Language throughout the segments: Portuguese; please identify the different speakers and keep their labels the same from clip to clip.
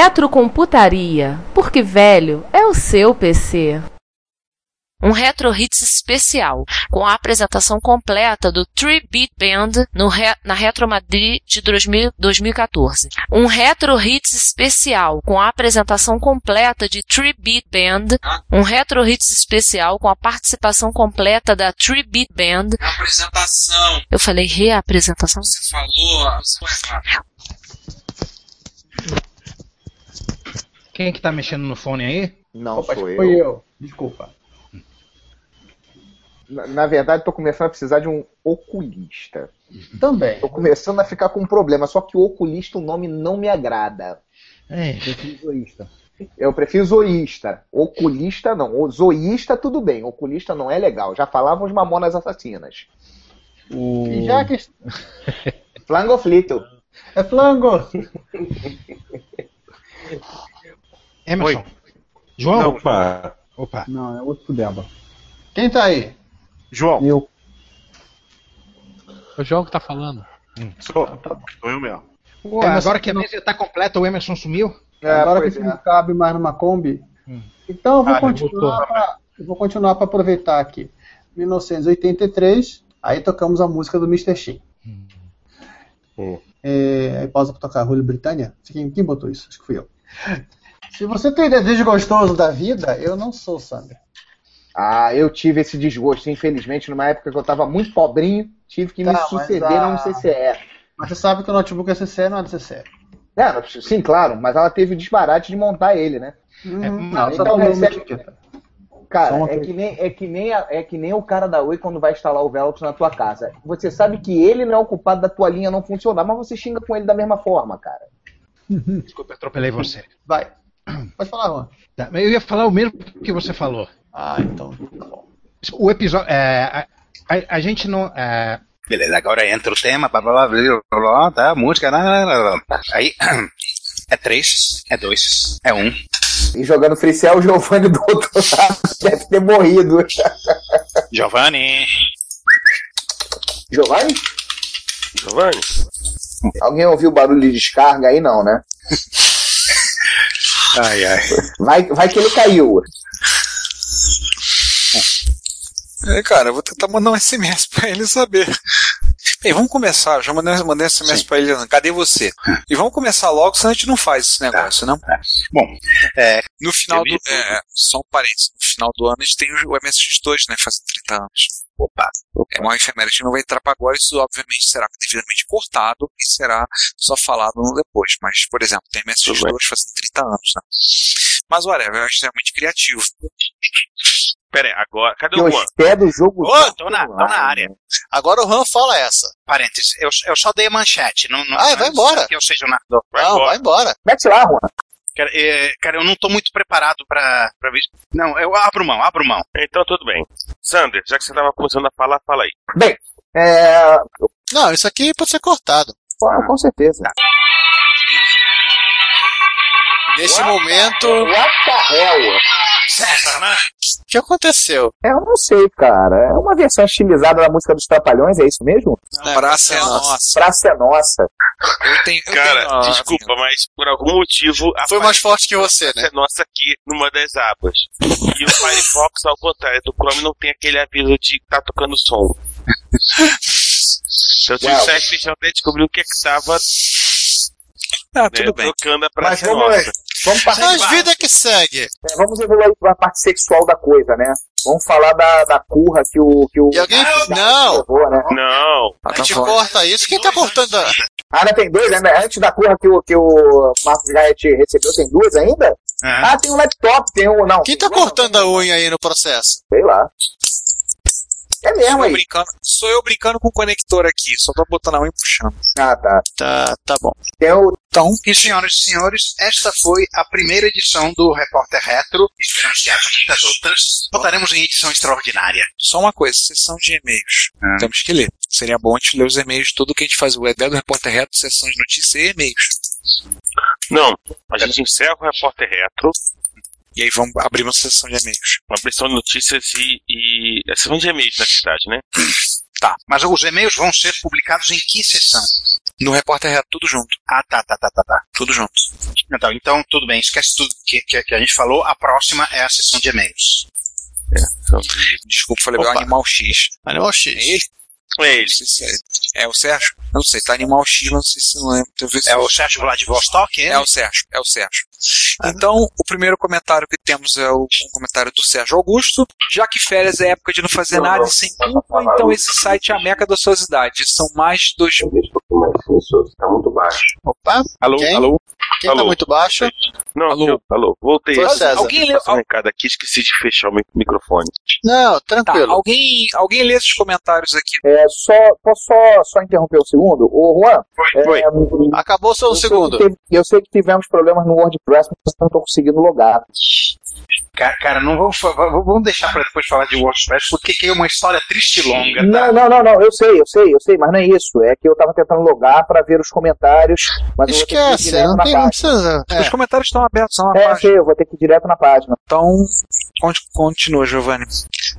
Speaker 1: Retrocomputaria, porque velho é o seu PC. Um Retro Hits especial, com a apresentação completa do 3-Beat Band no Re- na Retro Madrid de 2000 2014. Um Retro Hits especial, com a apresentação completa de 3-Beat Band. Um Retro Hits especial, com a participação completa da 3-Beat Band.
Speaker 2: Apresentação.
Speaker 1: Eu falei reapresentação?
Speaker 2: Você falou, você foi errado.
Speaker 3: Quem é que tá mexendo no fone aí?
Speaker 4: Não
Speaker 5: Opa,
Speaker 4: sou eu.
Speaker 5: foi eu. Desculpa.
Speaker 4: Na, na verdade, tô começando a precisar de um oculista.
Speaker 5: Também.
Speaker 4: Tô começando a ficar com um problema, só que o oculista, o nome não me agrada.
Speaker 3: É,
Speaker 5: Eu fui egoísta.
Speaker 4: Eu prefiro zoísta. Oculista não. O zoísta, tudo bem. Oculista não é legal. Já falavam os mamonas assassinas.
Speaker 3: o...
Speaker 5: E já que
Speaker 4: Flangoflito.
Speaker 5: é flango.
Speaker 3: Emerson.
Speaker 6: Oi.
Speaker 3: João?
Speaker 6: Opa.
Speaker 3: Opa.
Speaker 5: Não, é outro Deba. Quem tá aí?
Speaker 6: João,
Speaker 5: Eu.
Speaker 7: É o João que tá falando.
Speaker 6: Hum, sou, sou eu mesmo.
Speaker 3: Ah, tá Pô,
Speaker 5: Emerson
Speaker 3: agora que a
Speaker 5: não-
Speaker 3: mesa tá completa, o Emerson sumiu?
Speaker 4: É,
Speaker 5: Agora que
Speaker 4: pois
Speaker 5: isso
Speaker 4: é.
Speaker 5: não cabe mais numa Kombi.
Speaker 3: Hum.
Speaker 5: Então eu vou
Speaker 6: Ah,
Speaker 5: continuar
Speaker 7: voltou.
Speaker 5: pra, eu vou continuar para aproveitar aqui. 1983, aí tocamos a música do Mr. Shin.
Speaker 6: Hum.
Speaker 5: É, aí pausa pra tocar Rolho Britânia. Quem, quem botou isso? Acho que fui eu. Se você tem desejo gostoso da vida, eu não sou, Sandra.
Speaker 4: Ah, eu tive esse desgosto, infelizmente, numa época que eu tava muito pobrinho, tive que
Speaker 5: Tá,
Speaker 4: me
Speaker 5: mas
Speaker 4: suceder
Speaker 5: a-
Speaker 4: a um CCE.
Speaker 5: Mas você sabe que o notebook é CC, não é CC.
Speaker 4: É, não, sim, claro, mas ela teve o desbarate de montar ele, né?
Speaker 5: Uhum.
Speaker 3: não,
Speaker 5: Não, só
Speaker 4: então
Speaker 5: tá uma
Speaker 4: recebe-
Speaker 5: etiqueta.
Speaker 4: Cara,
Speaker 5: Só uma
Speaker 4: é
Speaker 5: coisa.
Speaker 4: que, nem, é, que nem a- é que nem o cara da Oi quando vai instalar o Velox na tua casa. Você sabe que ele não é o culpado da tua linha não funcionar, mas você xinga com ele da mesma forma, cara.
Speaker 3: Desculpa, atropelei você.
Speaker 5: Vai. Pode falar, Juan.
Speaker 3: Tá, mas eu ia falar o mesmo que você falou.
Speaker 5: Ah, então tá bom.
Speaker 3: O episódio. é, a, a- a gente não. é,
Speaker 2: Beleza, agora entra o tema, blá blá blá, blá, blá, blá tá? Música, lá, lá, lá, lá, lá. Aí. É três, é dois, é um.
Speaker 4: E jogando free cell, o Giovanni do outro lado deve ter morrido.
Speaker 2: Giovanni!
Speaker 4: Giovanni?
Speaker 6: Giovanni?
Speaker 4: Alguém ouviu o barulho de descarga aí, não, né?
Speaker 2: Ai, ai.
Speaker 4: Vai, vai que ele caiu.
Speaker 6: É, cara, eu vou tentar mandar um SMS pra ele saber. Ei, vamos começar. Eu já mandei, mandei um SMS pra ele. Cadê você?
Speaker 8: É.
Speaker 6: E vamos começar logo, senão a gente não faz esse negócio, né?
Speaker 2: Bom, é,
Speaker 8: No final do.
Speaker 2: Feliz
Speaker 8: É, só um parênteses. No final do ano a gente tem o MSX2, né? Fazendo 30 anos.
Speaker 2: opa.
Speaker 8: É uma efeméride que não vai entrar para agora. Isso, obviamente, será devidamente cortado e será só falado no depois. Mas, por exemplo, tem
Speaker 6: Tudo
Speaker 8: MSX2 fazendo 30 anos, né? Mas, olha, é extremamente criativo.
Speaker 6: Pera aí, agora. Cadê
Speaker 4: Que os pé do jogo.
Speaker 2: Ô, tô na, tô na área.
Speaker 9: Agora o Han fala essa.
Speaker 2: Parênteses, eu, eu só dei manchete. Não, não,
Speaker 9: Ah, vai
Speaker 2: não é
Speaker 9: embora.
Speaker 2: Que eu seja o narrador.
Speaker 9: não, vai embora.
Speaker 4: Mete lá, Juan.
Speaker 2: Cara, é, cara, eu não tô muito preparado pra, pra ver isso. Não, eu abro mão, abro mão.
Speaker 6: Então tudo bem. Sander, já que você tava começando a falar, fala aí.
Speaker 4: É.
Speaker 9: Não, isso aqui pode ser cortado.
Speaker 4: pô, Com certeza.
Speaker 9: Nesse
Speaker 4: Uau.
Speaker 9: momento,
Speaker 4: What the hell?
Speaker 9: o que aconteceu?
Speaker 4: É, Eu não sei, cara. É uma versão estilizada da música dos Trapalhões, é isso mesmo?
Speaker 9: Não,
Speaker 8: Praça é nossa.
Speaker 4: Praça é nossa.
Speaker 8: Eu tenho. eu
Speaker 6: Cara,
Speaker 8: tenho- ah,
Speaker 6: desculpa, mas por algum motivo a
Speaker 9: Foi mais forte que você, né?
Speaker 6: é nossa aqui numa das abas. E o Firefox, ao contrário do Chrome, não tem aquele aviso de que tá tocando som. Então tinha que
Speaker 4: Uau.
Speaker 6: sair especialmente descobrir o que é que estava.
Speaker 8: Ah,
Speaker 6: tudo é bem. Tocando a
Speaker 4: Mas
Speaker 6: praça
Speaker 4: vamos,
Speaker 6: nossa.
Speaker 4: vamos partir.
Speaker 6: São as vidas
Speaker 4: que segue. vamos evoluir para a parte sexual da coisa, né? Vamos falar da, da curra que o. Que o
Speaker 5: E alguém-
Speaker 4: da-
Speaker 5: não.
Speaker 4: levou, né?
Speaker 6: Não.
Speaker 5: A gente corta isso. Quem tá cortando? a-
Speaker 4: Ah, ainda tem dois ainda? Antes da curra que o, que o Marcos Gaet recebeu, tem duas ainda? Ah, tem um laptop, tem um. Não.
Speaker 5: Quem tá cortando a unha aí no processo?
Speaker 4: Sei lá. É mesmo
Speaker 8: sou, eu
Speaker 4: aí.
Speaker 8: brincando, sou eu brincando com o conector aqui, só tô botando a mão e puxando.
Speaker 4: Ah, tá.
Speaker 5: Tá, tá bom.
Speaker 4: Então,
Speaker 2: e senhoras e senhores, esta foi a primeira edição do Repórter Retro. Esperamos que haja muitas outras. Voltaremos em edição extraordinária.
Speaker 8: Só uma coisa, sessão de e-mails.
Speaker 6: É.
Speaker 8: Temos que ler. Seria bom a gente ler os e-mails, tudo que a gente faz. O ideia do Repórter Reto, sessão de notícias e e-mails.
Speaker 6: Não, a gente encerra o repórter retro.
Speaker 8: E aí vamos abrir uma sessão de e-mails.
Speaker 6: Uma sessão de notícias e. e é sessão de e-mails, na verdade, né?
Speaker 2: Tá. Mas os e-mails vão ser publicados em que sessão?
Speaker 8: No Repórter Reto, tudo junto.
Speaker 2: Ah, tá, tá, tá, tá, tá.
Speaker 8: Tudo junto.
Speaker 2: Então, então tudo bem, esquece tudo que, que, que a gente falou. A próxima é a sessão de e-mails.
Speaker 8: Desculpa, falei o Animal X.
Speaker 5: Animal X.
Speaker 8: É ele?
Speaker 6: É ele.
Speaker 8: É o Sérgio? Eu Não sei, tá Animal X, mas não sei se não lembro. Talvez
Speaker 2: É o Sérgio Vladivostok, é? Ah.
Speaker 8: É o Sérgio, é o Sérgio. Então, o primeiro comentário que temos é o um comentário do Sérgio Augusto. Já que férias é época de não fazer nada e sem culpa, então esse site é a meca da sua idade. São mais de dois mil.
Speaker 4: Tá muito baixo.
Speaker 5: Opa.
Speaker 6: Alô, alô.
Speaker 5: Quem tá muito baixo?
Speaker 6: Não, alô, alô. Voltei.
Speaker 5: Foi, César.
Speaker 6: Alguém leu um recado aqui, esqueci de fechar o mi- microfone.
Speaker 5: Não,
Speaker 6: Tá,
Speaker 8: tranquilo. tá, alguém, alguém lê esses comentários aqui.
Speaker 4: É, só, posso só, só interromper o segundo? Ô, Juan. é,
Speaker 5: Acabou só um
Speaker 4: eu sei que
Speaker 5: segundo.
Speaker 4: teve- eu sei que tivemos problemas no WordPress, mas eu não tô conseguindo logar.
Speaker 2: Cara, cara, não vamos, fa- va- vamos deixar para depois falar de WordPress, porque que é uma história triste e longa. tá?
Speaker 4: Não, não, não, não, eu sei, eu sei, eu sei, mas não é isso. É que eu tava tentando logar pra ver os comentários, mas eu vou ter que ir
Speaker 5: Esquece,
Speaker 4: direto
Speaker 5: não
Speaker 4: na
Speaker 5: tem, não
Speaker 4: página.
Speaker 5: precisa.
Speaker 2: É.
Speaker 8: Os comentários estão abertos lá na
Speaker 4: É, eu
Speaker 8: página.
Speaker 4: sei, eu vou ter que ir direto na página.
Speaker 8: Então, con- continua, Giovanni,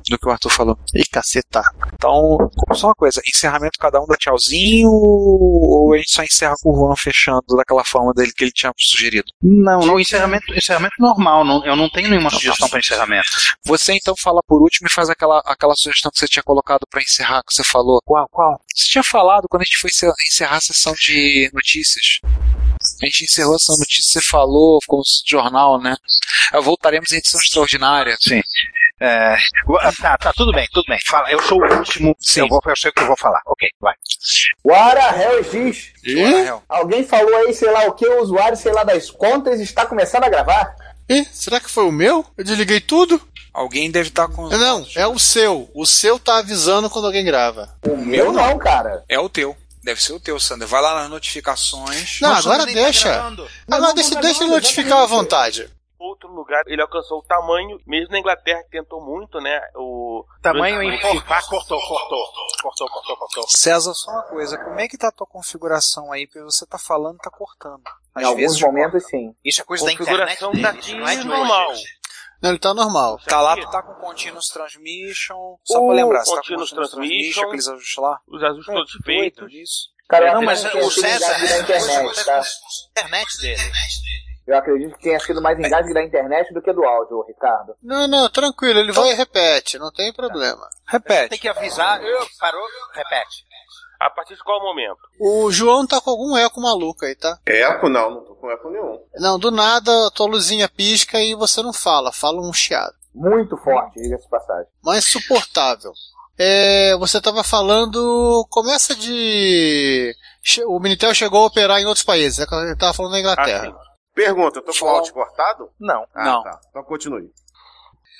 Speaker 8: do que o Arthur falou.
Speaker 5: Ih, caceta.
Speaker 8: Então, só uma coisa, encerramento cada um dá tchauzinho ou a gente só encerra com o Juan fechando daquela forma dele que ele tinha sugerido?
Speaker 2: Não, não, encerramento, encerramento normal. não- eu não tá. tenho nenhuma sugestão para encerramento.
Speaker 8: Você então fala por último e faz aquela, aquela sugestão que você tinha colocado pra encerrar, que você falou. Qual, qual? Você tinha falado quando a gente foi encer- encerrar a sessão de notícias. A gente encerrou a sessão de notícias, você falou, ficou no jornal, né? Ah, Voltaremos em edição extraordinária.
Speaker 2: Sim. É, ah, tá, tá, tudo bem, tudo bem. Fala, eu sou o último. Eu, vou, eu sei o que eu vou falar. Ok, vai.
Speaker 4: What a hell X?
Speaker 2: the hell?
Speaker 4: Alguém falou aí, sei lá o que, o usuário, sei lá das contas, está começando a gravar?
Speaker 5: Ih, será que foi o meu? Eu desliguei tudo?
Speaker 8: Alguém deve estar com.
Speaker 5: Não, é o seu. O seu tá avisando quando alguém grava.
Speaker 4: O meu não, cara.
Speaker 8: É o teu. Deve ser o teu, Sander. Vai lá nas notificações.
Speaker 5: Não, agora deixa. agora deixa, deixa ele notificar à vontade.
Speaker 6: Outro lugar, ele alcançou o tamanho, mesmo na Inglaterra que tentou muito, né? O
Speaker 8: Tamanho
Speaker 6: o-
Speaker 8: em
Speaker 2: Cortar, cortou, cortou. Cortou, cortou, cortou.
Speaker 8: César, só uma coisa, como é que tá a tua configuração aí? Porque você tá falando, tá cortando.
Speaker 4: Em alguns
Speaker 8: vezes
Speaker 4: momentos, sim.
Speaker 2: Isso é
Speaker 8: coisa da
Speaker 6: configuração
Speaker 8: internet
Speaker 6: tá
Speaker 8: deles,
Speaker 6: aqui
Speaker 8: não é de
Speaker 6: normal.
Speaker 5: Não, ele tá normal.
Speaker 8: Tá lá, tu tá com Continuous Transmission. Só pra lembrar, você tá com Continuous Transmission, aqueles ajustes lá.
Speaker 6: Os ajustes todos feitos.
Speaker 4: Cara,
Speaker 8: não,
Speaker 4: eu
Speaker 8: mas
Speaker 4: acredito que
Speaker 8: o
Speaker 4: tenha sido
Speaker 8: César-
Speaker 5: é
Speaker 6: é
Speaker 4: engasgue da internet, tá?
Speaker 2: internet dele.
Speaker 4: Eu acredito que tenha sido mais engasgue da internet do que do áudio, Ricardo.
Speaker 5: Não, não, tranquilo, ele vai e repete, não tem problema.
Speaker 2: Tem que avisar. Eu, parou, repete.
Speaker 6: A partir de qual momento?
Speaker 5: O João tá com algum eco maluco aí, tá?
Speaker 3: Eco não, não tô com eco nenhum.
Speaker 5: Não, do nada a tua luzinha pisca e você não fala, fala um chiado.
Speaker 4: Muito forte, diga-se de passagem.
Speaker 5: Mas suportável. É, você tava falando. Começa de. che- O Minitel chegou a operar em outros países, né? Ele tava falando da Inglaterra.
Speaker 6: Assim.
Speaker 3: Pergunta, eu tô com o áudio cortado? Não. Ah,
Speaker 5: Não.
Speaker 3: tá. Então continue.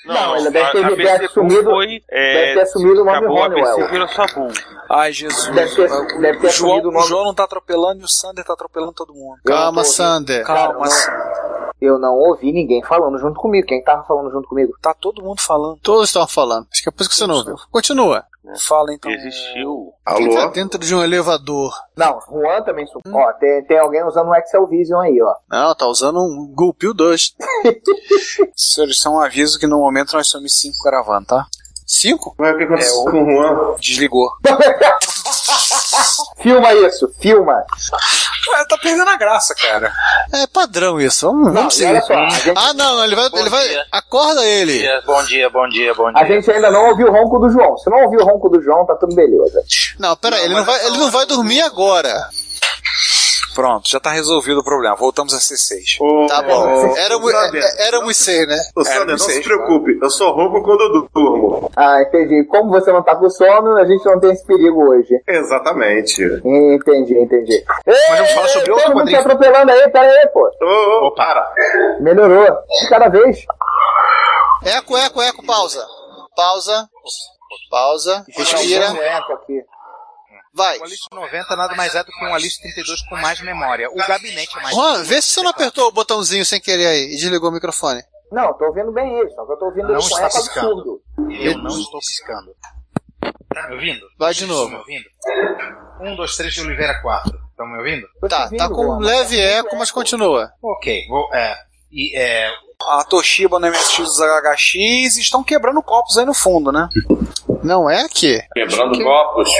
Speaker 6: Não,
Speaker 4: Não, ele
Speaker 6: a-
Speaker 4: deve ter-
Speaker 6: a
Speaker 4: deve
Speaker 6: BC
Speaker 4: ter assumido-
Speaker 6: foi, é,
Speaker 4: deve ter assumido o nome
Speaker 6: acabou a
Speaker 4: Honeywell.
Speaker 6: BC virou Sabu.
Speaker 8: Ai, Jesus.
Speaker 4: Deve ter-
Speaker 8: O-
Speaker 4: deve ter
Speaker 8: o, João,
Speaker 4: assumido o nome-
Speaker 8: o João não tá atropelando e o Sander tá atropelando todo mundo.
Speaker 5: Calma, Sander.
Speaker 8: Calma, Sander.
Speaker 4: Cara, eu não ouvi ninguém falando junto comigo. Quem tava falando junto comigo?
Speaker 8: Tá todo mundo falando.
Speaker 5: Todos estavam falando. Acho que é por isso que você não ouviu. Continua.
Speaker 8: Fala então.
Speaker 6: Existiu.
Speaker 5: Quem tá dentro de um elevador.
Speaker 4: Não, Juan também subiu. Ó, tem, tem alguém usando um Excel Vision aí, ó.
Speaker 5: Não, tá usando um Gulpil 2.
Speaker 8: Senhores, só um aviso que no momento nós somos cinco gravando, tá? Cinco?
Speaker 3: Mas o que aconteceu com o Juan?
Speaker 8: Desligou.
Speaker 4: Filma isso, filma.
Speaker 8: Cara, tá perdendo a graça, cara.
Speaker 5: É padrão isso. Vamos,
Speaker 4: Não,
Speaker 5: vamos
Speaker 4: e olha
Speaker 5: seguir.
Speaker 4: só, a gente-
Speaker 5: Ah, não, não, ele vai.
Speaker 4: Bom
Speaker 5: Ele vai
Speaker 4: dia.
Speaker 5: acorda ele.
Speaker 2: Bom dia, bom dia, bom dia.
Speaker 4: A gente ainda não ouviu o ronco do João. Se não ouviu o ronco do João, tá tudo beleza.
Speaker 5: Não, pera aí, ele não vai, ele não vai dormir agora.
Speaker 8: Pronto, já tá resolvido o problema. Voltamos a ser seis.
Speaker 5: Tá bom. Éramos,
Speaker 3: Sander.
Speaker 5: é- éramos seis, né?
Speaker 3: Ô, Sander, não se
Speaker 5: seis.
Speaker 3: preocupe, eu só roubo quando eu durmo.
Speaker 4: Ah, entendi. Como você não tá com sono, a gente não tem esse perigo hoje.
Speaker 3: Exatamente.
Speaker 4: Entendi, entendi.
Speaker 3: Mas vamos falar sobre outro
Speaker 4: Todo mundo se
Speaker 3: quadrinho.
Speaker 4: atropelando aí, pera aí, pô.
Speaker 3: Ô, ô, para.
Speaker 4: Melhorou. De cada vez.
Speaker 5: Eco, eco, eco, pausa. Pausa. Pausa.
Speaker 2: Não
Speaker 5: Respira.
Speaker 2: é
Speaker 5: Vai.
Speaker 2: O Alice 90 nada mais é do que um Alice 32 com mais memória. O gabinete é mais.
Speaker 5: Juan, vê se você não apertou o botãozinho sem querer aí e desligou o microfone.
Speaker 4: Não, tô ouvindo bem isso, só que eu tô ouvindo
Speaker 2: Não
Speaker 4: isso com
Speaker 2: está
Speaker 4: eco
Speaker 2: piscando.
Speaker 4: absurdo.
Speaker 2: Eu não estou piscando. Tá me ouvindo?
Speaker 5: Vai de novo.
Speaker 2: Estão me ouvindo? 1, 2, 3 de Oliveira 4. Estão me ouvindo?
Speaker 5: Tá, tá com um leve eco, mas continua.
Speaker 2: Ok, vou. É. E é.
Speaker 8: A Toshiba no MSX dos HHX estão quebrando copos aí no fundo, né?
Speaker 5: Não é que?
Speaker 2: Quebrando copos.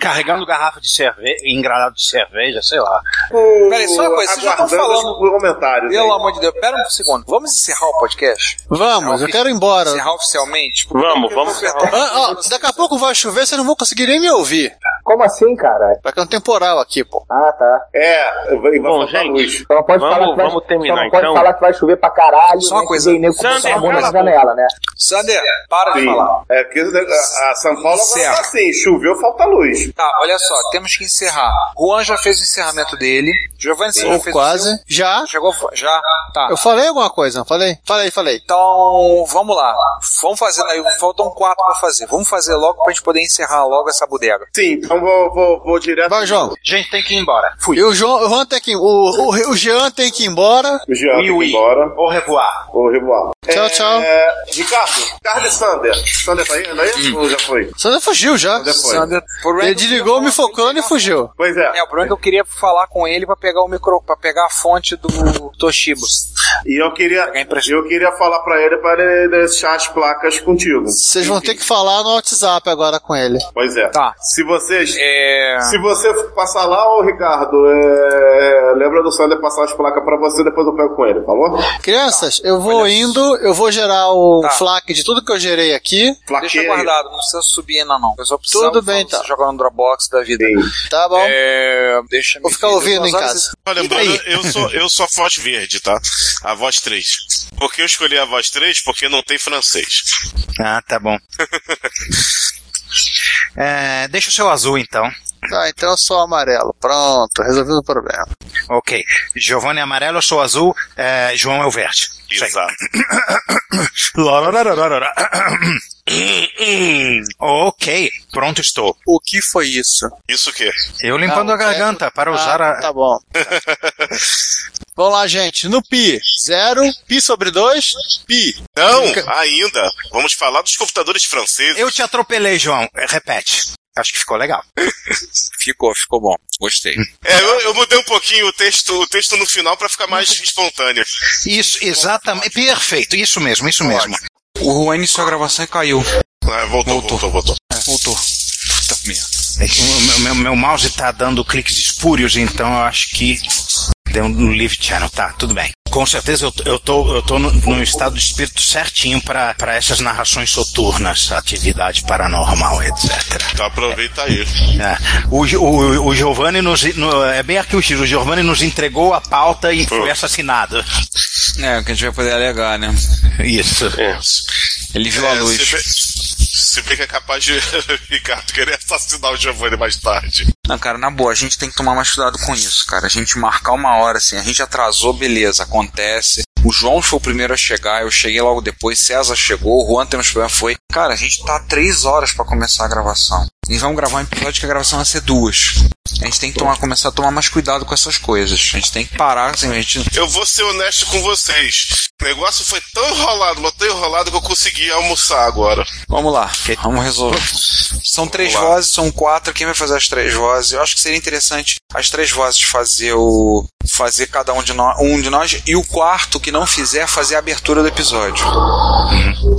Speaker 2: Carregando garrafa de cerveja, engranado de cerveja, sei lá.
Speaker 8: Peraí, só uma coisa, vocês já estão
Speaker 3: aguardando
Speaker 8: falando.
Speaker 3: Comentários.
Speaker 8: Pelo amor de Deus, pera um segundo. Vamos encerrar o podcast?
Speaker 5: Vamos, eu quero ir embora.
Speaker 8: Encerrar oficialmente?
Speaker 10: Vamos, vamos
Speaker 5: Ah, ó, daqui a pouco vai chover, vocês não vão conseguir nem me ouvir.
Speaker 4: Como assim, cara?
Speaker 5: Vai ter um temporal aqui, pô.
Speaker 4: Ah, tá.
Speaker 3: É, vai, vai
Speaker 10: Bom,
Speaker 3: faltar
Speaker 10: gente,
Speaker 3: luz.
Speaker 4: Só não pode
Speaker 10: Vamos-
Speaker 4: falar que vai,
Speaker 10: vamos
Speaker 4: só
Speaker 10: terminar,
Speaker 4: não pode
Speaker 10: então.
Speaker 4: falar que vai chover pra caralho.
Speaker 3: Só uma
Speaker 4: né,
Speaker 3: coisa.
Speaker 4: que vem nego com
Speaker 3: Sander,
Speaker 4: sabão na
Speaker 3: cala a
Speaker 4: janela, né?
Speaker 8: Sander, para de
Speaker 3: Sim.
Speaker 8: falar.
Speaker 3: É, porque a, a São Paulo agora
Speaker 8: Encerra.
Speaker 3: tá assim, choveu, falta luz.
Speaker 8: Tá, olha só, temos que encerrar. Juan já fez o encerramento dele. Giovanni você já
Speaker 5: Ou
Speaker 8: fez
Speaker 5: quase.
Speaker 8: O seu?
Speaker 5: Já?
Speaker 8: Chegou? a fa- Já? Tá.
Speaker 5: Eu falei alguma coisa, não falei? Falei, falei.
Speaker 8: Então, vamos lá. Vamos fazer, aí, faltam quatro pra fazer. Vamos fazer logo pra gente poder encerrar logo essa bodega.
Speaker 3: Sim, então vou, vou, vou direto.
Speaker 5: Vai, João.
Speaker 2: Gente, tem que ir embora. Fui.
Speaker 5: E o João, o Juan tem que, o, o, o Jean tem que ir embora.
Speaker 3: O Jean tem que ir embora.
Speaker 2: Ou revoar.
Speaker 3: Ou revoar.
Speaker 5: Tchau, tchau.
Speaker 3: É, Ricardo, Ricardo e Sander. Sander tá aí? Ainda aí? Ou já foi?
Speaker 5: Hum. Sander fugiu já.
Speaker 3: Sander foi.
Speaker 8: Sander-
Speaker 5: Ele desligou me focando e fugiu.
Speaker 3: Pois é.
Speaker 8: É, o problema é que eu queria falar com ele pra pegar o micro, para pegar a fonte do Toshiba.
Speaker 3: E eu queria, eu queria falar pra ele para ele deixar as placas contigo.
Speaker 5: Vocês vão ter que falar no WhatsApp agora com ele.
Speaker 3: Pois é.
Speaker 8: Tá.
Speaker 3: Se vocês.
Speaker 8: É...
Speaker 3: Se você passar lá, ô Ricardo, é, lembra do Sander passar as placas pra você, depois eu pego com ele, tá falou?
Speaker 5: Crianças, eu vou indo, eu vou gerar o
Speaker 8: Tá.
Speaker 5: FLAC de tudo que eu gerei aqui.
Speaker 8: Deixa guardado, não precisa subir ainda não. Eu só preciso
Speaker 5: Tudo bem,
Speaker 8: tá. jogar no Dropbox da vida.
Speaker 5: Tá bom.
Speaker 8: É... Deixa eu
Speaker 5: Vou ficar ouvindo em casa.
Speaker 11: Só
Speaker 5: E
Speaker 11: lembrando,
Speaker 5: daí?
Speaker 11: eu sou, eu sou a voz verde, tá? A voz 3. Por que eu escolhi a voz 3? Porque não tem francês.
Speaker 2: Ah, tá bom. É, deixa o seu azul então.
Speaker 5: Tá, então eu sou amarelo. Pronto, resolvido o problema.
Speaker 2: Ok. Giovanni é amarelo, eu sou azul, é, João é o verde. Exato. ok, pronto estou.
Speaker 5: O que foi isso?
Speaker 11: Isso o quê?
Speaker 2: Eu limpando
Speaker 5: Não,
Speaker 2: a garganta para
Speaker 5: Ah,
Speaker 2: usar a.
Speaker 5: Tá bom. Vamos lá, gente. No pi, 0, pi sobre 2, pi.
Speaker 11: Não, ainda. Vamos falar dos computadores franceses.
Speaker 2: Eu te atropelei, João. Repete. Acho que ficou legal.
Speaker 8: Ficou, ficou bom. Gostei.
Speaker 11: É, eu, eu mudei um pouquinho o texto, o texto no final pra ficar mais espontâneo.
Speaker 2: Isso, exatamente. Perfeito, isso mesmo, isso mesmo.
Speaker 8: O Juan iniciou a gravação e caiu.
Speaker 11: É, voltou, voltou, voltou. voltou.
Speaker 8: Voltou. Puta merda.
Speaker 2: É que o meu, meu- meu mouse tá dando cliques espúrios, então eu acho que deu um live channel. Tá, tudo bem. Com certeza eu, eu tô, eu tô no, no estado de espírito certinho para essas narrações soturnas, atividade paranormal, etc.
Speaker 11: Então aproveita aí.
Speaker 2: É, O, Gi- o, o Giovanni nos. no- é bem aqui o X, o Giovanni nos entregou a pauta e foi assassinado.
Speaker 8: É, que a gente vai poder alegar, né?
Speaker 2: Isso.
Speaker 6: É.
Speaker 8: Ele viu a
Speaker 11: É,
Speaker 8: luz.
Speaker 11: Se bem, se bem que é capaz de Ricardo querer assassinar o Giovanni mais tarde.
Speaker 8: Não, cara, na boa, a gente tem que tomar mais cuidado com isso, cara. A gente marcar uma hora, assim, a gente atrasou, beleza, acontece. O João foi o primeiro a chegar, eu cheguei logo depois, César chegou, o Juan temos problema, foi. Cara, a gente tá três horas pra começar a gravação. E vamos gravar um episódio que a gravação vai ser duas. A gente tem que tomar, começar a tomar mais cuidado com essas coisas. A gente tem que parar, assim, a gente.
Speaker 11: Eu vou ser honesto com vocês. O negócio foi tão enrolado, mas tão enrolado que eu consegui almoçar agora.
Speaker 8: Vamos lá, vamos resolver. São três vozes, são quatro, quem vai fazer as três vozes? Eu acho que seria interessante as três vozes fazer o fazer cada um de nós, um de nós e o quarto que não fizer fazer a abertura do episódio.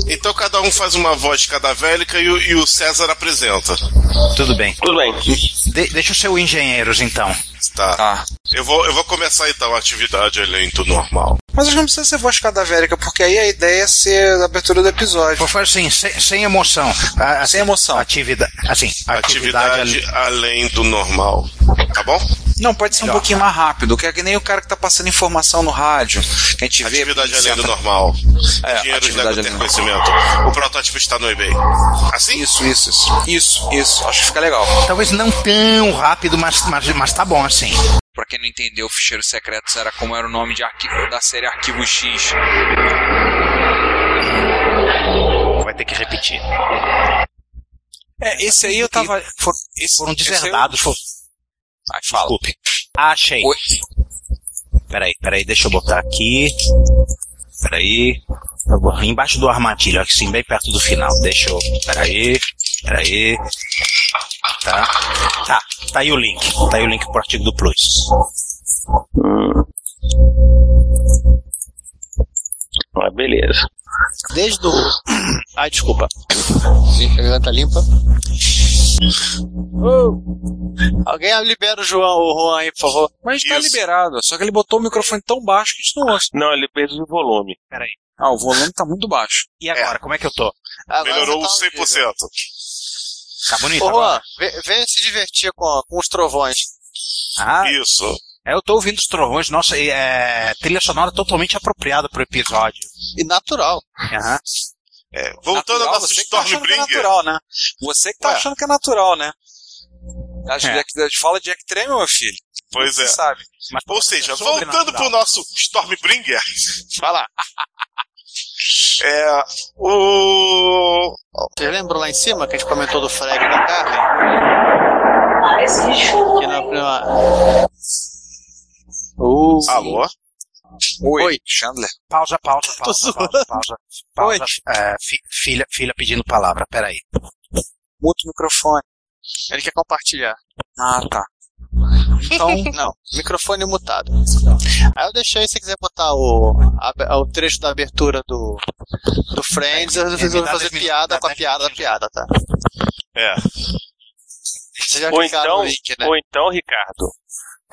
Speaker 3: Então cada um faz uma voz cadavélica e o, e o César apresenta.
Speaker 2: Tudo bem.
Speaker 6: Tudo bem.
Speaker 2: De- deixa eu ser o engenheiros então.
Speaker 3: Tá. Eu, vou, eu vou começar então a atividade além do normal.
Speaker 8: Mas acho que não precisa ser voz cadavérica, porque aí a ideia é ser a abertura do episódio.
Speaker 2: Vou falar assim, sem, sem emoção. sem emoção. Atividade. Assim, atividade.
Speaker 3: Atividade além do normal. Tá bom?
Speaker 8: Não, pode ser um pouquinho mais rápido, que é que nem o cara que tá passando informação no rádio, que a gente vê.
Speaker 3: Atividade além do normal.
Speaker 8: É,
Speaker 3: Dinheiro deve ter conhecimento. O protótipo está no eBay. Assim?
Speaker 8: Isso, isso, isso. Isso, isso. Acho que fica legal.
Speaker 2: Talvez não tão rápido, mas, mas, mas tá bom assim.
Speaker 8: Pra quem não entendeu, Ficheiros Secretos era como era o nome de arquivo, da série Arquivo X.
Speaker 2: Vai ter que repetir.
Speaker 8: É, esse aí eu tava. For, esse, é
Speaker 2: Foram deserdados. for- Desculpe. Achei. Peraí, peraí, deixa eu botar aqui. Peraí. Eu vou- Embaixo do armadilho, aqui sim, bem perto do final. Deixa eu. Peraí, peraí. Tá. Tá, tá aí o link. Tá aí o link pro artigo do Plus.
Speaker 6: Ah, beleza.
Speaker 5: Desde o. Ai, desculpa. A garganta limpa. Alguém libera o João, o Juan aí, por favor.
Speaker 8: Mas tá liberado, só que ele botou o microfone tão baixo que a gente não ouça.
Speaker 6: Não, ele perdeu o volume.
Speaker 2: Peraí.
Speaker 8: Ah, o volume tá muito baixo.
Speaker 2: E agora, como é que eu tô?
Speaker 3: Melhorou 100%.
Speaker 2: Tá bonito
Speaker 5: Ô,
Speaker 2: agora?
Speaker 5: Juan, vem, vem se divertir com, com os trovões.
Speaker 2: Ah,
Speaker 3: Isso.
Speaker 2: É, eu tô ouvindo os trovões. Nossa, e, é, trilha sonora totalmente apropriada pro episódio.
Speaker 5: E natural.
Speaker 2: Aham.
Speaker 3: É, voltando
Speaker 8: natural,
Speaker 3: ao nosso
Speaker 8: você que tá achando que é
Speaker 3: Stormbringer.
Speaker 8: natural, né? Você que tá
Speaker 3: Ué.
Speaker 8: achando que é natural, né? Acho
Speaker 3: É.
Speaker 8: que Jack, fala Jack Tremel, meu filho.
Speaker 3: Pois
Speaker 8: Você
Speaker 3: é.
Speaker 8: sabe.
Speaker 3: Ou seja,
Speaker 8: sobrenatural.
Speaker 3: voltando pro nosso Stormbringer.
Speaker 5: Vai lá.
Speaker 3: É. O.
Speaker 5: Vocês lembram lá em cima que a gente comentou do Freg e da Carmen? Que na prima. Uh.
Speaker 3: Alô?
Speaker 8: Oi, Chandler.
Speaker 2: Pausa, pausa, pausa, pausa, pausa. pausa. É, fi- filha, filha pedindo palavra, peraí.
Speaker 8: Muta o microfone.
Speaker 5: Ele quer compartilhar.
Speaker 8: Ah, tá.
Speaker 5: Então, não, microfone mutado. Aí eu deixei, se você quiser botar o, a- o trecho da abertura do, do Friends, eu resolvi fazer piada com a piada da piada, tá?
Speaker 3: É.
Speaker 5: Vocês já
Speaker 6: Ou
Speaker 5: clicaram
Speaker 6: então,
Speaker 5: no link, né?
Speaker 6: ou então, Ricardo,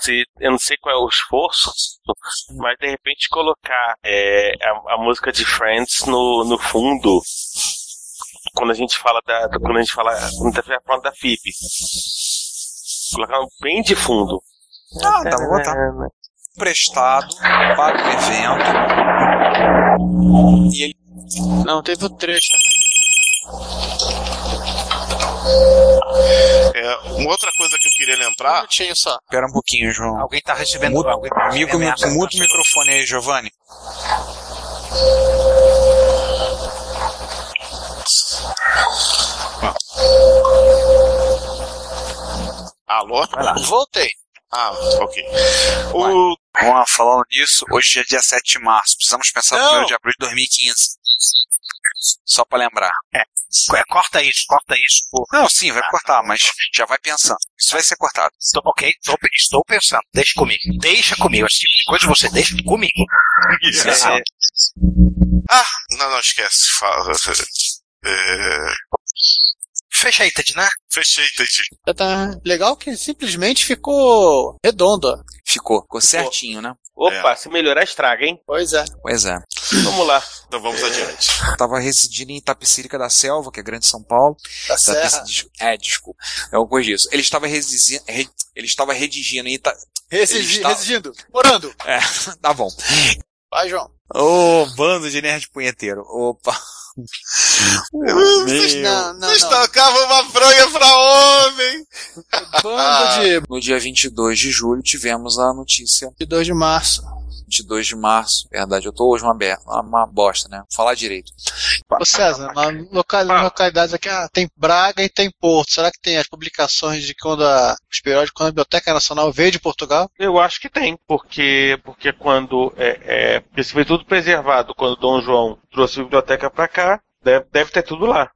Speaker 6: se, eu não sei qual é o esforço, mas de repente colocar é, a, a música de Friends no, no fundo quando a gente fala da. do- Quando a gente fala. Quando tá falando da FIP. Colocar bem de fundo.
Speaker 8: Ah, dá pra botar. Prestado para o evento. E ele.
Speaker 5: Não, teve o trecho
Speaker 3: É, uma outra coisa que eu queria lembrar.
Speaker 5: Tinha só.
Speaker 8: Espera um pouquinho, João.
Speaker 2: Alguém tá recebendo.
Speaker 8: Muta,
Speaker 2: alguém tá recebendo
Speaker 8: amigo, mi-
Speaker 2: ameaça.
Speaker 8: muta o microfone aí, Giovanni.
Speaker 3: Alô?
Speaker 5: Voltei.
Speaker 3: Ah, ok. O...
Speaker 8: Juan, falando nisso, hoje é dia 7 de março. Precisamos pensar no 1 de abril de 2015. Só pra lembrar.
Speaker 2: É. Corta isso, corta isso.
Speaker 8: Não, sim, vai cortar, mas já vai pensando. Isso vai ser cortado.
Speaker 2: Tô- ok, tô- estou pensando. Deixa comigo. Deixa comigo. Esse tipo de coisa você deixa comigo.
Speaker 3: Isso.
Speaker 2: É.
Speaker 3: Ah, não, não, esquece. Fala. É...
Speaker 2: Fecha aí, Tadina.
Speaker 3: Fechei, Tati.
Speaker 5: Tá, Tá legal que simplesmente ficou redonda.
Speaker 8: Ficou, ficou certinho, né?
Speaker 6: Opa, se melhorar, estraga, hein?
Speaker 5: Pois é.
Speaker 8: Pois é.
Speaker 6: Vamos lá.
Speaker 3: Então vamos adiante.
Speaker 8: Tava residindo em Itapecerica da Selva, que é grande São Paulo.
Speaker 5: Da Serra.
Speaker 8: Serra. É, desculpa. É alguma coisa disso. Ele estava residindo, ele estava redigindo em Ita... ele
Speaker 5: Resigi,
Speaker 8: estava-
Speaker 5: Residindo, morando.
Speaker 8: É, tá bom.
Speaker 5: Vai, João.
Speaker 8: Ô, bando de nerd punheteiro. Opa. Meu.
Speaker 5: Não, não,
Speaker 3: Vocês
Speaker 5: não.
Speaker 3: tocavam uma franga pra homem! Ah.
Speaker 5: Bando de...
Speaker 8: No dia 22 de julho tivemos a notícia.
Speaker 5: 22 de março.
Speaker 8: 22 de março, verdade. Eu tô hoje uma, be- uma bosta, né? Falar direito.
Speaker 5: Ô César, na local, nas localidades aqui ah, tem Braga e tem Porto. Será que tem as publicações de quando a, os periódicos, quando a Biblioteca Nacional veio de Portugal?
Speaker 6: Eu acho que tem, porque, porque quando. É, é, porque isso foi tudo preservado quando Dom João trouxe a biblioteca pra cá, deve, deve ter tudo lá.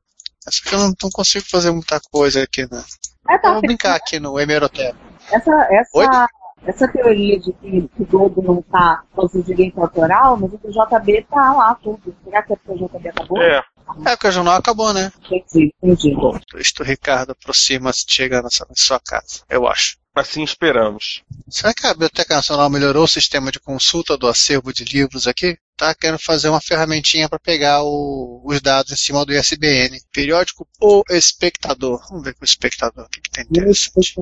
Speaker 5: Só que eu não, não consigo fazer muita coisa aqui, né? Eu vou brincar aqui no Hemeroteca.
Speaker 12: É, tá, Essa, essa, essa teoria de que, que o Globo não tá com os direitos autoral, mas o JB tá lá tudo. Será que é porque o JB acabou?
Speaker 5: É. porque o jornal acabou, né?
Speaker 12: Entendi, entendi.
Speaker 5: Isto, Ricardo, aproxima-se, chega na sua, na sua casa, eu acho.
Speaker 6: Assim esperamos.
Speaker 5: Será que a Biblioteca Nacional melhorou o sistema de consulta do acervo de livros aqui? Tá querendo fazer uma ferramentinha para pegar o- os dados em cima do ISBN. Periódico ou espectador? Vamos ver com o espectador o que, que tem interessante.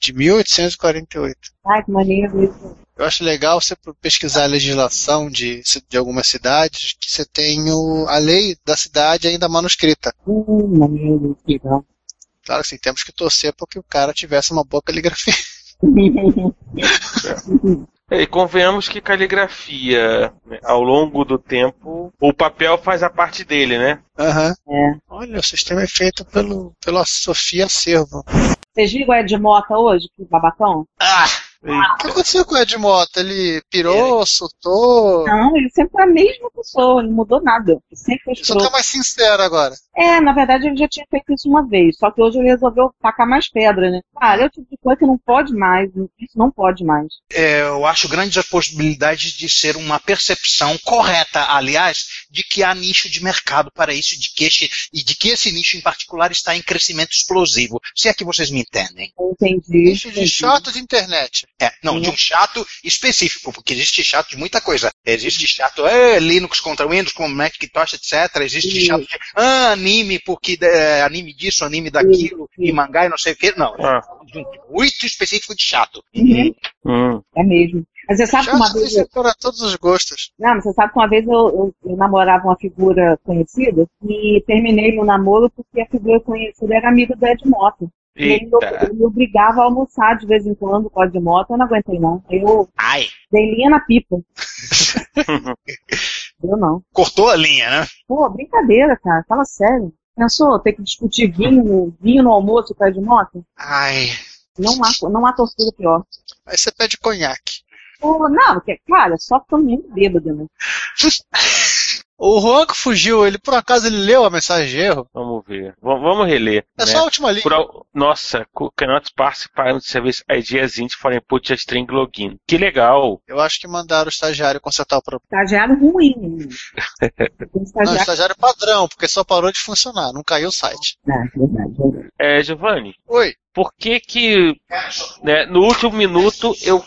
Speaker 5: De 1848.
Speaker 12: Ai, que maneiro isso.
Speaker 5: Eu acho legal você pesquisar a legislação de, de algumas cidades, que você tem o- a lei da cidade ainda manuscrita.
Speaker 12: Hum, maneiro, que legal.
Speaker 5: Claro que sim, temos que torcer para que o cara tivesse uma boa caligrafia.
Speaker 6: É, E convenhamos que caligrafia, né, ao longo do tempo, o papel faz a parte dele, né?
Speaker 5: Aham. Olha, o sistema é feito pelo, pela Sofia Servo.
Speaker 12: Vocês viram o Ed Mota hoje? Que babacão?
Speaker 5: O que aconteceu com o Ed Mota? Ele pirou, surtou?
Speaker 12: Não, ele sempre foi a mesma pessoa, não mudou nada. Ele sempre foi
Speaker 5: Só tá
Speaker 12: escroto.
Speaker 5: mais sincero agora.
Speaker 12: É, na verdade ele já tinha feito isso uma vez, só que hoje ele resolveu tacar mais pedra, né? Cara, é o tipo de coisa que não pode mais, isso não pode mais.
Speaker 2: É, eu acho grandes a possibilidade de ser uma percepção correta, aliás, de que há nicho de mercado para isso, de que este, e de que esse nicho em particular está em crescimento explosivo. Se é que vocês me entendem.
Speaker 12: Entendi.
Speaker 5: Isso de chato de internet.
Speaker 2: É, não, de um chato específico, porque existe chato de muita coisa. Existe chato é, Linux contra Windows, com Macintosh, etc. Existe chato de ah, anime, porque é, anime disso, anime daquilo, e mangá e não sei o que. Não, de um muito específico de chato.
Speaker 12: É mesmo. Mas você sabe que uma
Speaker 5: Chato
Speaker 12: vez.
Speaker 5: tem para todos os gostos.
Speaker 12: Não, mas você sabe que uma vez eu, eu- eu namorava uma figura conhecida e terminei meu namoro porque a figura conhecida era amiga do Ed Mota. E ele me-
Speaker 13: Eita.
Speaker 12: ele me obrigava a almoçar de vez em quando com o Ed Mota, eu não aguentei não. Eu
Speaker 2: Ai.
Speaker 12: dei linha na pipa. Eu não.
Speaker 2: Cortou a linha, né?
Speaker 12: Pô, brincadeira, cara. Fala sério. Pensou ter que discutir vinho, vinho no almoço com o Ed Mota?
Speaker 5: Ai.
Speaker 12: Não há, não há torcida pior.
Speaker 5: Aí você pede conhaque.
Speaker 12: Pô, não, porque, cara, só ficando muito bêbado, né?
Speaker 5: O Juan que fugiu, ele por acaso ele leu a mensagem de erro?
Speaker 6: Vamos ver. V- vamos reler.
Speaker 5: É
Speaker 6: né?
Speaker 5: só a última linha.
Speaker 6: Por al- Nossa, co- cannot participar no service IDs int for input a string login. Que legal.
Speaker 5: Eu acho que mandaram o estagiário consertar o problema.
Speaker 12: Estagiário ruim. né?
Speaker 5: Não, estagiário padrão, porque só parou de funcionar, não caiu o site.
Speaker 12: né,
Speaker 6: É, Giovanni,
Speaker 5: Oi.
Speaker 6: por que que né, no último minuto eu,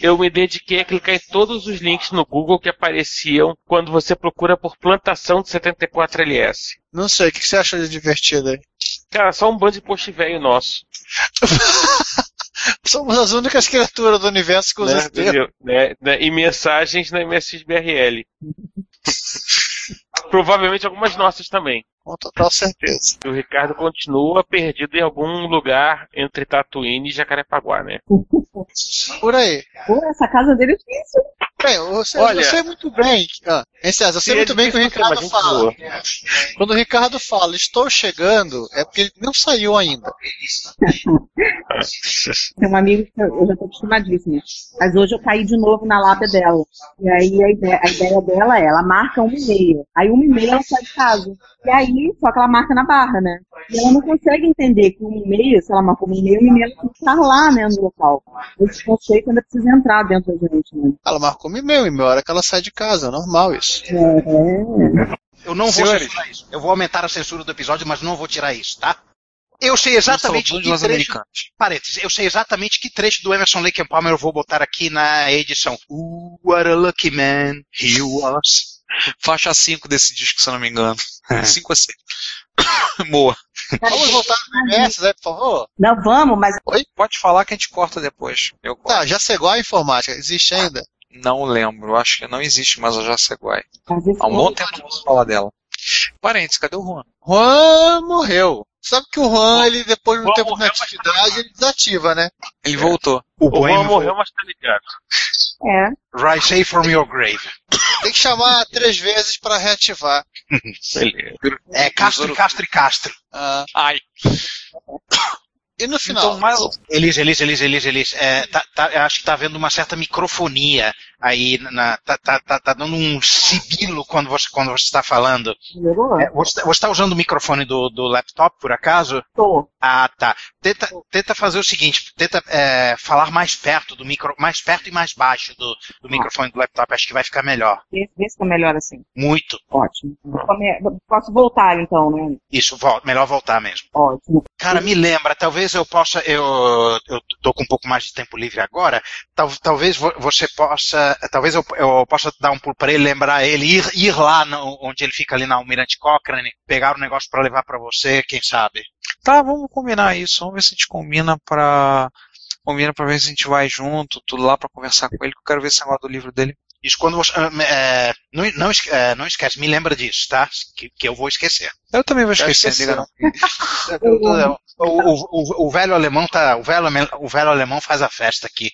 Speaker 6: eu me dediquei a clicar em todos os links no Google que apareciam quando você procura por plantação de 74LS?
Speaker 5: Não sei, o que que você achou de divertido aí?
Speaker 6: Cara, só um bando de post velho nosso.
Speaker 5: Somos as únicas criaturas do universo que usa
Speaker 6: né,
Speaker 5: esse termo.
Speaker 6: entendeu? Né, né, e mensagens na MSXBRL. Provavelmente algumas nossas também.
Speaker 5: Com total certeza.
Speaker 6: E o Ricardo continua perdido em algum lugar entre Tatooine e Jacarepaguá, né?
Speaker 5: Por aí.
Speaker 12: Pô, essa casa dele é difícil.
Speaker 5: Bem, eu sei,
Speaker 6: Olha-
Speaker 5: eu sei muito bem. que- Ah, hein, César, eu sei
Speaker 6: Seria
Speaker 5: muito bem que o
Speaker 6: difícil pra
Speaker 5: Ricardo
Speaker 6: gente
Speaker 5: fala.
Speaker 6: boa.
Speaker 5: Quando o Ricardo fala, estou chegando, é porque ele não saiu ainda.
Speaker 12: Tem uma amiga que eu já tô acostumadíssima. Mas hoje eu caí de novo na lábia dela. E aí a ideia, a ideia dela é, ela marca uma e meia. Aí uma e meia ela sai de casa. E aí, só que ela marca na barra, né? E ela não consegue entender que uma e meia, se ela marcou uma e meia, uma e meia ela tem que estar lá, né, no local. Esse conceito ainda precisa entrar dentro da gente, né?
Speaker 5: Ela marcou meu e-mail, e-mail, a hora que ela sai de casa, é normal isso.
Speaker 2: Eu não vou
Speaker 5: Senhores.
Speaker 2: censurar isso. Eu vou aumentar a censura do episódio, mas não vou tirar isso, tá? Eu sei exatamente
Speaker 5: Não são
Speaker 2: que
Speaker 5: bons
Speaker 2: trecho.
Speaker 5: americanos.
Speaker 2: Parênteses, eu sei exatamente que trecho do Emerson Lake and Palmer eu vou botar aqui na edição. Ooh, what a lucky man he was.
Speaker 8: Faixa 5 desse disco, se eu não me engano. 5 a 6. Boa.
Speaker 5: Vamos voltar no universo, aí, por favor?
Speaker 12: Não, vamos, mas.
Speaker 8: Oi? Pode falar que a gente corta depois. Eu corto.
Speaker 5: Tá, já cegou a informática, existe ainda?
Speaker 8: Não lembro, acho que não existe mais a Jaceguai.
Speaker 12: Há
Speaker 8: um bom tempo que eu não falar dela. Parênteses, cadê o Juan?
Speaker 5: Juan morreu. Sabe que o Juan, ele depois de um tempo de atividade, ele desativa, né?
Speaker 8: Ele voltou.
Speaker 2: O
Speaker 6: Juan morreu, mas tá ligado.
Speaker 12: É.
Speaker 2: Rise safe from your grave.
Speaker 5: Tem que chamar três vezes pra reativar.
Speaker 2: É Castro, Castro e Castro.
Speaker 5: Ah,
Speaker 8: Ai.
Speaker 5: E no
Speaker 2: Então,
Speaker 5: final?
Speaker 2: Elis, Elis, Elis, Elis, Elis, é, tá- tá- eu acho que tá havendo uma certa microfonia aí na- tá, tá, tá, tá dando um sibilo quando você quando você está falando. É, você você está usando o microfone do, do laptop por acaso?
Speaker 12: Tô.
Speaker 2: Ah, tá. Tenta, tenta fazer o seguinte, tenta é, falar mais perto do micro, mais perto e mais baixo do, do microfone do laptop. Acho que vai ficar melhor.
Speaker 12: Vê, vê se tá melhor assim.
Speaker 2: Muito.
Speaker 12: Ótimo. Come- Posso voltar então, né?
Speaker 2: Isso, vol- melhor voltar mesmo.
Speaker 12: Ótimo.
Speaker 2: Cara, me lembra, talvez eu possa. Eu, eu tô com um pouco mais de tempo livre agora. tal- talvez vo- você possa. Talvez eu, eu possa dar um pulo pra ele, lembrar ele, ir, ir lá no- onde ele fica ali na Almirante Cochrane, pegar o negócio pra levar pra você, quem sabe.
Speaker 14: Tá, vamos combinar isso. Vamos ver se a gente combina pra. Combina pra ver se a gente vai junto, tudo lá pra conversar com ele, que eu quero ver
Speaker 8: é
Speaker 14: esse negócio do livro dele.
Speaker 2: Isso quando você. ah, me- é, não, não, esque- é, não esquece, me lembra disso, tá? Que, que eu vou esquecer. É,
Speaker 14: Eu também vou esquecer,
Speaker 2: esqueceu.
Speaker 14: liga não.
Speaker 2: O, o- o- o velho alemão tá. O velho, ame- o velho alemão faz a festa aqui.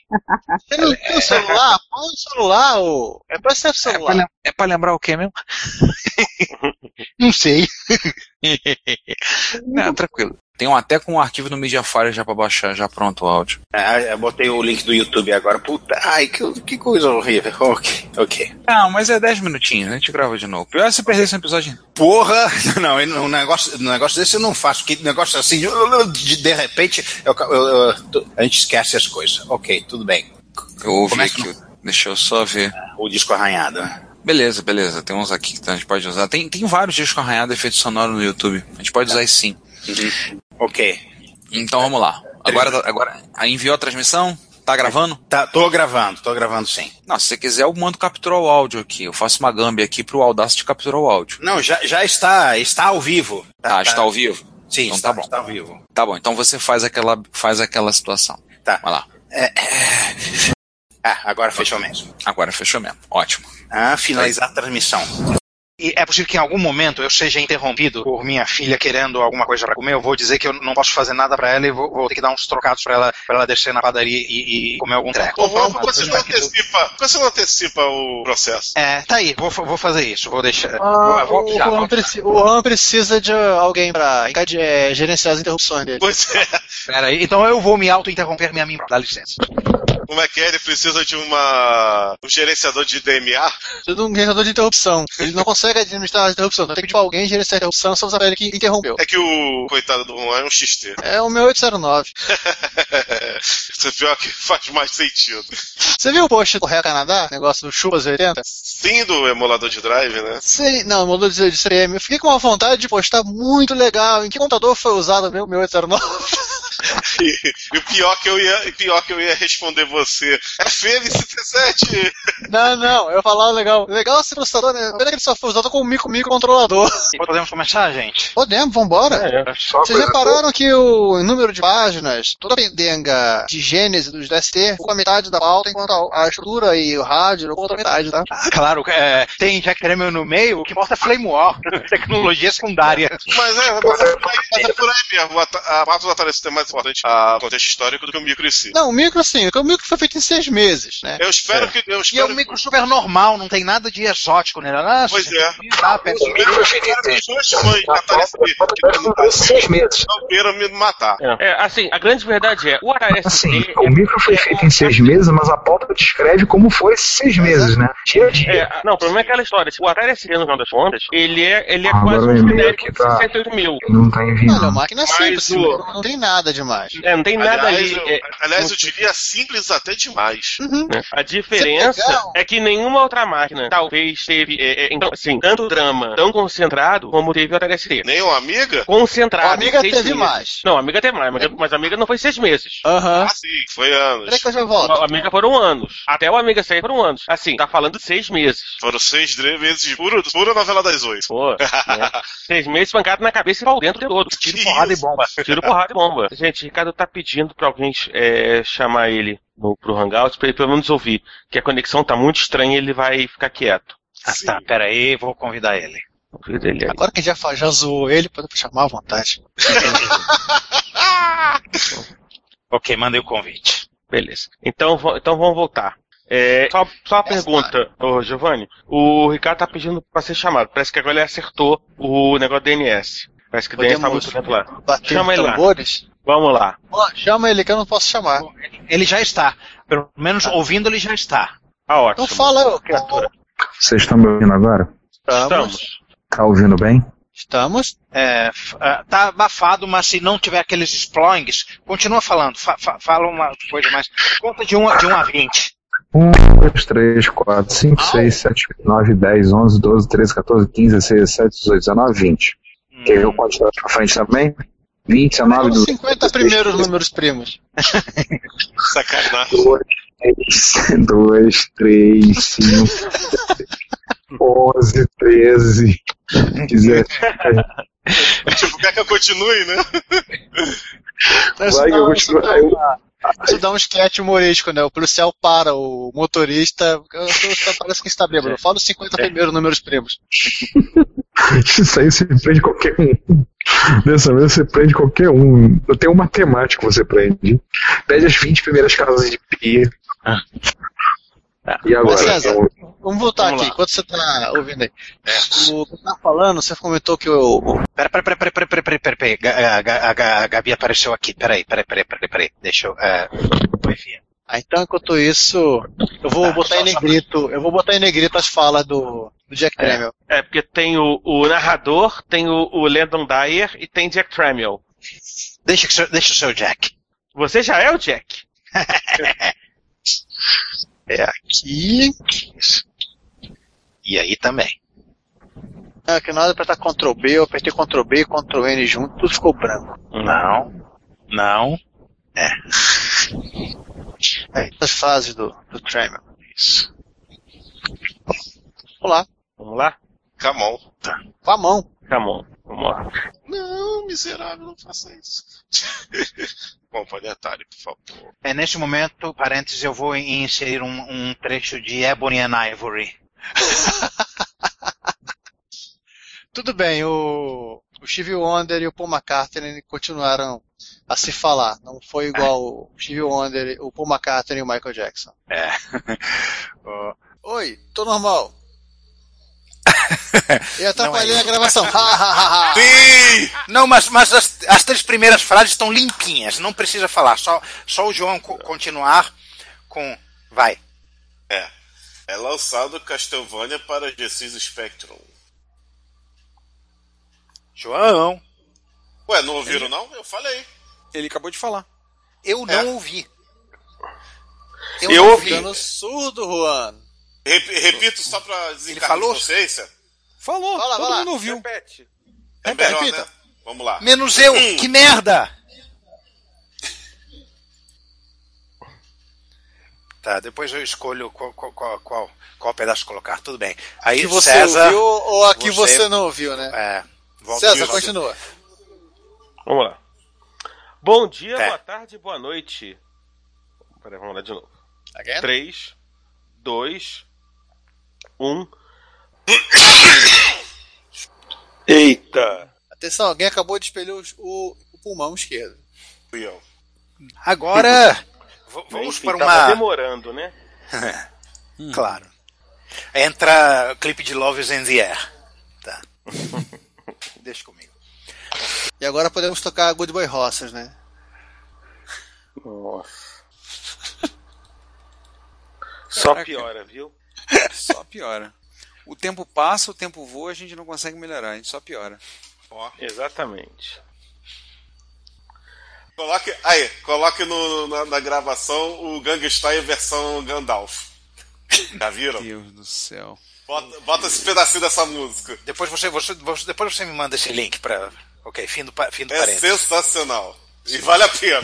Speaker 5: Você não tem o celular? Põe o celular, ô. É pra ser o celular.
Speaker 14: É pra lembrar o quê mesmo?
Speaker 2: Não sei.
Speaker 14: Não, tranquilo. Tem um, até com um arquivo no Mediafire já pra baixar, já pronto o áudio.
Speaker 13: É, eu botei o link do YouTube agora. Puta, ai, que, que coisa horrível. Ok, ok.
Speaker 14: Não, mas é 10 minutinhos, a gente grava de novo. Pior é se perder esse episódio inteiro.
Speaker 13: Porra! Não, eu não- um negócio, um negócio desse eu não faço. Que negócio assim, de, de repente, eu- eu- eu- tu- a gente esquece as coisas. Ok, tudo bem.
Speaker 14: Eu ouvi
Speaker 13: Começa
Speaker 14: aqui. Deixa eu só ver.
Speaker 13: O disco arranhado.
Speaker 14: Beleza, beleza. Tem uns aqui que a gente pode usar. Tem, tem vários discos arranhados efeito sonoro no YouTube. A gente pode usar isso sim.
Speaker 13: Uhum. Ok.
Speaker 14: Então vamos lá. Agora, agora aí enviou a transmissão? Tá gravando?
Speaker 13: Tá, tô gravando, tô gravando sim.
Speaker 14: Não, se você quiser, eu mando capturar o áudio aqui. Eu faço uma gambia aqui pro Audacity capturar o áudio.
Speaker 13: Não, já, já está, está ao vivo.
Speaker 14: Tá, está ao vivo?
Speaker 13: Sim,
Speaker 14: Então
Speaker 13: está,
Speaker 14: tá bom.
Speaker 13: está ao vivo.
Speaker 14: Tá bom, então você faz aquela, faz aquela situação.
Speaker 13: Tá.
Speaker 14: Vai lá.
Speaker 13: Ah, agora fechou mesmo.
Speaker 14: Agora fechou mesmo. Ótimo.
Speaker 13: Ah, finalizar a transmissão.
Speaker 2: E é possível que em algum momento eu seja interrompido por minha filha querendo alguma coisa pra comer. Eu vou dizer que eu não posso fazer nada pra ela e vou, vou ter que dar uns trocados pra ela, pra ela descer na padaria e, e comer algum treco.
Speaker 3: Ô, Rolfo, por que você não antecipa, por que você não antecipa o processo?
Speaker 2: É, tá aí, vou, fa- vou fazer isso, vou deixar.
Speaker 5: Ah,
Speaker 2: vou, vou,
Speaker 5: o,
Speaker 2: já,
Speaker 5: Juan
Speaker 2: vou-
Speaker 5: preci- o Juan precisa de uh, alguém pra encade- eh, gerenciar as interrupções dele.
Speaker 3: Pois é.
Speaker 2: Pera aí, então eu vou me auto-interromper-me a mim próprio, dá licença.
Speaker 3: Como é que é? Ele precisa de uma. um gerenciador de DMA?
Speaker 5: Precisa de um gerenciador de interrupção. Ele não consegue administrar as interrupções. Então tem que pedir pra alguém gerenciar a interrupção, só usar ele que interrompeu.
Speaker 3: É que o coitado do Juan é um XT.
Speaker 5: É o meu 809.
Speaker 3: Isso é pior que faz mais sentido.
Speaker 5: Você viu o post do Correio Canadá? Negócio do Chuvas 80?
Speaker 3: Sim, do emulador de drive, né?
Speaker 5: Sei, não, mandou dizer de CM. Eu fiquei com uma vontade de postar muito legal. Em que computador foi usado meu, meu 809?
Speaker 3: E, e pior que eu ia, e pior que eu ia responder você. É FMC7!
Speaker 5: Não, não, eu falava legal. Legal esse processador, né? Pena que ele só foi usado como micro microcontrolador.
Speaker 2: Podemos começar, gente? É
Speaker 5: Podemos, vambora.
Speaker 6: É,
Speaker 3: É.
Speaker 2: só
Speaker 5: Vocês
Speaker 2: coisa
Speaker 5: repararam que o número de páginas, toda a pendenga de gênese dos DST, com a metade da pauta, enquanto a a estrutura e o rádio com a outra metade, tá?
Speaker 2: Ah, Claro, é, tem Jack Tremel no meio, o que importa é Flame War, tecnologia secundária.
Speaker 3: Mas é, mas é, por aí- mas é por aí mesmo. A, ta- a pauta da tarefa é mais importante a contexto histórico do que o micro em si.
Speaker 5: Não, o micro sim, porque o micro foi feito em seis meses, né?
Speaker 3: Eu espero que. Eu
Speaker 2: E é um micro super normal, não tem nada de exótico nele. Ah,
Speaker 3: Pois é.
Speaker 2: Tá, pera-
Speaker 3: Os micros ficaram nas duas mães da tarefa tá,
Speaker 6: seis meses.
Speaker 3: Não queiram me matar.
Speaker 6: É, assim, a grande verdade é, um o ARST O micro foi feito em seis meses, mas a pauta descreve como foi esses seis meses, né? Dia a dia.
Speaker 3: É,
Speaker 6: ah, não, o problema é aquela história. Tipo, o Atari ST, no final das contas, ele é, ele é Ah, quase agora um o e-mail genérico aqui de tá- 68 mil. Não tá enviando.
Speaker 5: Olha, a máquina é
Speaker 3: Mas
Speaker 5: simples,
Speaker 3: o-
Speaker 5: não não tem nada demais.
Speaker 6: É, não tem nada
Speaker 3: aliás,
Speaker 6: ali.
Speaker 3: Eu,
Speaker 6: é,
Speaker 3: aliás,
Speaker 6: não-
Speaker 3: eu diria simples até demais.
Speaker 6: né? A diferença é que nenhuma outra máquina talvez teve, é, é, então, assim, tanto drama tão concentrado como teve o Atari ST.
Speaker 3: Nem uma amiga?
Speaker 6: Concentrado.
Speaker 5: A Amiga
Speaker 6: em Tá, seis
Speaker 5: é teve
Speaker 6: meses.
Speaker 5: mais.
Speaker 6: Não, a amiga teve mais, mas, mas a amiga não foi seis meses.
Speaker 5: Aham.
Speaker 3: Ah, Sim, foi anos.
Speaker 5: Peraí que eu já volto.
Speaker 6: A amiga foram anos. Até o amiga sair foram anos. Assim, tá falando de seis meses.
Speaker 3: Foram seis meses de puro, pura novela das oito.
Speaker 6: Pô, né? Seis meses pancado na cabeça e pau dentro de todo. Tiro, porrada e bomba. Tiro, porrada e bomba. Gente, Ricardo tá pedindo pra alguém é, chamar ele no, pro Hangout pra ele pelo menos ouvir. Que a conexão tá muito estranha e ele vai ficar quieto.
Speaker 2: Ah, tá, peraí, vou convidar ele.
Speaker 6: Convida ele aí.
Speaker 5: Agora que já, fa- já zoou ele, pode chamar à vontade.
Speaker 2: Ok, mandei o convite.
Speaker 6: Beleza. Então, vo- então vamos voltar. É, só, só uma pergunta, ô, Giovanni. O Ricardo tá pedindo pra ser chamado. Parece que agora ele acertou o negócio do DNS. Parece que o DNS tá
Speaker 5: Podemos
Speaker 6: muito tempo lá.
Speaker 5: bater
Speaker 6: Chama ele lá.
Speaker 5: tambores?
Speaker 6: Vamos lá.
Speaker 5: Ó, Chama ele que eu não posso chamar.
Speaker 3: Tá.
Speaker 2: Ele já está. Pelo menos ouvindo, ele já está.
Speaker 6: Ah, ótimo.
Speaker 5: Então fala, ô, criatura.
Speaker 15: Vocês estão me ouvindo agora?
Speaker 5: Estamos.
Speaker 15: Tá ouvindo bem?
Speaker 2: Estamos. É, f- ah, tá abafado, mas se não tiver aqueles splongs, continua falando. Fa- fa- fala uma coisa mais. Conta de 1 um, de um a 20.
Speaker 15: 1, 2, 3, 4, 5, 6, 7, 8, 9, 10, 11, 12, 13, 14, 15, 16, 17, 18, 19, 20. Quer ver o quantidade pra frente também? 20, 19,
Speaker 5: 50
Speaker 15: 12,
Speaker 5: primeiros números primos.
Speaker 7: Sacanagem.
Speaker 15: 2, 3, 5, 11, 13, 17.
Speaker 3: Tipo, quer que eu continue, né?
Speaker 5: Isso
Speaker 15: Vai que
Speaker 5: dá
Speaker 15: eu
Speaker 5: um-
Speaker 15: vou
Speaker 5: isso dá
Speaker 15: te- eu-
Speaker 5: uma- Isso dá um esquete humorístico, né? O policial para o motorista. Eu tô- tá- Parece que está bêbado. Fala os 50 primeiros números primos.
Speaker 15: Isso aí você prende qualquer um. Dessa vez você prende qualquer um. Tem um matemático que você prende. Pede as 20 primeiras casas de pi. E agora?
Speaker 5: Ô, César,
Speaker 15: Eu-
Speaker 5: vamos voltar aqui, enquanto você tá ouvindo aí. O que você tá falando, você comentou que o.
Speaker 2: Pera, pera, pera, pera, pera, pera, pera, pera, pera. Ga- ga- ga- A Gabi apareceu aqui. Peraí, peraí, peraí, peraí, peraí. Deixa eu. é,
Speaker 5: Ah, então, enquanto isso, eu vou botar em negrito. Eu vou botar em negrito as falas do, do Jack Tramiel.
Speaker 6: É, porque tem o, o narrador, tem o, o Landon Dyer e tem Jack Tramiel.
Speaker 2: Deixa, que seu- deixa o seu Jack.
Speaker 6: Você já é o Jack.
Speaker 2: É aqui. Isso. E aí também.
Speaker 5: Ah, que nada pra estar Ctrl B, eu apertei Ctrl B e Ctrl N junto, tudo ficou branco.
Speaker 2: Não. Não.
Speaker 5: É, as frases do, do Tramiel. Isso. Vamos lá.
Speaker 6: Vamos lá?
Speaker 3: Camon.
Speaker 5: Tá. Com a mão.
Speaker 6: Camon. Vamos lá.
Speaker 3: Não, miserável, não faça isso. Bom, pode atalho, por favor.
Speaker 2: É, nesse momento, parênteses, eu vou in- inserir um, um trecho de Ebony and Ivory.
Speaker 5: Tudo bem, o, o Steve Wonder e o Paul McCartney continuaram a se falar. Não foi igual o Steve Wonder, o Paul McCartney e o Michael Jackson.
Speaker 2: É.
Speaker 5: Oi, tô normal. E atrapalhei
Speaker 13: Não é
Speaker 5: a
Speaker 13: isso.
Speaker 5: gravação.
Speaker 13: Sim! Não, mas, mas as, as três primeiras frases estão limpinhas, não precisa falar. Só, só o João co- continuar com. Vai.
Speaker 3: É. É lançado Castlevania para G6 Spectrum.
Speaker 13: João!
Speaker 3: Ué, não ouviram não? Eu falei.
Speaker 14: Ele acabou de falar.
Speaker 3: Eu não ouvi.
Speaker 14: Eu Eu tô ouvi.
Speaker 5: ficando um surdo, Juan.
Speaker 3: repito só pra desencargo
Speaker 14: falou?
Speaker 3: de consciência.
Speaker 14: Falou,
Speaker 5: Fala,
Speaker 14: todo
Speaker 5: fala.
Speaker 14: mundo ouviu.
Speaker 3: Repete. É
Speaker 14: Repete.
Speaker 3: melhor,
Speaker 14: Repita.
Speaker 3: né? Vamos lá.
Speaker 5: Um
Speaker 13: Menos eu!
Speaker 3: Hum.
Speaker 13: Que merda! Tá, depois eu escolho qual, qual, qual, qual, qual pedaço colocar. Tudo bem. Aí
Speaker 5: que você
Speaker 13: César.
Speaker 5: ouviu ou aqui você, não ouviu, né?
Speaker 13: É. volta
Speaker 5: César,
Speaker 13: aqui.
Speaker 5: continua.
Speaker 6: Vamos lá. Bom dia,
Speaker 13: É.
Speaker 6: boa tarde, boa noite. Peraí, vamos lá de novo.
Speaker 5: Again?
Speaker 6: 3, 2, 1. Eita!
Speaker 5: Atenção, alguém acabou de espelhar o, o- o pulmão esquerdo.
Speaker 3: Fui eu.
Speaker 13: Agora. v- vamos
Speaker 6: Enfim,
Speaker 13: para
Speaker 5: tá
Speaker 6: tava
Speaker 13: uma.
Speaker 6: demorando, né?
Speaker 13: Claro. Entra clipe de Loves in the Air. Tá. Deixa comigo.
Speaker 5: E agora podemos tocar Good Boy Roças, né?
Speaker 6: Só
Speaker 14: Caraca.
Speaker 6: piora, viu?
Speaker 14: Só piora. O tempo passa, o tempo voa, a gente não consegue melhorar, a gente só piora.
Speaker 6: Exatamente.
Speaker 3: Coloque, aí, coloque no- na, na gravação o Gangnam versão Gandalf. Já viram?
Speaker 14: Meu Deus do céu.
Speaker 3: Bota, bota esse pedacinho dessa música.
Speaker 13: Depois você, você, você- depois você me manda esse link para. Ok, fim do, pa- fim do
Speaker 3: É
Speaker 13: parênteses.
Speaker 3: sensacional. E vale a pena.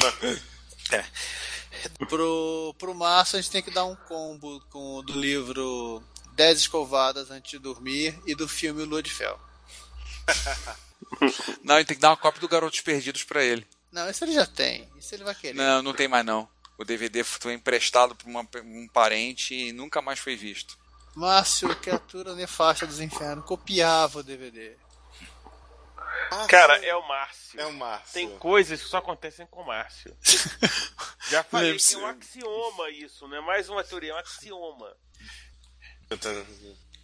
Speaker 5: Pro, pro Márcio, a gente tem que dar um combo com o do livro Dez Escovadas Antes de Dormir e do filme Lua de Fel.
Speaker 14: Não, ele tem que dar uma cópia do Garotos Perdidos pra ele.
Speaker 5: Não, isso ele já tem. Isso ele vai querer.
Speaker 3: é
Speaker 14: Não, não tem mais não. O DVD foi emprestado pra uma- um parente e nunca mais foi visto.
Speaker 5: Márcio, criatura nefasta dos infernos, copiava o DVD.
Speaker 3: Ah,
Speaker 6: Cara, é o Márcio.
Speaker 3: É o Márcio.
Speaker 6: Tem coisas que só acontecem com o Márcio. Já falei que é um axioma isso, não é mais uma teoria, é um axioma.
Speaker 3: Então,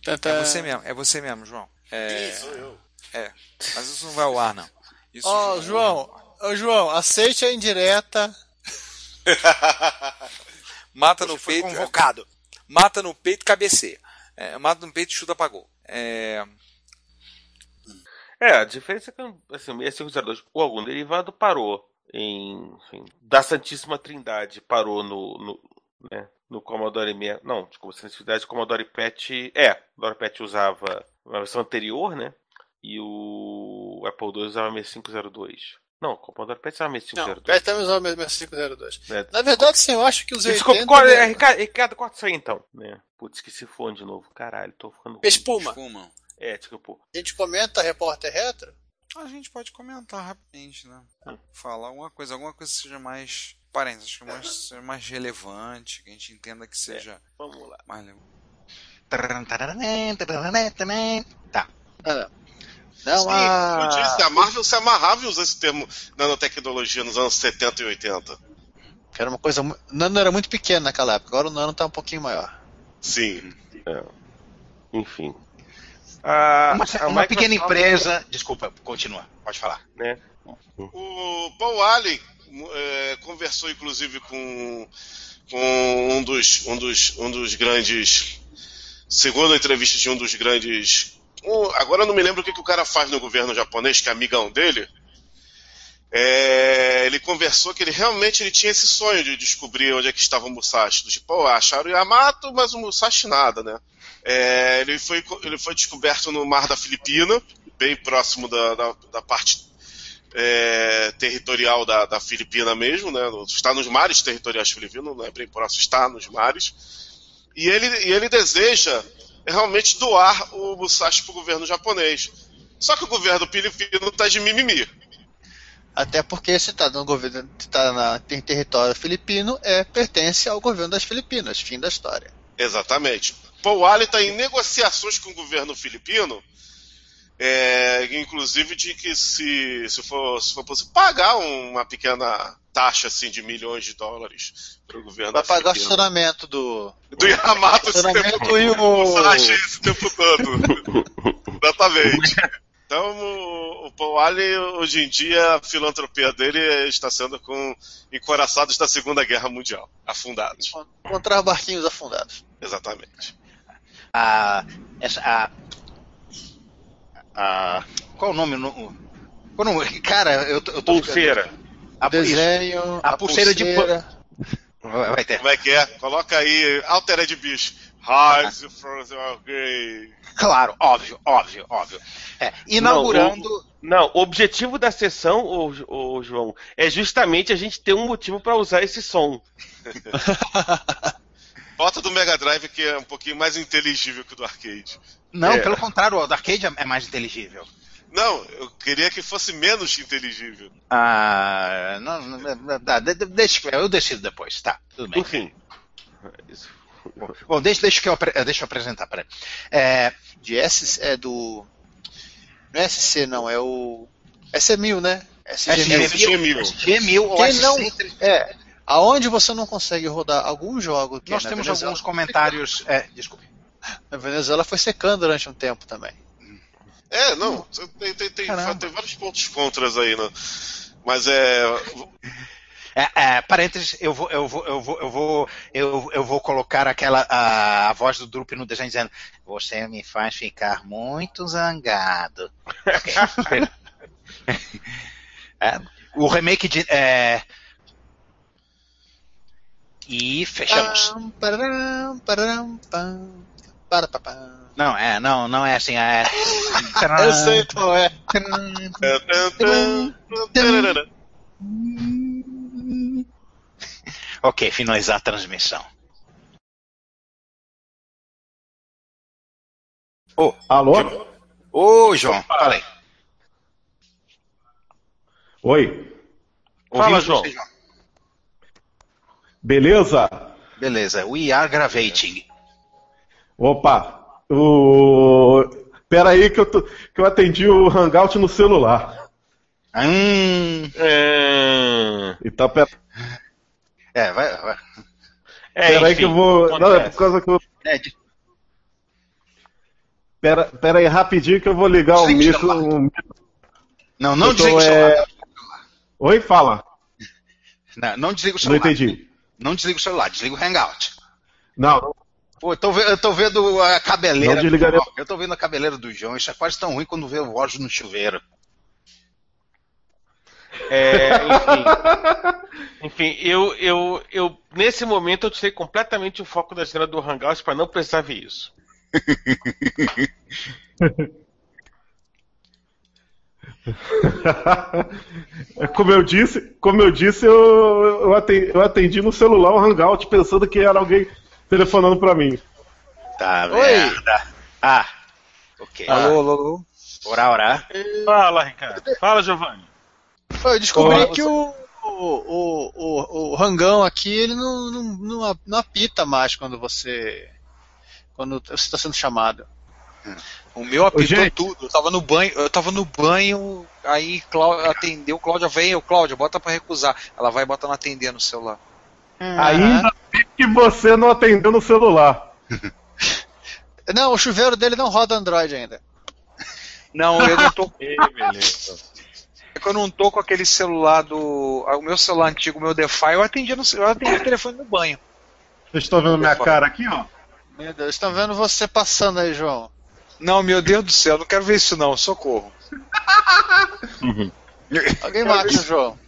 Speaker 14: É você mesmo, é você mesmo, João. É...
Speaker 3: Ih, sou eu.
Speaker 14: É, mas isso não vai ao ar, não. Isso
Speaker 5: Ó,
Speaker 14: não-
Speaker 5: João, ô, João, aceite a indireta.
Speaker 14: Mata no peito.
Speaker 13: Convocado.
Speaker 14: mata no peito, cabeceia. É, mata no peito, chuta pra gol. É,
Speaker 6: É, a diferença é que assim, o 6502, ou algum derivado, parou em. Enfim, da Santíssima Trindade parou no. no né, no Commodore 6. Não, desculpa, Santíssima Trindade, Commodore PET. É, o Commodore PET usava a versão anterior, né? E o Apple II usava 6502. Não, o Commodore PET usava
Speaker 5: Não,
Speaker 6: 6502.
Speaker 5: Pet usou o mesmo 502.
Speaker 14: É.
Speaker 6: né?
Speaker 5: Na verdade, sim, eu acho que os 80...
Speaker 6: Desculpa, corta, é, Ricardo, Ricardo, corta isso aí então. Né? Putz, que se fone de novo. Caralho, tô ficando.
Speaker 5: Espuma.
Speaker 6: É, desculpa.
Speaker 5: A gente comenta repórter retro?
Speaker 14: A gente pode comentar rapidamente, né? Falar alguma coisa, alguma coisa que seja mais parênteses, que mais, seja mais relevante, que a gente entenda que seja.
Speaker 6: vamos lá.
Speaker 14: Mais le-
Speaker 2: Tá.
Speaker 16: Não
Speaker 14: Sim,
Speaker 16: há-
Speaker 5: ah,
Speaker 3: Como eu disse, a Marvel se amarrava e usou esse termo nanotecnologia nos anos 70 e 80.
Speaker 5: Que era uma coisa. mu- O Nano era muito pequeno naquela época, agora o Nano tá um pouquinho maior.
Speaker 3: Sim.
Speaker 6: Enfim.
Speaker 2: uma
Speaker 6: A, a
Speaker 2: uma
Speaker 6: Microsoft-
Speaker 2: pequena empresa. Desculpa, continua, pode falar.
Speaker 6: Né?
Speaker 3: O Paul Allen mu- é, conversou inclusive com, com um, dos, um, dos, um dos grandes. Segundo a entrevista de um dos grandes. um- agora eu não me lembro o que, que o cara faz no governo japonês, que é amigão dele. É, ele conversou que ele realmente ele tinha esse sonho de descobrir onde é que estava o Musashi. Do tipo, "Pô, acharam o Yamato, mas o Musashi nada, né? É, ele, foi, co- ele foi descoberto no mar da Filipina, bem próximo da- da, da parte é, territorial da, da Filipina mesmo, né? Está nos mares territoriais filipinos, não é bem próximo, está nos mares. E ele, e ele deseja realmente doar o Musashi para o governo japonês. Só que o governo filipino está de mimimi.
Speaker 5: Até porque se tá no governo, se tá na, em território filipino, é, pertence ao governo das Filipinas, fim da história.
Speaker 3: Exatamente. Paul Allen está em negociações com o governo filipino, é, inclusive de que se, se for, se for possível, pagar uma pequena taxa assim, de milhões de dólares para o governo
Speaker 5: Vai pagar o
Speaker 3: filipino.
Speaker 5: estacionamento do.
Speaker 3: Do Yamato esse tempo
Speaker 5: Estacionamento e
Speaker 3: Musashi
Speaker 5: o.
Speaker 3: esse tempo todo. Exatamente. Então, o, o Paul Allen, hoje em dia, a filantropia dele está sendo com encoraçados da Segunda Guerra Mundial, afundados.
Speaker 5: Encontrar barquinhos afundados.
Speaker 3: Exatamente.
Speaker 2: A. Essa. A. a qual o nome? No- o- Qual o
Speaker 5: um,
Speaker 2: nome? Cara, eu tô. Eu tô
Speaker 3: Pulseira.
Speaker 2: A,
Speaker 5: desenho,
Speaker 2: a, pulseira,
Speaker 5: pulseira.
Speaker 2: de. pan- Vai, vai ter.
Speaker 3: Como é que é? Coloca aí, Altered Beast. Rise from the grave.
Speaker 2: Claro, óbvio, óbvio, óbvio. É, inaugurando.
Speaker 6: Não, o, não, o objetivo da sessão, ô, ô, João, é justamente a gente ter um motivo pra usar esse som.
Speaker 3: Bota do Mega Drive, que é um pouquinho mais inteligível que o do arcade.
Speaker 2: Não,
Speaker 3: É.
Speaker 2: pelo contrário, o do arcade é- é mais inteligível.
Speaker 3: Não, eu queria que fosse menos inteligível.
Speaker 2: Ah, não, não, não, tá, de- de- deixa que- eu decido depois, tá? Tudo bem.
Speaker 6: Enfim.
Speaker 2: Bom, deixa, deixa que eu, apre- eh, deixa eu apresentar, peraí.
Speaker 5: É, de S é do. Não é SC, não, é o. SC1000, né?
Speaker 3: SG1000.
Speaker 2: SG1000 ou
Speaker 5: Quem não.
Speaker 2: SC3.
Speaker 5: É. Aonde você não consegue rodar algum jogo que
Speaker 2: Nós
Speaker 5: é na
Speaker 2: temos
Speaker 5: Venezuela.
Speaker 2: alguns comentários. É, desculpe.
Speaker 5: A Venezuela foi secando durante um tempo também.
Speaker 3: É, não, tem, tem, tem, tem vários pontos contras aí, né? Mas é.
Speaker 2: É, é, parênteses, eu vou, eu vou, eu vou, eu vou, eu, eu vou colocar aquela a, a voz do Drup no desenho dizendo: Você me faz ficar muito zangado. É, o remake de. é, E fechamos.
Speaker 5: Pam, pararam, pararam, pam, para, pa, pam.
Speaker 2: Não, é, não, não é assim, é.
Speaker 5: Eu sei qual é.
Speaker 3: é,
Speaker 2: Ok, finalizar a transmissão. Ô,
Speaker 17: alô?
Speaker 2: Ô, João, falei.
Speaker 17: Oi,
Speaker 2: Fala,
Speaker 17: João.
Speaker 2: João.
Speaker 17: beleza?
Speaker 2: Beleza, we are gravating.
Speaker 17: Opa, o... peraí que eu, tô- que eu atendi o Hangout no celular.
Speaker 2: Hum.
Speaker 17: E tá pera...
Speaker 2: É, vai. vai.
Speaker 6: É,
Speaker 17: peraí que eu vou... Não, é por causa que eu...
Speaker 2: É, de-
Speaker 17: Pera, pera aí rapidinho que eu vou ligar o micro... o-
Speaker 2: Não, não
Speaker 17: Eu tô,
Speaker 2: desliga o
Speaker 17: é,
Speaker 2: celular.
Speaker 17: Oi, fala.
Speaker 2: Não, não desliga o
Speaker 17: Não
Speaker 2: celular.
Speaker 17: entendi.
Speaker 2: Não desliga o celular, desliga o Hangout.
Speaker 17: Não,
Speaker 2: Pô, eu tô, ve- eu tô vendo a cabeleira.
Speaker 3: Não desliga
Speaker 2: do João.
Speaker 3: meu-
Speaker 2: Eu tô vendo a cabeleira do João. Isso é quase tão ruim quando vê o Ojo no chuveiro.
Speaker 6: É, enfim. Enfim, eu, eu, eu, nesse momento, eu tirei completamente o foco da cena do Hangouts para não precisar ver isso.
Speaker 3: Como eu disse, como eu disse, eu, eu atendi, eu atendi no celular um hangout pensando que era alguém telefonando pra mim.
Speaker 2: Tá,
Speaker 3: Oi.
Speaker 2: merda. Ah, ok.
Speaker 3: Alô,
Speaker 2: alô, alô. Ora, ora.
Speaker 6: Fala, Ricardo. Fala, Giovanni.
Speaker 5: Pô, Eu descobri
Speaker 2: Olá,
Speaker 5: que o, o, o, o, o Rangão aqui, ele não, não, não, a- não apita mais quando você. Quando você está sendo chamado. O meu apitou
Speaker 8: gente.
Speaker 5: tudo. Eu tava no banho, eu tava no banho, aí Clá- atendeu, Cláudia veio, Cláudia, bota pra recusar. Ela vai botando atender no celular.
Speaker 3: Ainda bem que você não atendeu no celular.
Speaker 5: Não, o chuveiro dele não roda Android ainda. Não, eu não tô.
Speaker 3: Ah.
Speaker 5: É que eu não tô com aquele celular do. ah, O meu celular antigo, o meu DeFi, eu atendia no, eu atendia o telefone no banho.
Speaker 3: Vocês estão vendo minha cara aqui, ó?
Speaker 5: Meu Deus, estão vendo você passando aí, João. Não, meu Deus do céu, eu não quero ver isso não, socorro. Alguém mata o João.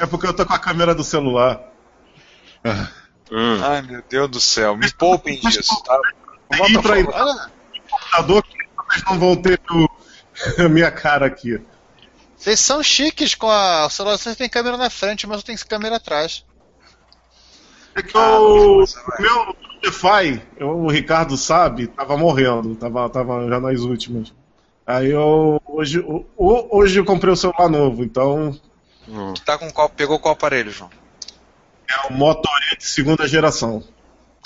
Speaker 3: É porque eu tô com a câmera do celular.
Speaker 5: Ai, meu Deus do céu, me poupem disso, tá?
Speaker 3: Volta pra aí. Computador que vocês não vão ter o- minha cara aqui.
Speaker 5: Vocês são chiques com a o celular, vocês têm câmera na frente, mas não tem câmera atrás.
Speaker 3: É que o meu Spotify, eu- o Ricardo sabe, tava morrendo, tava, tava já nas últimas. Aí eu hoje, o- o- hoje eu comprei o celular novo, então
Speaker 5: Tu tá com qual, pegou qual aparelho, João?
Speaker 3: é o Moto E de segunda geração.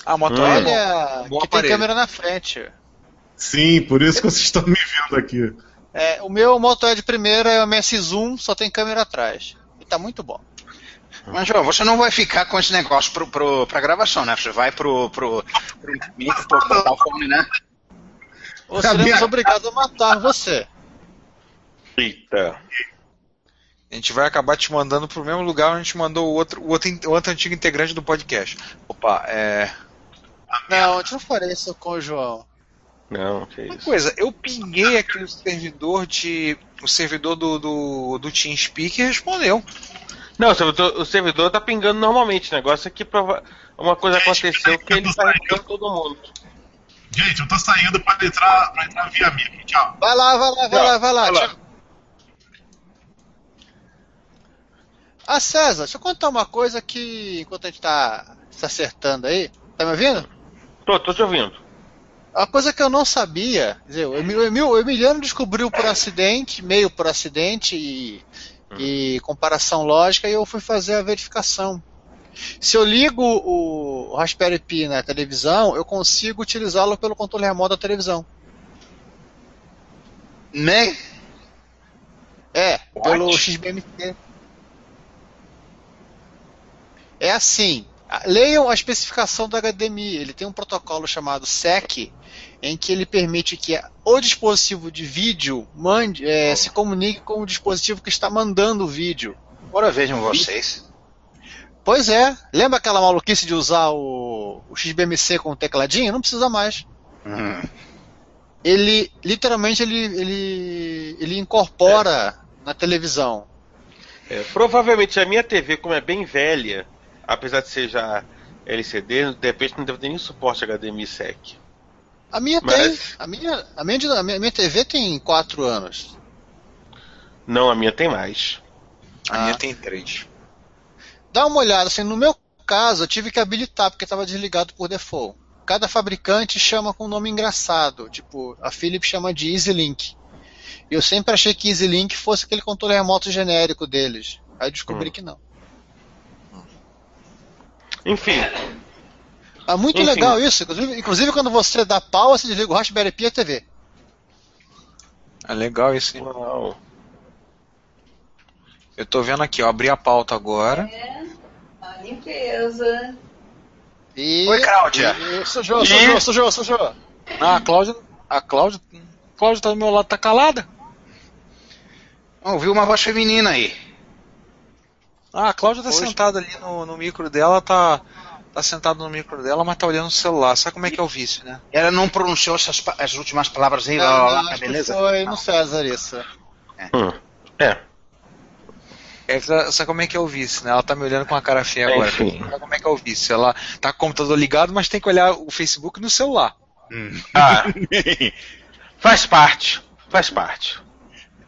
Speaker 5: Ah,
Speaker 3: Hum.
Speaker 5: Motorola é
Speaker 3: Bom
Speaker 5: que tem
Speaker 3: aparelho.
Speaker 5: câmera na frente.
Speaker 3: Sim, por isso que vocês estão me vendo aqui.
Speaker 5: É, o meu Moto E de primeira é o MS Zoom, só tem câmera atrás. E tá muito bom.
Speaker 2: Mas, João, você não vai ficar com esse negócio pro, pro, pra gravação, né? Você vai pro. pro, pro, pro, pro portal fone, né?
Speaker 5: Ou seremos obrigados é a matar você.
Speaker 6: Eita.
Speaker 8: A gente vai acabar te mandando pro mesmo lugar onde a gente mandou o outro, o outro, in- o outro antigo integrante do podcast. Opa, é.
Speaker 5: Não, a gente não faria isso com o João.
Speaker 6: Não, que
Speaker 8: Uma coisa, eu pinguei aqui o servidor de. O servidor do, do, do TeamSpeak e respondeu.
Speaker 6: Não, o servidor, o servidor tá pingando normalmente. O negócio é que prova- uma coisa aconteceu que ele tá ligando todo mundo.
Speaker 3: Gente, eu tô saindo pra entrar, pra entrar via amigo. Tchau.
Speaker 5: Vai lá, vai lá, vai lá, vai lá. Deixa- Ah, César, deixa eu contar uma coisa que enquanto a gente tá se acertando aí. Tá me ouvindo?
Speaker 6: Tô, tô te ouvindo.
Speaker 5: Uma coisa que eu não sabia, quer dizer, o Emil- o Emil- o Emiliano descobriu por acidente, meio por acidente e,
Speaker 6: Hum.
Speaker 5: e comparação lógica, e eu fui fazer a verificação. Se eu ligo o Raspberry Pi na televisão, eu consigo utilizá-lo pelo controle remoto da televisão.
Speaker 2: Né?
Speaker 5: É, pelo XBMT. É assim. a- Leiam a especificação do HDMI. Ele tem um protocolo chamado SEC, em que ele permite que o dispositivo de vídeo mande, é, se comunique com o dispositivo que está mandando o vídeo.
Speaker 2: Agora vejam vocês.
Speaker 5: Pois é. Lembra aquela maluquice de usar o, o XBMC com o tecladinho? Não precisa mais.
Speaker 2: Hum.
Speaker 5: Ele, literalmente, ele, ele, ele incorpora na televisão.
Speaker 6: É, provavelmente a minha TV, como é bem velha, apesar de ser já LCD, de repente não deve ter nem suporte HDMI SEC.
Speaker 5: A minha
Speaker 6: Mas-
Speaker 5: tem. A minha, a, minha, dina- a minha- a minha TV tem 4 anos.
Speaker 6: Não, a minha tem mais.
Speaker 8: A minha tem três.
Speaker 5: Dá uma olhada, assim, no meu caso eu tive que habilitar porque estava desligado por default. Cada fabricante chama com um nome engraçado, tipo, a Philips chama de EasyLink. Eu sempre achei que EasyLink fosse aquele controle remoto genérico deles. Aí
Speaker 6: Hum.
Speaker 5: descobri que não.
Speaker 6: Enfim.
Speaker 5: É muito
Speaker 6: Enfim.
Speaker 5: legal isso. Inclusive, inclusive, quando você dá pau, você desliga o Raspberry Pi e a TV.
Speaker 8: É legal isso.
Speaker 6: Uau.
Speaker 8: Eu tô vendo aqui, ó, abri a pauta agora.
Speaker 18: A limpeza.
Speaker 5: E...
Speaker 8: Oi, Cláudia.
Speaker 5: Sujou,
Speaker 8: E-
Speaker 5: sujou, sujou, sujou.
Speaker 8: Ah, a Cláudia. A Cláudia. Cláudia tá do meu lado, tá calada?
Speaker 2: Ouviu uma voz feminina aí.
Speaker 8: Ah, a Cláudia tá sentada ali no, no micro dela, tá. tá sentado no micro dela, mas tá olhando o celular. Sabe como é que é o vício, né?
Speaker 2: Ela não pronunciou essas pa- as últimas palavras aí,
Speaker 5: Não,
Speaker 2: lá, lá, lá,
Speaker 5: não, acho que
Speaker 2: beleza?
Speaker 5: Foi no César isso.
Speaker 6: É.
Speaker 8: É, sabe sabe como é que é o vício, né? Ela tá me olhando com a cara feia agora.
Speaker 6: Enfim.
Speaker 8: Sabe como é que é o vício? Ela tá com o computador ligado, mas tem que olhar o Facebook no celular.
Speaker 2: Ah.
Speaker 8: Faz parte.
Speaker 2: Faz parte.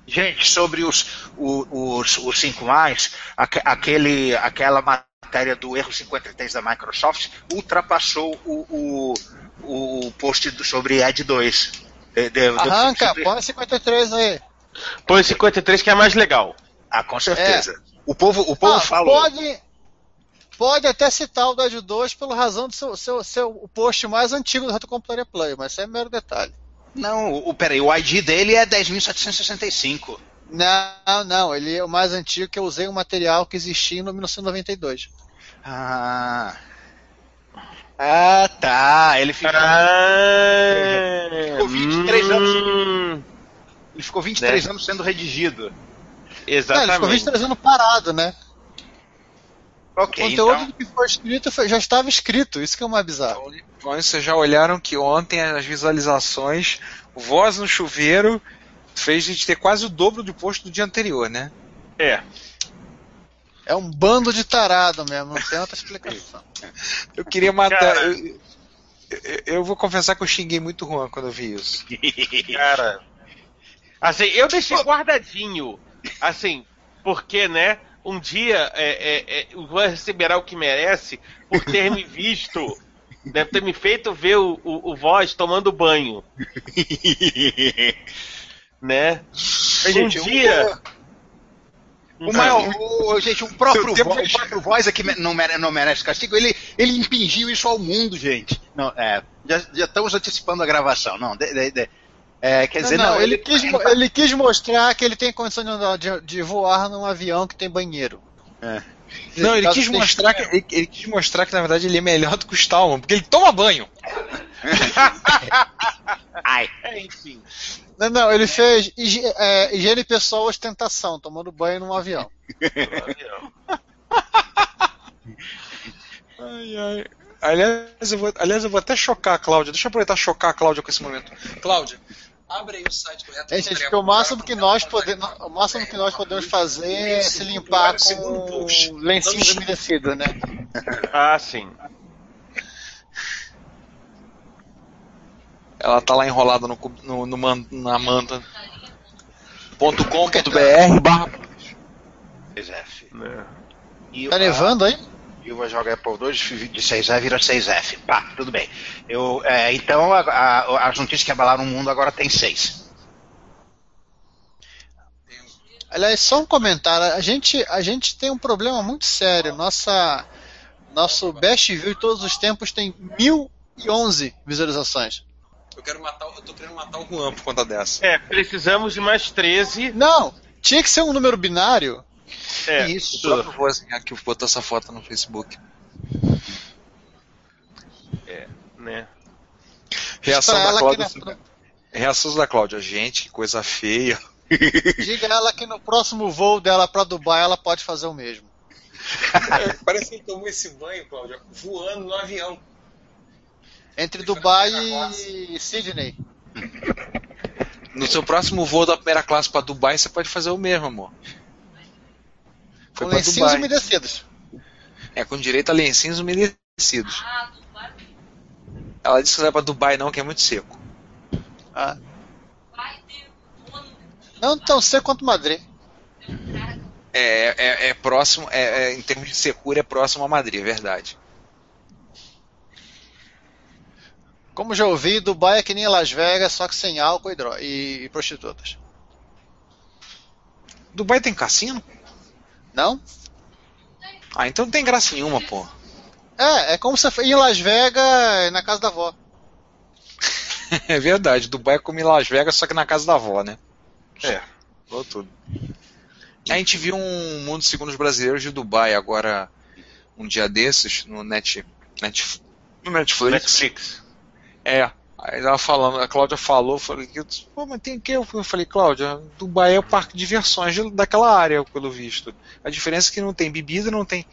Speaker 2: Gente, sobre os, o- os, os cinco mais, aque- aquele, aquela matéria do erro 53 da Microsoft ultrapassou o, o, o post do- sobre Ed 2. De- de- de-
Speaker 5: Arranca,
Speaker 2: sobre-
Speaker 5: põe 53 aí.
Speaker 6: Põe 53 que é mais legal.
Speaker 2: Ah, com certeza. O povo, o
Speaker 5: Ah, Pode, pode até citar o do Ed 2 pela razão do seu, seu, seu o post mais antigo do Retro Computaria Play, mas isso é mero detalhe.
Speaker 2: Não, o, o- peraí, o ID dele é 10.765.
Speaker 5: Não, não, ele é o mais antigo que eu usei um material que existia em 1992.
Speaker 2: Ah. Ah, tá. Ele ficou.
Speaker 5: Ah.
Speaker 2: Ele ficou 23
Speaker 8: Hum.
Speaker 6: Hum,
Speaker 2: anos. Ele ficou 23
Speaker 5: Né?
Speaker 2: anos sendo redigido.
Speaker 5: Não, É, ele ficou 23 anos parado, né?
Speaker 2: Ok,
Speaker 5: o conteúdo
Speaker 2: então-
Speaker 5: do que foi escrito foi- já estava escrito, isso que é o mais bizarro.
Speaker 8: Bom, Então, vocês já olharam que ontem as visualizações, o voz no chuveiro, fez a gente ter quase o dobro de posto do dia anterior, né?
Speaker 6: É.
Speaker 5: É um bando de tarado mesmo, não tem outra explicação.
Speaker 8: Eu queria matar. Eu, eu- eu vou confessar que eu xinguei muito o Juan quando eu vi isso.
Speaker 6: Cara. Assim, eu deixei guardadinho. Assim, porque, né? Um dia é, é, é, o Juan receberá o que merece por ter me visto. Deve ter me feito ver o, o, o voz tomando banho. né? um
Speaker 2: Gente, o-
Speaker 6: dia.
Speaker 2: O maior, o- gente, o próprio,
Speaker 6: Seu tempo
Speaker 2: vo- o próprio voz é que me- não mere- não merece, castigo. Ele, ele impingiu isso ao mundo, gente. Não, é, já, já estamos antecipando a gravação. Não, de- de- de- é, quer dizer, não, é
Speaker 5: ele, quis, mo- ele quis mostrar que ele tem condição de, andar- de- de voar num avião que tem banheiro.
Speaker 8: Não, ele
Speaker 5: Caso
Speaker 8: quis,
Speaker 5: tenha-
Speaker 8: mostrar que, ele, ele quis mostrar que na verdade ele é melhor do que o Stallman, porque ele toma banho.
Speaker 2: Ai.
Speaker 6: enfim.
Speaker 5: Não, não, ele fez higi- é, higiene pessoal ostentação, tomando banho num avião.
Speaker 8: Ai, ai. Aliás, eu vou, aliás, eu vou até chocar a Cláudia. Deixa eu aproveitar e chocar a Cláudia com esse momento. Cláudia, abre aí o site do Reto.
Speaker 5: Gente, acho que é, tipo, o máximo que nós, pode, o máximo que nós podemos fazer é se limpar com lencinhos umedecidos, né?
Speaker 6: Ah, sim.
Speaker 8: Ela tá lá enrolada no, cu- no, no man- na manta. Ponto .com.br br barra
Speaker 2: Pois é, filho.
Speaker 5: Tá nevando aí?
Speaker 2: E vai jogar por 2 de 6E vira 6F. Pá, tudo bem. Eu, é, então, a- a- as notícias que abalaram o mundo agora tem 6.
Speaker 5: Aliás, só um comentário. A gente, a gente tem um problema muito sério. Nossa, nosso best view de todos os tempos tem 1011 visualizações.
Speaker 8: Eu quero matar, o- eu tô querendo matar o Juan por conta dessa.
Speaker 6: É, precisamos de mais 13.
Speaker 5: Não, tinha que ser um número binário.
Speaker 6: É,
Speaker 8: Isso. O próprio Vozinha assim, que botou essa foto no Facebook.
Speaker 6: É, né?
Speaker 8: Reação
Speaker 5: Pra
Speaker 8: da
Speaker 5: ela
Speaker 8: Cláudia.
Speaker 5: que
Speaker 8: Reações da Cláudia. Gente, que coisa feia.
Speaker 5: Diga a ela que no próximo voo dela pra Dubai ela pode fazer o mesmo.
Speaker 8: É, Parece que ele tomou esse banho, Cláudia, voando no avião.
Speaker 5: Entre Dubai e Sydney.
Speaker 8: No seu próximo voo da primeira classe pra Dubai, você pode fazer o mesmo, amor.
Speaker 5: Com
Speaker 8: Foi pra
Speaker 5: lencinhos
Speaker 8: Dubai.
Speaker 5: umedecidos.
Speaker 8: É, com direito a lencinhos umedecidos. Ela disse que não é pra Dubai, não, que é muito seco.
Speaker 5: Ah. Não tão seco quanto Madrid.
Speaker 8: É, é, é próximo, é, é, em termos de secura, é próximo a Madrid, é verdade.
Speaker 5: Como já ouvi, Dubai é que nem Las Vegas, só que sem álcool e, dro- e- e prostitutas.
Speaker 8: Dubai tem cassino?
Speaker 5: Não?
Speaker 8: Ah, então não tem graça nenhuma, pô.
Speaker 5: É, é como se for em Las Vegas, na casa da avó.
Speaker 8: É verdade, Dubai é como em Las Vegas, só que na casa da avó, né? É, falou tudo. A gente viu um Mundo Segundo os Brasileiros de Dubai agora, um dia desses, no, net, net, no Netflix.
Speaker 6: Netflix.
Speaker 8: É, aí ela falando, a Cláudia falou, eu falei, que- pô, mas tem que? Eu falei, Cláudia, Dubai é o parque de diversões de- daquela área, pelo visto. A diferença é que não tem bebida, não tem,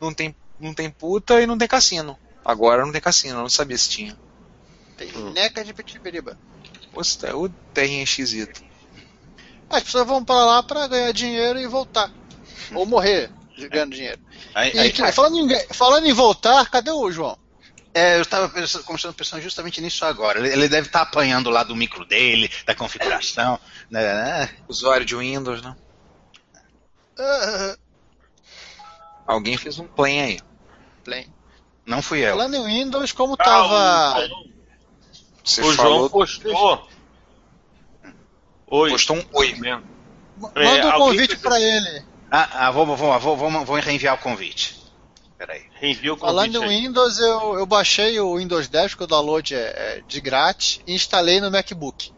Speaker 8: não tem não tem puta e não tem cassino. Agora não tem cassino, eu não sabia se tinha.
Speaker 5: Tem neca de pitibiriba.
Speaker 8: Poxa, é o terrinho esquisito.
Speaker 5: As pessoas vão pra lá pra ganhar dinheiro e voltar. Ou morrer ganhando dinheiro.
Speaker 2: Aí-
Speaker 5: e,
Speaker 2: É. aí-
Speaker 5: que- falando, em, falando em voltar, cadê o João?
Speaker 2: É, eu estava pensando, começando a pensar justamente nisso agora. Ele, ele deve estar apanhando lá do micro dele, da configuração, né?
Speaker 8: Usuário de Windows, né?
Speaker 5: Ah,
Speaker 8: Alguém fez um plan aí.
Speaker 5: Plan.
Speaker 2: Não fui eu.
Speaker 5: falando em Windows, como tava.
Speaker 6: Ah,
Speaker 8: Você
Speaker 6: o
Speaker 8: falou-
Speaker 6: João postou. Oi.
Speaker 8: Postou um oi.
Speaker 5: Manda um convite pra ele.
Speaker 2: Ah, ah, vou, vou, vou, vou, vou, vou reenviar o convite. Peraí.
Speaker 6: Reenvia o
Speaker 5: Falando em Windows, eu, eu baixei o Windows 10, porque o download é, é de grátis, e instalei no MacBook.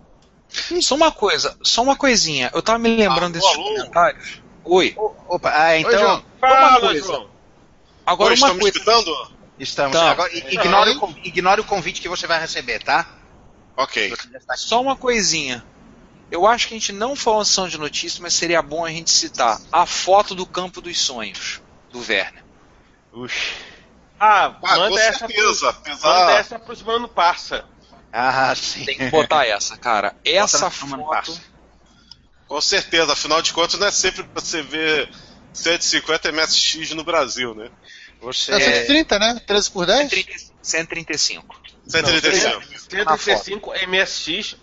Speaker 8: Só uma coisa, só uma coisinha. Eu tava me lembrando desses comentários. Oi.
Speaker 2: Opa, ah, então.
Speaker 8: Oi, João.
Speaker 2: uma
Speaker 8: Fala,
Speaker 2: coisa.
Speaker 8: João. Agora
Speaker 2: Oi,
Speaker 8: uma
Speaker 2: estamos
Speaker 8: coisa.
Speaker 3: escutando?
Speaker 2: Estamos.
Speaker 8: Tá.
Speaker 2: Agora, i- ignore, o, con- ignore o convite que você vai receber, tá?
Speaker 3: Ok.
Speaker 8: Só uma coisinha. Eu acho que a gente não falou em sessão de notícias, mas seria bom a gente citar a foto do campo dos sonhos do Werner.
Speaker 6: Ux. Ah,
Speaker 8: Ah,
Speaker 6: manda
Speaker 8: com
Speaker 6: essa.
Speaker 8: certeza, Ah.
Speaker 6: pro-
Speaker 8: apesar-
Speaker 6: Manda essa pro Mano Parça.
Speaker 2: Ah, sim.
Speaker 8: Tem que botar essa, cara. Essa
Speaker 3: foto. Com certeza, afinal de contas, não é sempre pra você ver 150 MSX no Brasil, né?
Speaker 2: Você
Speaker 5: É 130, né? 13 por
Speaker 8: é
Speaker 5: 10?
Speaker 8: 135. Tá
Speaker 3: Ah,
Speaker 5: 135.
Speaker 6: 135 MSX.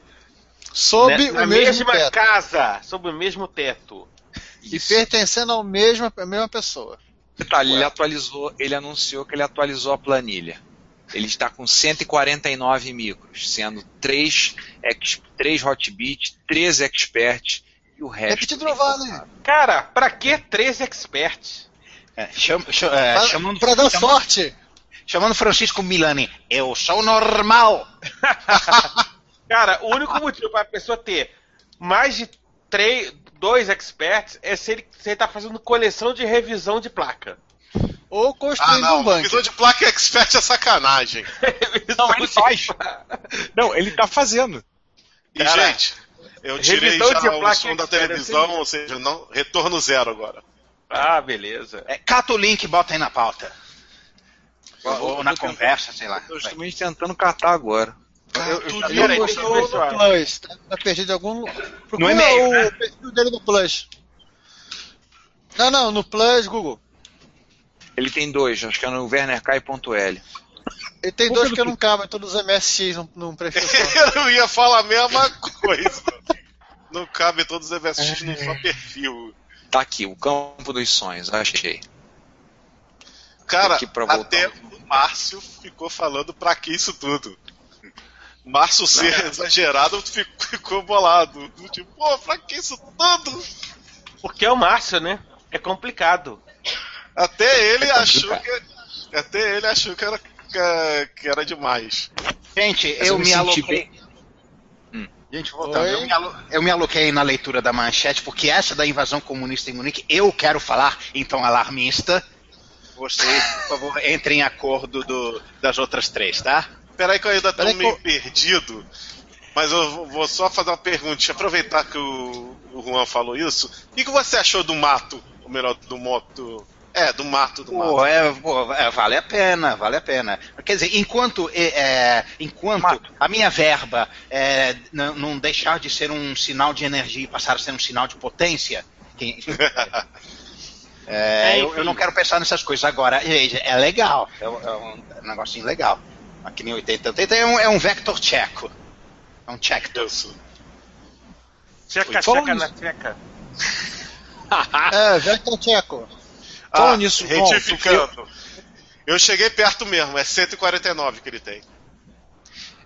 Speaker 5: Sob
Speaker 6: né,
Speaker 5: o
Speaker 6: na
Speaker 5: mesmo
Speaker 6: mesma
Speaker 5: teto.
Speaker 6: casa, sob o mesmo teto.
Speaker 5: E pertencendo ao mesmo, à mesma pessoa.
Speaker 8: Detalhe, ele tá atualizou, ele anunciou que ele atualizou a planilha. Ele está com 149 micros, sendo 3, ex, 3 Hotbit, 3 Expert e o resto.
Speaker 6: Cara, pra que 3 experts?
Speaker 2: É, cham, cham, é,
Speaker 6: Pra-
Speaker 2: chamando,
Speaker 6: pra dar
Speaker 2: chamando-
Speaker 5: sorte.
Speaker 2: Chamando Francisco Milani. Eu sou normal.
Speaker 6: Cara, o único motivo pra pessoa ter mais de três, dois experts é se ele, se ele tá fazendo coleção de revisão de placa.
Speaker 5: Ou um
Speaker 3: Ah, não, revisão de placa expert é sacanagem.
Speaker 8: não, ele faz. Não, ele tá fazendo.
Speaker 3: E, gente, eu tirei
Speaker 6: revisão
Speaker 3: já
Speaker 6: de
Speaker 3: o
Speaker 6: placa
Speaker 3: som da
Speaker 6: expert, assim. eu
Speaker 3: televisão,
Speaker 6: sei.
Speaker 3: ou seja, não, retorno zero agora.
Speaker 6: Ah, beleza.
Speaker 2: É, cata o link e bota aí na pauta. Ou, na conversa, sei lá.
Speaker 8: Eu estou me tentando catar agora.
Speaker 5: Eu,
Speaker 2: eu-
Speaker 5: Tá
Speaker 2: Peraí,
Speaker 5: no
Speaker 2: deixa eu
Speaker 5: no
Speaker 2: ver se eu acho.
Speaker 5: Plus. Tá, tá perdido em algum lugar. Procura
Speaker 2: e-mail,
Speaker 5: o
Speaker 2: né?
Speaker 5: perfil dele no Plus. Não, não, no Plus, Google.
Speaker 8: Ele tem dois, acho que é no wernerkai.l.
Speaker 5: Ele tem dois que eu não cabo, é todos os MSX num, num perfil só.
Speaker 3: Eu ia falar a mesma coisa. Não cabe todos os MSX num
Speaker 6: É.
Speaker 3: só perfil.
Speaker 8: Tá aqui, o campo dos sonhos, achei.
Speaker 3: Cara,
Speaker 8: Aqui pra voltar.
Speaker 3: até o Márcio ficou falando pra que isso tudo. Márcio ser exagerado ficou, ficou bolado. Tipo, pô, pra que isso tudo?
Speaker 6: Porque é o Márcio, né? É complicado.
Speaker 3: Até ele
Speaker 6: É
Speaker 3: achou
Speaker 6: complicado.
Speaker 3: que. Até ele achou que era, que- que era demais.
Speaker 2: Gente, eu me Hum. aloquei. Gente, voltando.
Speaker 3: Oi?
Speaker 2: Eu me, alo- eu me aloquei na leitura da manchete, porque essa da invasão comunista em Munique eu quero falar, então alarmista. Vocês, por favor, entrem em acordo do- das outras três, tá?
Speaker 3: Peraí que eu ainda tô meio perdido, mas eu vou- vou só fazer uma pergunta. Aproveitar que o, o Juan falou isso. O que, que você achou do mato? Ou melhor, do moto. É, do mato, do mato.
Speaker 2: Pô, é, pô, é, vale a pena, vale a pena. Quer dizer, enquanto, é, é, enquanto a minha verba é, n- não deixar de ser um sinal de energia e passar a ser um sinal de potência, que- é,
Speaker 8: É,
Speaker 2: eu,
Speaker 8: enfim.
Speaker 2: eu não quero pensar nessas coisas agora. Gente, é legal, é, um- é um negocinho legal. Aqui nem 80, 80 é um, é um vector tcheco. É um tcheco.
Speaker 6: Tcheca,
Speaker 2: Falando
Speaker 6: tcheca na
Speaker 2: nisso-
Speaker 6: tcheca.
Speaker 5: é, Vector Tcheco.
Speaker 3: Ah,
Speaker 5: Falando nisso, João,
Speaker 3: retificando. Eu cheguei perto mesmo, é 149 que ele tem.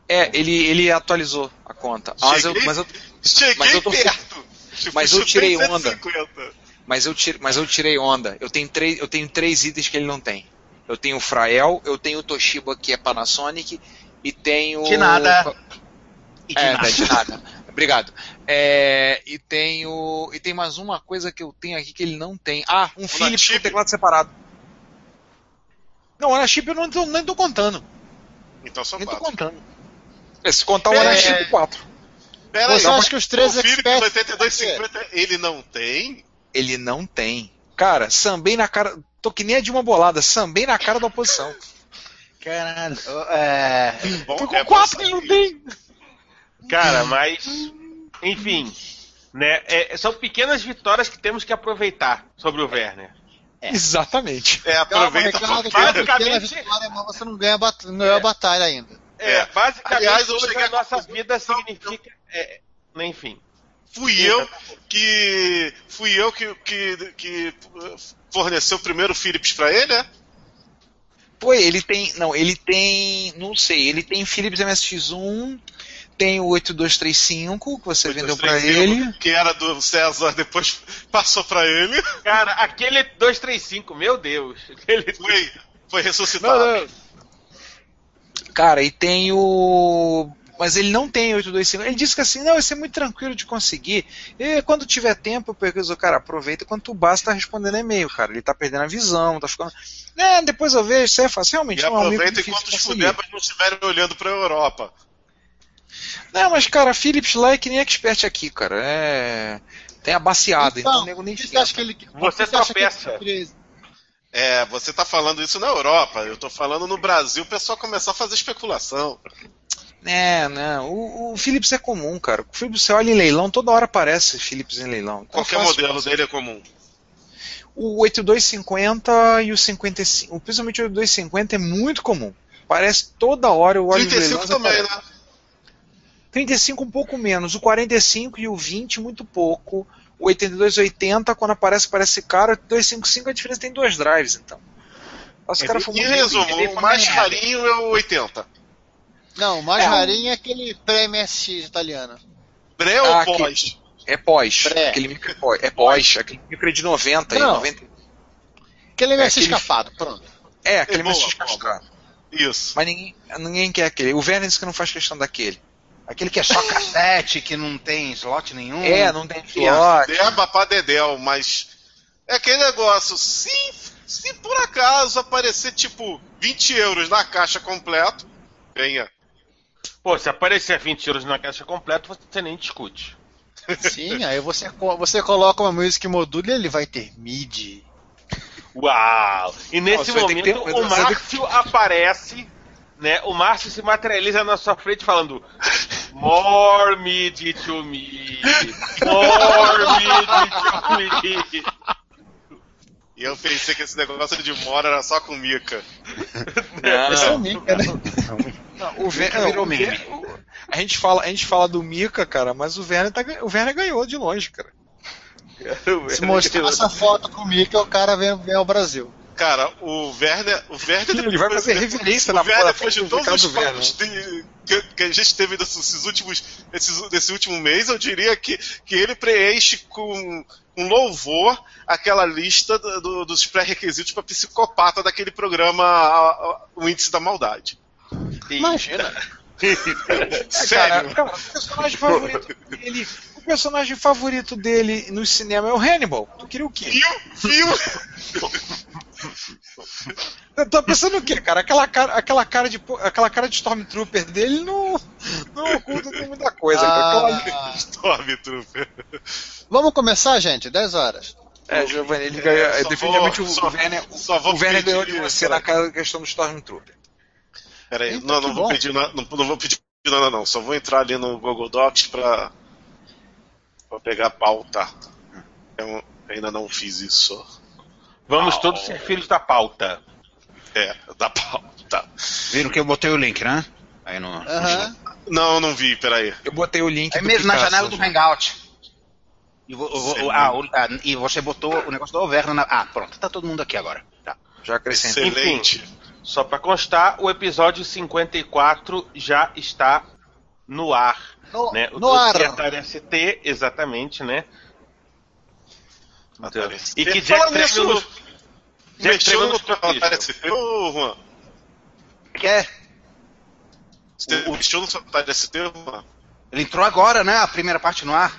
Speaker 8: É, ele, ele atualizou a conta. Ah, Mas eu,
Speaker 3: Cheguei-
Speaker 8: mas eu,
Speaker 3: cheguei
Speaker 8: mas eu tô-
Speaker 3: perto. Tipo,
Speaker 8: mas eu
Speaker 3: chutei
Speaker 8: tirei onda.
Speaker 3: 150.
Speaker 8: Mas eu, tirei, mas eu tirei onda. Eu tenho, três, eu tenho três itens que ele não tem. Eu tenho o Frael, eu tenho o Toshiba, que é Panasonic, e tenho.
Speaker 2: De nada. E de
Speaker 8: é,
Speaker 2: nada.
Speaker 8: de nada. Obrigado. É, e tenho. E tem mais uma coisa que eu tenho aqui que ele não tem. Ah, um Philips com teclado separado. Não, o Anachip eu não tô, nem tô contando.
Speaker 3: Então só
Speaker 8: Nem
Speaker 3: quatro.
Speaker 8: tô contando. É, se contar o Anachip, é... 4.
Speaker 3: Pera
Speaker 8: Você
Speaker 3: aí,
Speaker 8: acha que os três
Speaker 3: o Philips
Speaker 8: experts-
Speaker 3: 8250, ele não tem?
Speaker 8: Ele não tem. Cara, sambei na cara. Tô que nem a Dilma Bolada, sambei na cara da oposição.
Speaker 2: Caralho. É.
Speaker 8: Bom, Tô com quatro e não tem.
Speaker 6: Cara, mas. Enfim. Né, é- são pequenas vitórias que temos que aproveitar sobre o Werner.
Speaker 8: Exatamente.
Speaker 6: É,
Speaker 3: tá
Speaker 6: aproveita.
Speaker 5: Reclama, reclama, que pela
Speaker 6: basicamente,
Speaker 5: vitória, mas você não ganha a bat- não ganhou a batalha ainda.
Speaker 6: é, basicamente
Speaker 5: Aliás, eu
Speaker 6: hoje
Speaker 5: cheguei
Speaker 6: a nossa vida significa. é, né, enfim.
Speaker 3: Fui eu que. Fui eu que, que, que forneceu o primeiro Philips pra ele, né?
Speaker 8: Pô, ele tem. Não, ele tem. Não sei, ele tem Philips MSX1, tem o 8235, que você vendeu pra ele.
Speaker 3: Que era do César, depois passou pra ele.
Speaker 6: Cara, aquele 235, meu Deus. Ele
Speaker 3: foi, foi ressuscitado.
Speaker 8: Cara, e tem o. Mas ele não tem 825. Ele disse que assim, não, isso é muito tranquilo de conseguir. E quando tiver tempo, eu pergunto, cara, aproveita enquanto o Basso tá respondendo e-mail, cara. Ele tá perdendo a visão, tá ficando. Né, depois eu vejo, isso é fácil. Realmente,
Speaker 3: E
Speaker 8: não é um amigo
Speaker 3: aproveita
Speaker 8: difícil
Speaker 3: enquanto
Speaker 8: de
Speaker 3: os
Speaker 8: conseguir.
Speaker 3: fudebas não estiverem olhando pra Europa.
Speaker 8: Não, mas cara, Philips lá é que nem expert aqui, cara. É. Tem a baciada, então, o nego nem você acha que ele
Speaker 6: é
Speaker 3: Você tropeça. É, você tá falando isso na Europa. Eu tô falando no Brasil, o pessoal começar a fazer especulação.
Speaker 8: É, não. O, o Philips é comum, cara. O Philips você olha em leilão, toda hora aparece Philips em leilão. Então
Speaker 3: Qualquer
Speaker 8: é fácil.
Speaker 3: modelo dele é comum.
Speaker 8: O 8250 e o 55. Principalmente o 8250 é muito comum. Parece toda hora o óleo
Speaker 3: 35 também, né?
Speaker 8: 35 um pouco menos. O 45 e o 20 muito pouco. O 8280 quando aparece parece caro. O 255 a diferença tem dois drives então. Nossa, o cara foi
Speaker 3: em
Speaker 8: muito
Speaker 3: resumo,
Speaker 8: bem.
Speaker 3: o mais carinho é o 80.
Speaker 5: Não, o mais
Speaker 8: É, um-
Speaker 5: rarinho é aquele pré-MSX italiano.
Speaker 3: Pré
Speaker 8: ou
Speaker 3: pós?
Speaker 8: É pós. Aquele micro é pós. É pós. Aquele micro é de 90
Speaker 5: Não.
Speaker 8: e 90.
Speaker 5: Aquele MSX
Speaker 8: aquele-
Speaker 5: escapado, pronto.
Speaker 8: É, aquele
Speaker 5: Boa,
Speaker 8: MSX
Speaker 5: boa,
Speaker 8: cascado.
Speaker 3: Isso.
Speaker 8: Mas ninguém, ninguém quer aquele. O Werner disse que não faz questão daquele.
Speaker 2: Aquele que é só cassete, que não tem slot nenhum.
Speaker 8: É, não tem
Speaker 3: Criança,
Speaker 8: slot.
Speaker 3: Deba pra Dedel, mas é aquele negócio. Se, se por acaso aparecer, tipo, 20 euros na caixa completo, venha.
Speaker 6: Pô, se aparecer 20 euros na caixa completa, você nem discute.
Speaker 5: Sim, aí você, co- você coloca uma música em modula e ele vai ter MIDI.
Speaker 6: Uau! E nesse
Speaker 5: Nossa, vai ter que
Speaker 6: momento
Speaker 5: ter- um-
Speaker 6: o
Speaker 5: vai ter que-
Speaker 6: Márcio aparece, né? O Márcio se materializa na sua frente falando More meat to me! More meat to me!
Speaker 3: E eu pensei que esse negócio de mora era só com mica.
Speaker 8: Não. Esse é o
Speaker 5: mica, né?
Speaker 8: O Ver-
Speaker 5: Mica
Speaker 8: não,
Speaker 5: virou
Speaker 8: o
Speaker 5: meme.
Speaker 8: Ver- o- A gente, fala, a gente fala do Mika, cara, mas o Werner, tá gan- o Werner ganhou de longe, cara.
Speaker 5: Se mostrar essa foto com o Mickey, o cara vem, vem ao Brasil.
Speaker 3: Cara, o Werner. O Werner
Speaker 5: Ele vai fazer
Speaker 8: reverência
Speaker 3: o
Speaker 5: na
Speaker 3: Werner
Speaker 5: porta
Speaker 3: depois de
Speaker 5: do
Speaker 3: todos
Speaker 5: mercado
Speaker 3: os
Speaker 5: do Werner.
Speaker 3: papos de- que, que a gente teve nesses últimos, esses, nesse último mês, eu diria que, que ele preenche com, com louvor aquela lista do- do- dos pré-requisitos para psicopata daquele programa a- a- O Índice da Maldade.
Speaker 5: Imagina.
Speaker 3: Sério?
Speaker 8: É, Cara, cara, o, personagem favorito dele, o personagem favorito dele no cinema é o Hannibal. Tu queria o quê?
Speaker 3: Viu?
Speaker 8: Eu tô pensando o quê, cara? Aquela cara, aquela cara, de, po- aquela cara de Stormtrooper dele não, não oculta muita coisa. cara. Aquela-
Speaker 5: Ah,
Speaker 3: Stormtrooper.
Speaker 5: Vamos começar, gente? 10 horas.
Speaker 8: É, Giovanni, ele ganhou.
Speaker 5: Só vou-
Speaker 8: definitivamente o,
Speaker 5: só-
Speaker 8: o Werner, o-
Speaker 5: só vou
Speaker 8: o Werner
Speaker 5: pedir-
Speaker 8: ganhou de você na ca- questão do Stormtrooper.
Speaker 3: Peraí, não, não vou pedir na- não, não vou pedir nada, não. Só vou entrar ali no Google Docs pra, pra pegar a pauta. Eu ainda não fiz isso.
Speaker 6: Vamos
Speaker 3: Au.
Speaker 6: todos ser filhos da pauta.
Speaker 3: É, da pauta.
Speaker 2: Viram que eu botei o link, né? Aí no.
Speaker 5: Uhum.
Speaker 3: Não, não vi, peraí.
Speaker 8: Eu botei o link.
Speaker 2: Aí É mesmo na janela do Hangout. Tipo E, vo- o- o- ah, o- ah, e você botou o negócio do Overna na. Ah, pronto, tá todo mundo aqui agora. Tá.
Speaker 8: Já
Speaker 2: acrescentei.
Speaker 6: Enfim, só pra constar, o episódio 54 já está no ar.
Speaker 5: No,
Speaker 6: né? O
Speaker 5: no ar.
Speaker 6: ST, exatamente, né? Então, e que
Speaker 3: Ele
Speaker 6: Jack
Speaker 3: fala
Speaker 6: Tramiel
Speaker 3: nisso,
Speaker 6: no- Jack
Speaker 3: Mexeu
Speaker 6: Tramiel
Speaker 3: no
Speaker 6: nos protegeu.
Speaker 3: Atari ST, ô Juan?
Speaker 2: Quer?
Speaker 3: Você mexeu no Atari ST, Juan?
Speaker 2: Ele entrou agora, né? A primeira parte no ar.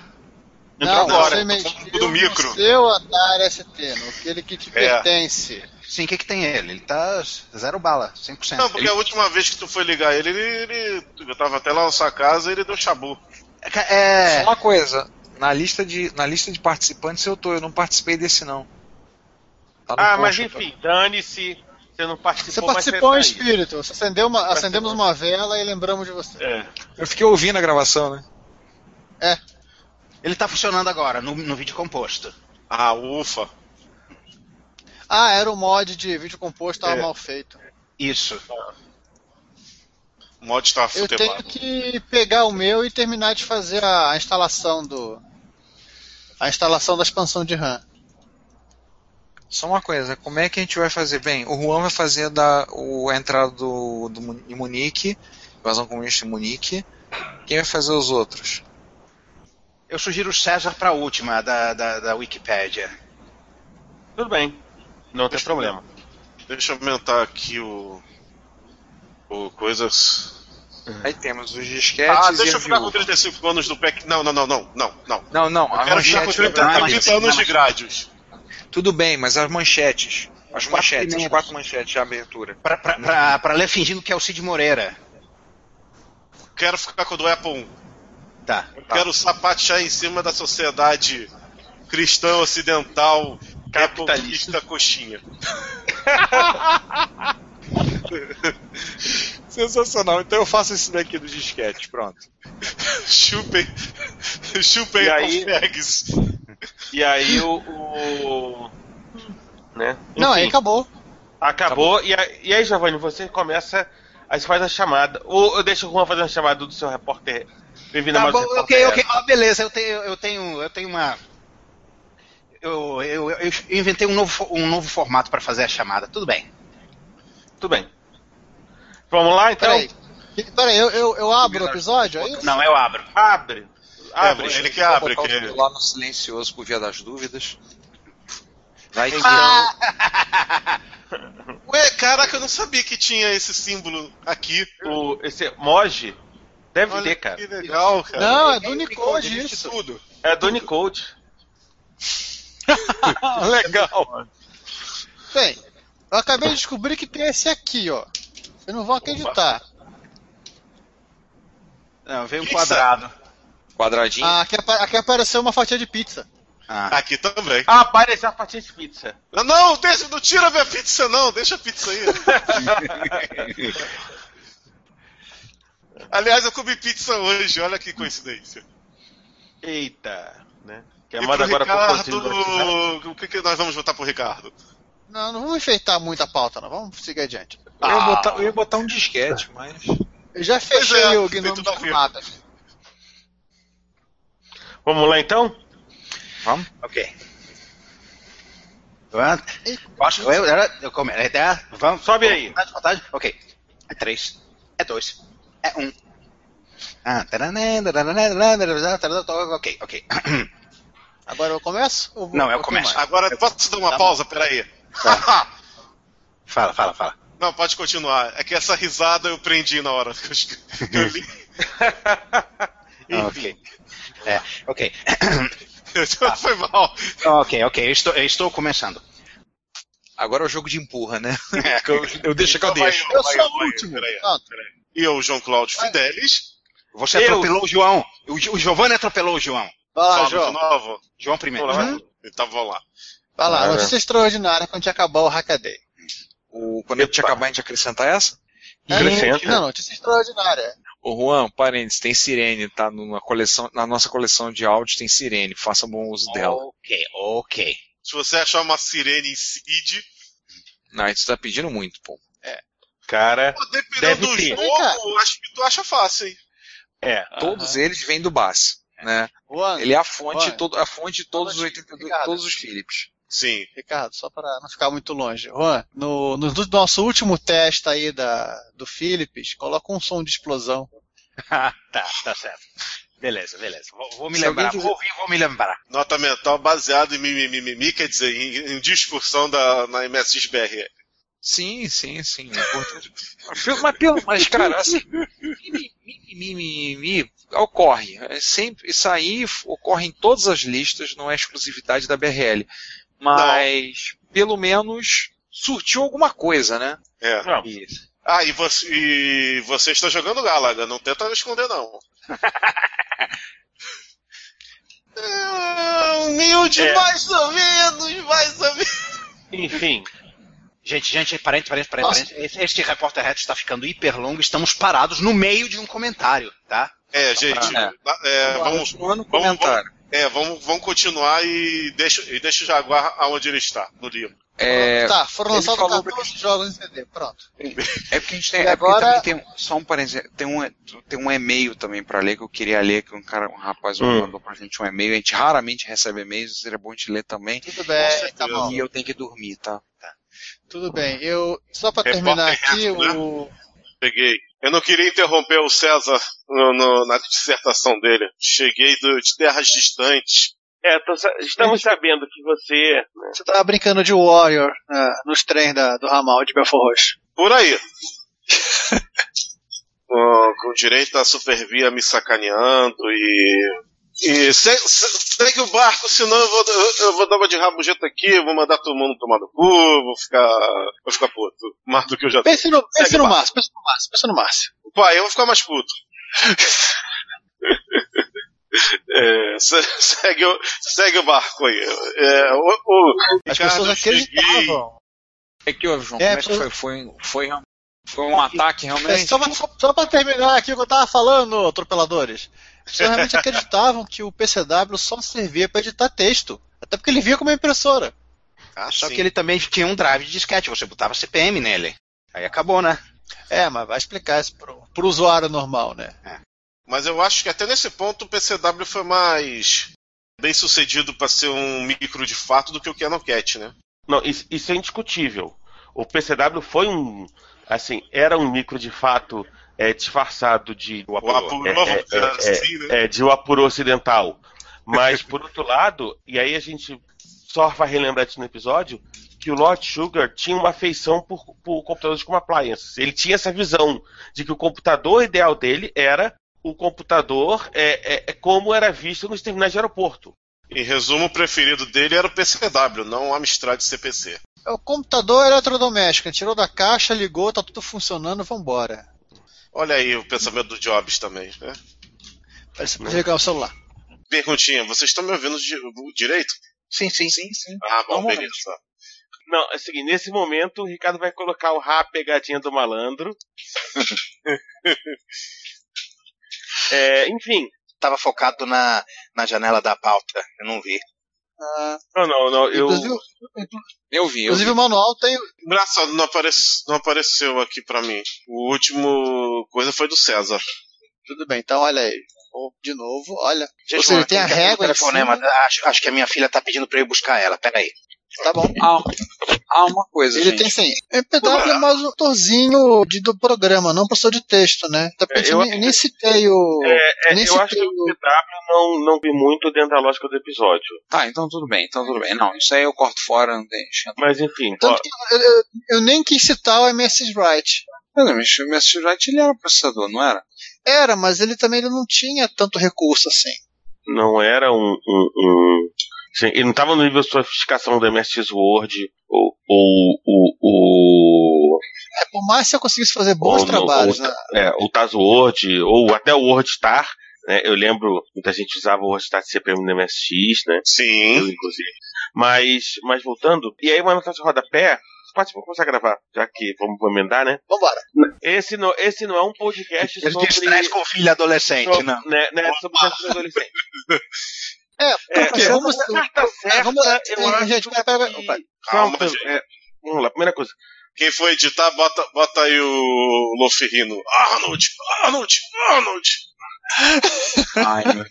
Speaker 5: Não, você
Speaker 3: do
Speaker 5: mexeu
Speaker 3: micro.
Speaker 5: no seu Atari ST, no aquele que te
Speaker 2: É.
Speaker 5: pertence.
Speaker 2: Sim, o que, que tem ele? Ele tá zero bala, 100%.
Speaker 3: Não, porque a última vez que tu foi ligar ele, ele, ele- eu tava até lá na sua casa e ele deu chabu.
Speaker 8: É. Uma coisa, na lista de, na lista de participantes eu tô, eu não participei desse não.
Speaker 3: Ah,
Speaker 8: tá.
Speaker 3: mas enfim, dane-se. Você não participou,
Speaker 5: Você
Speaker 3: mas
Speaker 5: participou em
Speaker 3: tá aí.
Speaker 5: espírito. Você acendeu uma, acendemos uma vela e lembramos de você.
Speaker 8: Eu fiquei ouvindo a gravação, né?
Speaker 5: É.
Speaker 2: Ele tá funcionando agora, no, no vídeo composto.
Speaker 3: Ah, ufa.
Speaker 5: Ah, era um mod de vídeo composto, tava
Speaker 2: É.
Speaker 5: mal feito.
Speaker 2: Isso.
Speaker 3: O mod tá
Speaker 5: Eu tenho
Speaker 3: futebol.
Speaker 5: que pegar o meu e terminar de fazer a, a instalação do. A instalação da expansão de RAM.
Speaker 8: Só uma coisa, como é que a gente vai fazer? Bem, o Juan vai fazer da, o, a entrada do, do, Mu- em Munique, invasão comunista em Munique. Quem vai fazer os outros?
Speaker 2: Eu sugiro o César pra última da, da, da Wikipédia.
Speaker 6: Tudo bem. Não tem problema.
Speaker 3: Deixa eu aumentar aqui o. O coisas.
Speaker 2: É.
Speaker 8: Aí temos os disquetes.
Speaker 3: Ah,
Speaker 8: e
Speaker 3: deixa eu
Speaker 8: a
Speaker 3: ficar
Speaker 8: viúva.
Speaker 3: com 35 anos do PEC. Não, não, não, não, não, não.
Speaker 8: Não, não,
Speaker 3: Eu
Speaker 8: a
Speaker 3: quero ficar com
Speaker 8: manchete.
Speaker 3: 30,
Speaker 8: não, mas-
Speaker 3: 30 anos de
Speaker 8: não,
Speaker 3: grádios.
Speaker 8: mas- Tudo bem, mas as manchetes. As manchetes, as
Speaker 2: primeiras.
Speaker 8: quatro manchetes de abertura.
Speaker 2: Pra, pra, pra, pra ler fingindo que é o Cid Moreira.
Speaker 3: Quero ficar com o do Apple 1.
Speaker 2: Tá.
Speaker 3: Eu quero sapatear em cima da sociedade cristã ocidental capitalista coxinha.
Speaker 8: Sensacional. Então eu faço esse daqui do disquete, pronto.
Speaker 3: Chupem. Chupem
Speaker 6: E
Speaker 3: Apple
Speaker 6: aí-
Speaker 3: Fags.
Speaker 6: E aí o. o- né?
Speaker 5: Não, aí
Speaker 6: Enfim.
Speaker 5: acabou.
Speaker 6: Acabou, E, aí, e aí, Giovanni, você começa. Aí você faz a chamada. Ou eu deixo o Juan fazer a chamada do seu repórter. Bem-vindo
Speaker 2: Tá
Speaker 6: a mais um
Speaker 2: bom, ok, ok.
Speaker 6: repórter.
Speaker 2: Ah, beleza, eu tenho, eu tenho, eu tenho uma. Eu, eu, eu inventei um novo, fo- um novo formato para fazer a chamada. Tudo bem.
Speaker 6: Tudo bem. Vamos lá então?
Speaker 5: Peraí. Peraí, eu, eu, eu abro o episódio? aí?
Speaker 2: Não, eu abro.
Speaker 6: Abre.
Speaker 3: É,
Speaker 8: Abre,
Speaker 5: ele que
Speaker 8: Vou
Speaker 5: abre,
Speaker 8: botar
Speaker 5: que-
Speaker 8: o celular no silencioso por via das dúvidas. Vai então.
Speaker 3: Ué, caraca, eu não sabia que tinha esse símbolo aqui.
Speaker 6: O, esse Moji? Deve
Speaker 3: Olha
Speaker 6: ter, cara.
Speaker 3: Que legal, cara.
Speaker 5: Não, é do Unicode isso.
Speaker 3: Tudo.
Speaker 6: É do Unicode.
Speaker 8: Legal.
Speaker 5: Bem, eu acabei de descobrir que tem esse aqui, ó. Vocês não vão acreditar.
Speaker 2: Não, veio um
Speaker 5: Pizza.
Speaker 2: quadrado.
Speaker 8: Quadradinho?
Speaker 5: Ah, aqui, apa- aqui apareceu uma fatia de pizza.
Speaker 3: Aqui também.
Speaker 6: Ah, apareceu a fatia de pizza.
Speaker 3: Não, deixa, não tira minha pizza, não. Deixa a pizza aí. Aliás, eu comi pizza hoje. Olha que coincidência.
Speaker 6: Eita. Né?
Speaker 3: E
Speaker 6: Que manda
Speaker 3: pro
Speaker 6: agora pro
Speaker 3: Ricardo,
Speaker 6: Coutinho.
Speaker 3: o que, que nós vamos votar pro Ricardo?
Speaker 5: Não, não vamos enfeitar muito a pauta, não. Vamos seguir adiante.
Speaker 8: Eu, ia botar, eu ia botar um disquete, mas.
Speaker 5: Eu já fechei
Speaker 8: Pois é,
Speaker 5: o Gnome de Fumadas.
Speaker 6: Vamos lá então?
Speaker 2: Vamos? Ok. Vamos. Posso? Eu, eu, eu começo. Tá? Vamos.
Speaker 6: Sobe aí.
Speaker 2: Vontade, vontade. Ok. É três. É dois. É um. Ah, taranã, taranã, taranã, taranã, taranã, taranã, ok, ok.
Speaker 5: Agora eu começo? Ou vou-
Speaker 2: Não,
Speaker 3: é
Speaker 2: eu
Speaker 5: ou
Speaker 2: começo.
Speaker 5: quem mais?
Speaker 3: Agora, posso dar uma
Speaker 5: Tá bom.
Speaker 3: pausa? Peraí.
Speaker 2: Fala, fala, fala.
Speaker 3: Não, pode continuar. É que essa risada eu prendi na hora que eu, esque- que eu li.
Speaker 2: Ah, ok. É, ok. Ah,
Speaker 3: Foi mal.
Speaker 2: Ok, ok, eu estou, eu estou começando.
Speaker 8: Agora é o jogo de empurra, né? Eu, eu deixo que eu
Speaker 3: Então vai
Speaker 8: deixo.
Speaker 3: eu, vai eu, vai eu, peraí, peraí. E eu, João Cláudio Fidelis.
Speaker 2: Você atropelou o João. O, Jo- o Giovanni atropelou o João.
Speaker 3: Vamos de novo.
Speaker 2: João primeiro. Uhum.
Speaker 3: Vamos lá, Então vamos lá.
Speaker 5: Vai lá,
Speaker 8: Ah,
Speaker 5: notícia
Speaker 8: é.
Speaker 5: extraordinária quando acabar o Hackaday.
Speaker 8: O, quando a gente acabar, a gente acrescenta essa?
Speaker 5: Não, notícia extraordinária.
Speaker 8: O Juan, parênteses, tem sirene, tá? Numa coleção, na nossa coleção de áudios tem sirene, faça bom uso dela.
Speaker 2: Ok, ok.
Speaker 3: Se você achar uma sirene em Seed,
Speaker 8: Não, isso tá pedindo muito, pô.
Speaker 3: É.
Speaker 6: Cara,
Speaker 3: dependendo do jogo, eu acho que tu acha fácil, hein?
Speaker 6: É,
Speaker 8: todos eles vêm do Bass, né?
Speaker 5: Juan,
Speaker 8: Ele é a fonte,
Speaker 5: Juan.
Speaker 8: todo, a fonte de todos os 82, todos os Philips.
Speaker 3: Sim.
Speaker 5: Ricardo, só para não ficar muito longe. Juan, no, no du- nosso último teste aí da, do Philips, coloca um som de explosão.
Speaker 2: tá, tá certo. Beleza, beleza. Vou, vou me
Speaker 3: Se
Speaker 2: lembrar.
Speaker 3: alguém quiser-
Speaker 2: Vou ouvir, vou me lembrar.
Speaker 3: Nota mental baseada em mimimi, quer dizer, em, em discussão da, na MSXBR.
Speaker 8: Sim, sim, sim. é importante. Mas pelo- mas, pelo- mas, cara, assim, mimimi ocorre. É sempre, isso aí f- ocorre em todas as listas, não é exclusividade da BRL. Mas, pelo menos, surtiu alguma coisa, né?
Speaker 3: É.
Speaker 8: Isso.
Speaker 3: Ah, e você, e você está jogando Galaga, não tenta esconder, não.
Speaker 5: humilde,
Speaker 3: É.
Speaker 6: É.
Speaker 5: mais ou menos, mais ou menos.
Speaker 6: Enfim.
Speaker 2: É. Gente, gente, parente, parente, parente, parente. Esse, este repórter reto está ficando hiper longo. Estamos parados no meio de um comentário, tá?
Speaker 3: É, gente,
Speaker 2: É.
Speaker 3: dá- é,
Speaker 2: Vamos lá,
Speaker 3: vamos,
Speaker 2: continuando o
Speaker 3: vamos,
Speaker 2: comentário.
Speaker 3: vamos- é, vamos, vamos continuar e deixa, e deixa o Jaguar aonde ele está, no livro.
Speaker 8: É,
Speaker 5: Tá, foram
Speaker 8: ele
Speaker 5: lançados
Speaker 8: falou
Speaker 5: 14 jogos em CD, pronto.
Speaker 8: É porque a gente tem.
Speaker 5: E
Speaker 8: é porque também
Speaker 5: agora-
Speaker 8: tem um- só um parênteses, tem um, tem um e-mail também pra ler que eu queria ler, que um cara, um rapaz
Speaker 6: Hum.
Speaker 8: mandou pra gente um e-mail. A gente raramente recebe e-mails, seria bom a gente ler também.
Speaker 5: Tudo bem, tá bom.
Speaker 8: E eu tenho que dormir, tá?
Speaker 5: Tudo bem, eu. Só pra
Speaker 3: Repórter
Speaker 5: terminar
Speaker 3: reto,
Speaker 5: aqui,
Speaker 3: né?
Speaker 5: o.
Speaker 3: Peguei. Eu não queria interromper o César no- no- na dissertação dele. Cheguei do- de terras distantes.
Speaker 6: É, tô sa- estamos sabendo que você. né,
Speaker 5: Você tava brincando de Warrior né, nos trens da- do ramal de Belfort Roxo.
Speaker 3: Por aí. com, com direito à supervia me sacaneando e. E se- se- segue o barco, senão eu vou, eu, eu vou dar uma de rabugeta aqui, vou mandar todo mundo tomar no cu, vou ficar. vou ficar puto. Mais do que eu já tô.
Speaker 5: Pense no, pense
Speaker 3: Segue
Speaker 5: no
Speaker 3: o barco.
Speaker 5: Márcio, pensa no Márcio, pensa no Márcio.
Speaker 3: Pai, eu vou ficar mais puto. É, se- segue, o, segue o barco aí. É, o, o,
Speaker 5: As pessoas acreditavam.
Speaker 8: É que houve, João,
Speaker 5: É,
Speaker 8: como é que foi?
Speaker 5: foi-
Speaker 8: Foi, foi, realmente- foi um ataque
Speaker 5: É,
Speaker 8: realmente.
Speaker 5: só, pra, só pra terminar aqui o que eu tava falando, atropeladores. As pessoas realmente acreditavam que o PCW só servia pra editar texto. Até porque ele via como uma impressora.
Speaker 2: Só que ele também tinha um drive de disquete, você botava CPM nele. Aí acabou, né?
Speaker 5: É, mas vai explicar isso pro, pro usuário normal, né?
Speaker 3: Mas eu acho que até nesse ponto o PCW foi mais bem sucedido para ser um micro de fato do que o Canon Cat, né?
Speaker 6: Não, isso, isso é indiscutível. O PCW foi um. Assim, era um micro de fato é, disfarçado de. O
Speaker 3: Apuro,
Speaker 6: é, é, é,
Speaker 3: vamos dizer assim, né?
Speaker 6: é, é, de o apuro ocidental. Mas, por outro lado, e aí a gente só vai relembrar disso no episódio, que o Lord Sugar tinha uma afeição por, por computadores como appliances. Ele tinha essa visão de que o computador ideal dele era o computador é, é, é como era visto nos terminais de aeroporto.
Speaker 3: Em resumo, o preferido dele era o PCW, não o Amstrad CPC.
Speaker 5: É o computador eletrodoméstico. Ele tirou da caixa, ligou, tá tudo funcionando, vambora.
Speaker 3: Olha aí o pensamento do Jobs também, né?
Speaker 5: Parece desligar o celular.
Speaker 3: Perguntinha, vocês estão me ouvindo di- direito?
Speaker 8: Sim, sim, sim, sim.
Speaker 3: Ah, bom,
Speaker 6: Normalmente.
Speaker 3: beleza.
Speaker 6: Não, é o seguinte, nesse momento o Ricardo vai colocar o rá pegadinha do malandro. É, enfim.
Speaker 2: Tava focado na, na janela da pauta, eu não vi.
Speaker 6: Não, não, não. Eu,
Speaker 5: Inclusive-
Speaker 8: eu vi.
Speaker 5: Inclusive o manual tem.
Speaker 3: Engraçado, não, aparece, não apareceu aqui pra mim. O último coisa foi do César.
Speaker 5: Tudo bem, então olha aí. Ou, De novo, olha.
Speaker 2: Gente,
Speaker 5: Ou seja,
Speaker 2: mano,
Speaker 5: tem a
Speaker 2: eu quero um
Speaker 5: régua. em
Speaker 2: telefonema.
Speaker 5: cima.
Speaker 2: Acho, acho que a minha filha tá pedindo pra eu ir buscar ela, peraí.
Speaker 5: Tá bom.
Speaker 8: Há, há uma coisa,
Speaker 5: Ele
Speaker 8: gente.
Speaker 5: tem sim. MPW é mais um torzinho de, do programa, não professor de texto, né? Até porque
Speaker 6: É, eu
Speaker 5: eu nem, nem citei o.
Speaker 6: é, é,
Speaker 5: nem
Speaker 6: eu acho que o CW não, não vi muito dentro da lógica do episódio.
Speaker 8: Tá, então tudo bem, então tudo bem. Não, isso aí eu corto fora, não tem.
Speaker 6: Mas enfim, ó,
Speaker 5: Tanto que eu, eu- eu nem quis citar o MSX Wright.
Speaker 8: Não, não, mas o Mestre Wright ele era processador, não era?
Speaker 5: Era, mas ele também ele não tinha tanto recurso assim.
Speaker 6: não era um. um, um- assim, ele não estava no nível de sofisticação do MSX Word ou, ou, ou, ou,
Speaker 5: É, por mais que eu conseguisse fazer bons
Speaker 6: ou,
Speaker 5: trabalhos,
Speaker 6: ou,
Speaker 5: né?
Speaker 6: é, o TAS Word, ou até o WordStar, né? Eu lembro, muita gente usava o WordStar de CPM no MSX, né?
Speaker 3: Sim.
Speaker 6: Eu, inclusive. Mas, mas voltando, e aí uma nota de rodapé, pode vamos começar a gravar, já que vamos vamos emendar, né?
Speaker 5: Vambora.
Speaker 6: Esse não, esse não é um podcast
Speaker 2: Ele
Speaker 6: sobre...
Speaker 2: tem estresse com filho adolescente,
Speaker 6: sobre-
Speaker 2: não.
Speaker 6: Né, né, sobre sexo adolescente.
Speaker 5: É, porque
Speaker 6: é,
Speaker 2: tá
Speaker 5: vamos. é, vamos
Speaker 6: eu acho
Speaker 5: gente, pera, pera, pera, pera.
Speaker 3: Calma,
Speaker 6: Pronto,
Speaker 3: gente.
Speaker 6: é, vamos lá, primeira coisa.
Speaker 3: Quem for editar, bota, bota aí o Loferrino. Arnold! Arnold! Arnold!
Speaker 8: Ai, meu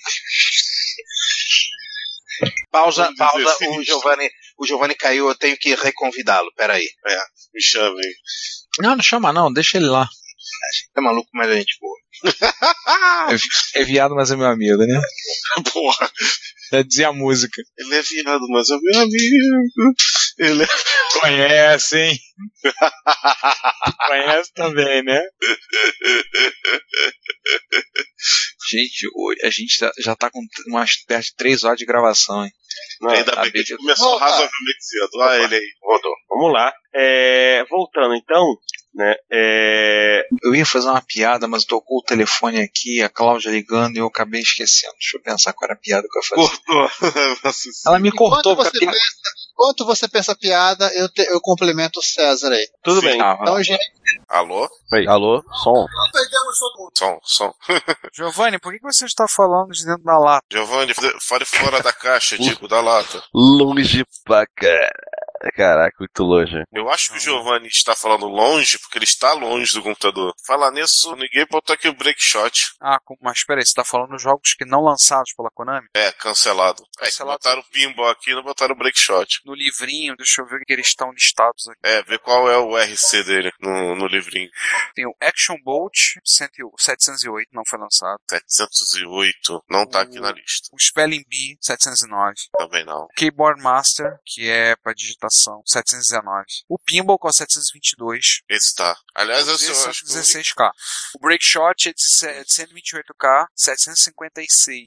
Speaker 2: Pausa,
Speaker 3: Vamos dizer
Speaker 2: pausa.
Speaker 3: sinistro.
Speaker 2: O Giovanni, o Giovanni caiu, eu tenho que reconvidá-lo, peraí.
Speaker 3: É, me chama aí.
Speaker 8: Não, não chama não, deixa ele lá.
Speaker 2: É maluco, mas a gente boa.
Speaker 8: É, vi- é viado, mas é meu amigo, né?
Speaker 3: Porra,
Speaker 8: Já dizia a música.
Speaker 3: ele é viado, mas é meu amigo. Ele é...
Speaker 8: Conhece, hein? Conhece também, né? Gente, o- a gente tá- já tá com t- umas perto de 3 horas de gravação, hein?
Speaker 3: Ainda bem que ele começou razoavelmente cedo. Ah, ele aí.
Speaker 6: Rodou. Vamos lá. É, voltando então,
Speaker 3: né? É...
Speaker 8: Eu ia fazer uma piada, mas tocou o telefone aqui, a Cláudia ligando e eu acabei esquecendo. Deixa eu pensar qual era a piada que eu ia fazer. Ela me cortou.
Speaker 5: Enquanto você,
Speaker 8: cara.
Speaker 5: pensa, enquanto você pensa a piada, eu, te- eu complemento o César aí.
Speaker 3: Tudo bem.
Speaker 19: Ah,
Speaker 8: Ah.
Speaker 5: Então, gente,
Speaker 3: Alô? Alô? Som.
Speaker 5: perdemos todo mundo.
Speaker 3: Som, som.
Speaker 8: Giovanni, por que que você está falando de dentro da lata?
Speaker 3: Giovanni, fale fora da caixa, digo, da lata.
Speaker 19: Longe pra cara. Caraca, muito longe.
Speaker 3: Eu acho que o Giovanni está falando longe, porque ele está longe do computador. Falar nisso, ninguém botou aqui o break shot.
Speaker 8: Ah, com- mas peraí, você está falando de jogos que não lançados pela Konami?
Speaker 3: É, cancelado. É, que botaram o pinball aqui e não botaram o break shot.
Speaker 8: No livrinho, deixa eu ver que eles estão listados aqui.
Speaker 3: É, vê qual é o RC dele no, no livrinho.
Speaker 8: Tem o Action Bolt 100 e o- 708, não foi lançado.
Speaker 3: 708, não tá aqui na lista.
Speaker 8: O Spelling Bee 709.
Speaker 3: Também não.
Speaker 8: Keyboard Master, que é para digitação, 719. O Pinball com a 722.
Speaker 3: Esse tá. Aliás, eu sou- acho que o
Speaker 8: 16k. O Breakshot é de se- é de 128k, 756.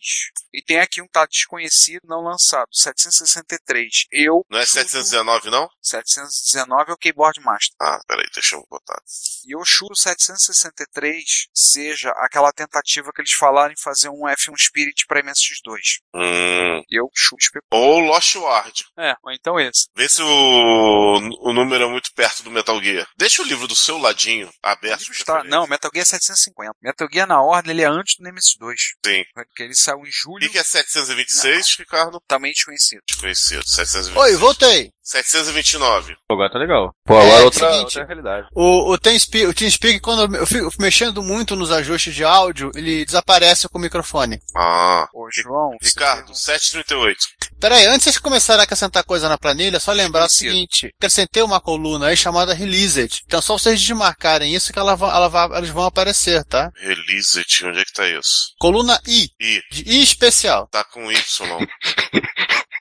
Speaker 8: E tem aqui um tá desconhecido, não lançado, 763. Eu
Speaker 3: Não é 719, não?
Speaker 8: 719 é o Keyboard Master.
Speaker 3: Ah, peraí, deixa eu botar.
Speaker 8: E eu chuto 763 seja aquela tentativa que eles falaram em fazer um F1 Spirit para MSX2.
Speaker 3: Hum.
Speaker 8: Eu chuto.
Speaker 3: Ou Lost Ward.
Speaker 8: É, ou então esse.
Speaker 3: Vê se o, o número é muito perto do Metal Gear. Deixa o livro do seu ladinho aberto.
Speaker 8: Tá, não, Metal Gear é 750. Metal Gear na ordem, ele é antes do Nemesis 2.
Speaker 3: Sim.
Speaker 8: Porque ele saiu em julho.
Speaker 3: O que, que é 726, Ricardo?
Speaker 8: Também desconhecido.
Speaker 3: Desconhecido. 726.
Speaker 5: Oi, voltei.
Speaker 3: 729.
Speaker 19: Pô, agora tá legal.
Speaker 5: É,
Speaker 19: Pô, agora
Speaker 5: é o
Speaker 19: outra,
Speaker 5: seguinte.
Speaker 19: outra realidade.
Speaker 5: O, o TeamSpeak, o TeamSpeak, quando eu fico mexendo muito nos ajustes de áudio, ele desaparece com o microfone.
Speaker 3: Ah.
Speaker 8: Ô, João.
Speaker 3: Ricardo, 738.
Speaker 5: Peraí, antes de vocês começarem a acrescentar coisa na planilha, é só lembrar o seguinte: acrescentei uma coluna aí chamada Released. Então, só vocês desmarcarem isso que ela, va- ela, va- eles vão aparecer, tá?
Speaker 3: Release it. Onde é que tá isso?
Speaker 5: Coluna I.
Speaker 3: I.
Speaker 5: De I especial.
Speaker 3: Tá com Y.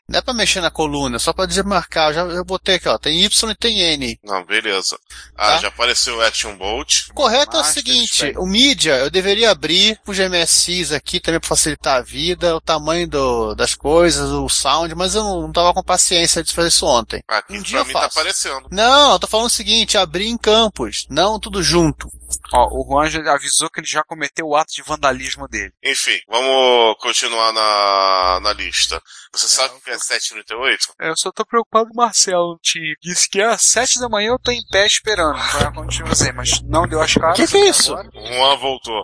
Speaker 5: Não é pra mexer na coluna, é só pra desmarcar. Eu já eu botei aqui, ó. Tem Y e tem N.
Speaker 3: Não, beleza. Ah,
Speaker 5: Tá.
Speaker 3: já apareceu o Action Bolt.
Speaker 5: Correto é o seguinte, o mídia eu deveria abrir os MSIs aqui também para facilitar a vida, o tamanho do- das coisas, o sound, mas eu não, não tava com paciência de fazer isso ontem.
Speaker 3: Aqui
Speaker 5: um dia
Speaker 3: pra
Speaker 5: eu
Speaker 3: mim tá
Speaker 5: faço.
Speaker 3: aparecendo.
Speaker 5: Não, eu tô falando o seguinte, abrir em campos, não tudo junto.
Speaker 8: Ó, o Juan já avisou que ele já cometeu o ato de vandalismo dele.
Speaker 3: Enfim, vamos continuar na, na lista. Você sabe o que é 738?
Speaker 8: É, eu só tô preocupado com o Marcelo. Te disse que às 7 da manhã eu tô em pé esperando. Vai acontecer você, mas não deu as caras.
Speaker 5: Que que é isso?
Speaker 3: Juan voltou.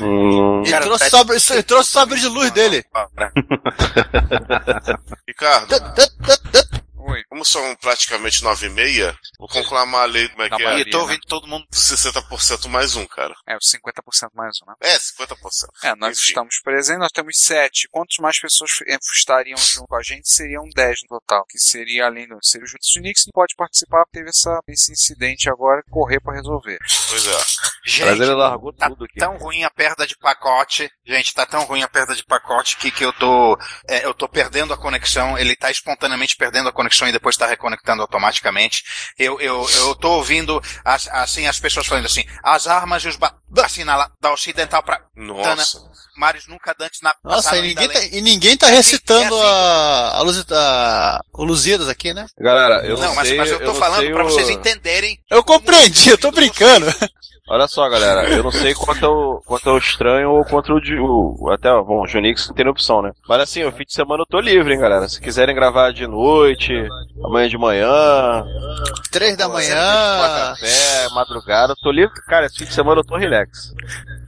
Speaker 2: Hum.
Speaker 5: Ele trouxe, o sabre, ele trouxe o sabre de luz dele.
Speaker 3: Ricardo. Como são praticamente nove e meia, vou conclamar a lei como é que é.
Speaker 8: maioria,
Speaker 3: Eu tô
Speaker 8: né?
Speaker 3: ouvindo todo mundo 60% mais um, cara.
Speaker 8: É, os 50% mais um, né?
Speaker 3: É, 50%.
Speaker 8: É, nós estamos presentes, nós temos 7. Quantos mais pessoas f- eh, estariam junto com a gente? Seriam 10 no total, que seria além do. Seria o Júlio Nix não pode participar, teve essa, esse incidente agora, correr pra resolver.
Speaker 3: Pois é.
Speaker 19: Prazer, ele largou
Speaker 2: tá
Speaker 19: tudo aqui.
Speaker 2: tão ruim a perda de pacote. Gente, tá tão ruim a perda de pacote que, que eu tô. é, eu tô perdendo a conexão. Ele tá espontaneamente perdendo a conexão e depois tá reconectando automaticamente. Eu, eu, eu tô ouvindo as- assim as pessoas falando assim, as armas e os ba assim, na, la- da ocidental pra.
Speaker 3: Nossa.
Speaker 2: Marius nunca dantes na
Speaker 5: Nossa,
Speaker 2: passaram
Speaker 5: e ninguém,
Speaker 2: ainda
Speaker 5: tá,
Speaker 2: além.
Speaker 5: e ninguém tá recitando a, a, Lusi- a, o Lusíadas aqui, né?
Speaker 19: Galera, eu não,
Speaker 2: Não, mas-
Speaker 19: sei,
Speaker 2: mas eu tô
Speaker 19: não
Speaker 2: falando
Speaker 19: sei
Speaker 2: pra
Speaker 19: o-
Speaker 2: vocês entenderem.
Speaker 5: Eu compreendi, eu tô brincando.
Speaker 19: Olha só, galera, eu não sei quanto ao, quanto ao estranho ou quanto ao, Ju- o- até, bom, o Junix não tem opção, né? Mas assim, o fim de semana eu tô livre, hein, galera. Se quiserem gravar de noite, amanhã de manhã,
Speaker 5: Três da manhã,
Speaker 19: é, madrugada, eu tô livre. Cara, esse fim de semana eu tô relax.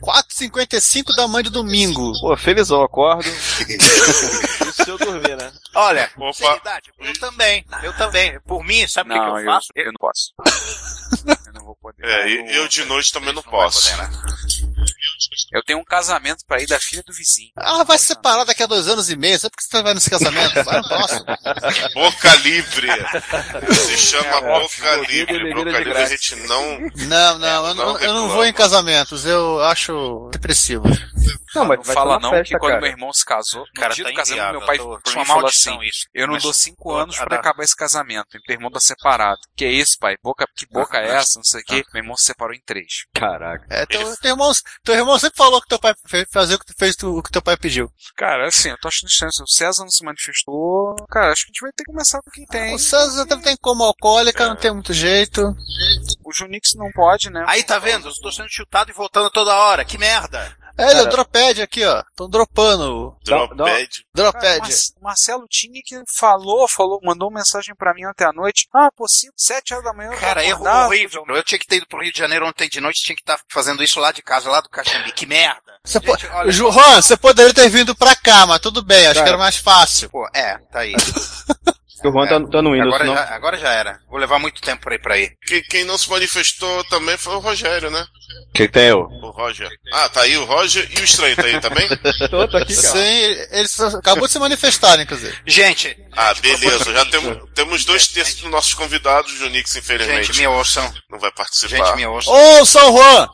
Speaker 5: 4h55 da manhã de domingo.
Speaker 19: Pô, felizão, acordo. Isso se eu dormir, né?
Speaker 2: Olha, seriedade, eu também, eu também. Por mim, sabe o que
Speaker 8: Não,
Speaker 2: que,
Speaker 8: eu-
Speaker 2: eu faço?
Speaker 8: eu não posso.
Speaker 3: É, e eu de noite também não posso.
Speaker 2: né?
Speaker 8: Eu tenho um casamento pra ir da filha do vizinho.
Speaker 5: Ela Ah, vai se separar daqui a dois anos e meio. Sabe por que você vai nesse casamento? Ah, Vai no próximo.
Speaker 3: Boca livre. Se chama Boca Livre.
Speaker 5: ele vira
Speaker 3: Boca
Speaker 5: de
Speaker 3: Livre a
Speaker 5: graça.
Speaker 3: gente não.
Speaker 5: Não, não, eu, não eu não vou em casamentos. Eu acho depressivo.
Speaker 8: Não, mas
Speaker 19: vai
Speaker 8: fala
Speaker 19: ter
Speaker 8: não
Speaker 19: uma festa,
Speaker 8: que quando
Speaker 19: cara.
Speaker 8: meu irmão se casou, no
Speaker 19: Cara,
Speaker 8: dia
Speaker 19: tá
Speaker 8: do
Speaker 2: é
Speaker 8: casamento, assim,
Speaker 19: inviável,
Speaker 8: meu pai
Speaker 19: eu tô-
Speaker 8: pra
Speaker 19: tô
Speaker 8: mim
Speaker 19: uma
Speaker 8: falou
Speaker 19: maldição
Speaker 8: assim,
Speaker 19: isso,
Speaker 8: eu não
Speaker 19: mas-
Speaker 8: dou cinco
Speaker 19: Ah,
Speaker 8: anos pra
Speaker 19: tá.
Speaker 8: acabar esse casamento. Meu irmão tá separado. Que é isso, pai? Boca, que boca é essa? Não sei o quê. Meu irmão se separou em três.
Speaker 20: Caraca.
Speaker 8: É,
Speaker 5: Teu, teu irmão, teu irmão sempre falou que teu pai fez, fazer o que tu fez tu- o que teu pai pediu.
Speaker 8: Cara, assim, eu tô achando estranho. Se o César não se manifestou, cara, acho que a gente vai ter que começar com quem tem.
Speaker 5: O César até tem como alcoólica, não tem muito jeito.
Speaker 8: O Junix não pode, né?
Speaker 2: Aí tá vendo? Eu estou sendo chutado e voltando toda hora. Que merda!
Speaker 5: É, ele é o Dropad aqui, ó. Tão dropando.
Speaker 2: Dropad?
Speaker 8: Cara, o
Speaker 5: Dropad.
Speaker 8: Mar- Marcelo tinha que falou, falou, mandou mensagem pra mim ontem à noite. Ah, pô, 7 horas da manhã. eu tô
Speaker 2: Cara, erro
Speaker 8: acordado.
Speaker 2: horrível. Eu tinha que ter ido pro Rio de Janeiro ontem de noite, tinha que estar fazendo isso lá de casa, lá do Caxambi. Que merda!
Speaker 5: Você po...
Speaker 2: olha-
Speaker 5: Juan, você poderia ter vindo pra cá, mas tudo bem, acho
Speaker 2: Cara.
Speaker 5: que era mais fácil.
Speaker 2: Pô, é, tá aí.
Speaker 19: O Juan tá, tá no Windows,
Speaker 2: agora,
Speaker 19: não?
Speaker 2: já, agora já era. Vou levar muito tempo pra ir pra aí.
Speaker 3: Quem, quem não se manifestou também foi o Rogério, né?
Speaker 20: Quem tem eu?
Speaker 3: O Roger. Ah, tá aí o Roger e o estranho tá aí também?
Speaker 5: Tô, tô aqui, cara. Sim, ele só- acabou de se manifestar, inclusive.
Speaker 2: Gente.
Speaker 3: Ah, beleza. Já temos, temos dois terços dos nossos convidados, Junix, infelizmente.
Speaker 2: Gente, me ouçam.
Speaker 3: Não vai participar.
Speaker 2: Gente, me ouçam.
Speaker 5: Ô, São Juan!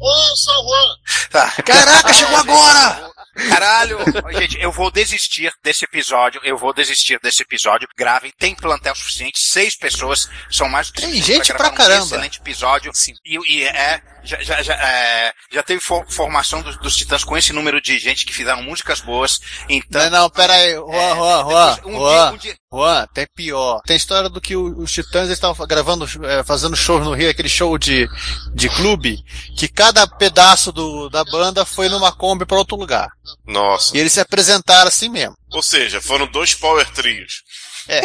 Speaker 2: Ô, São Juan! Caraca, chegou agora! Caralho! Gente, eu vou desistir desse episódio. Eu vou desistir desse episódio. Gravem, tem plantel suficiente. Seis pessoas são mais do que
Speaker 5: Tem
Speaker 2: suficiente
Speaker 5: gente
Speaker 2: gravar
Speaker 5: pra
Speaker 2: um
Speaker 5: caramba.
Speaker 2: Excelente episódio. E, e é, já, já, já, é, já teve for- formação dos, dos Titãs com esse número de gente que fizeram músicas boas. Então.
Speaker 5: Não, não, pera aí, Juan, Juan, Juan,
Speaker 2: um
Speaker 5: Juan,
Speaker 2: dia- um dia-
Speaker 5: Juan, tem pior. Tem história do que o- os Titãs eles estavam gravando, eh, fazendo shows no Rio, aquele show de, de clube, que cada pedaço do, da banda foi numa Kombi pra outro lugar.
Speaker 3: Nossa.
Speaker 5: E eles se apresentaram assim mesmo.
Speaker 3: Ou seja, foram dois power trios.
Speaker 5: É.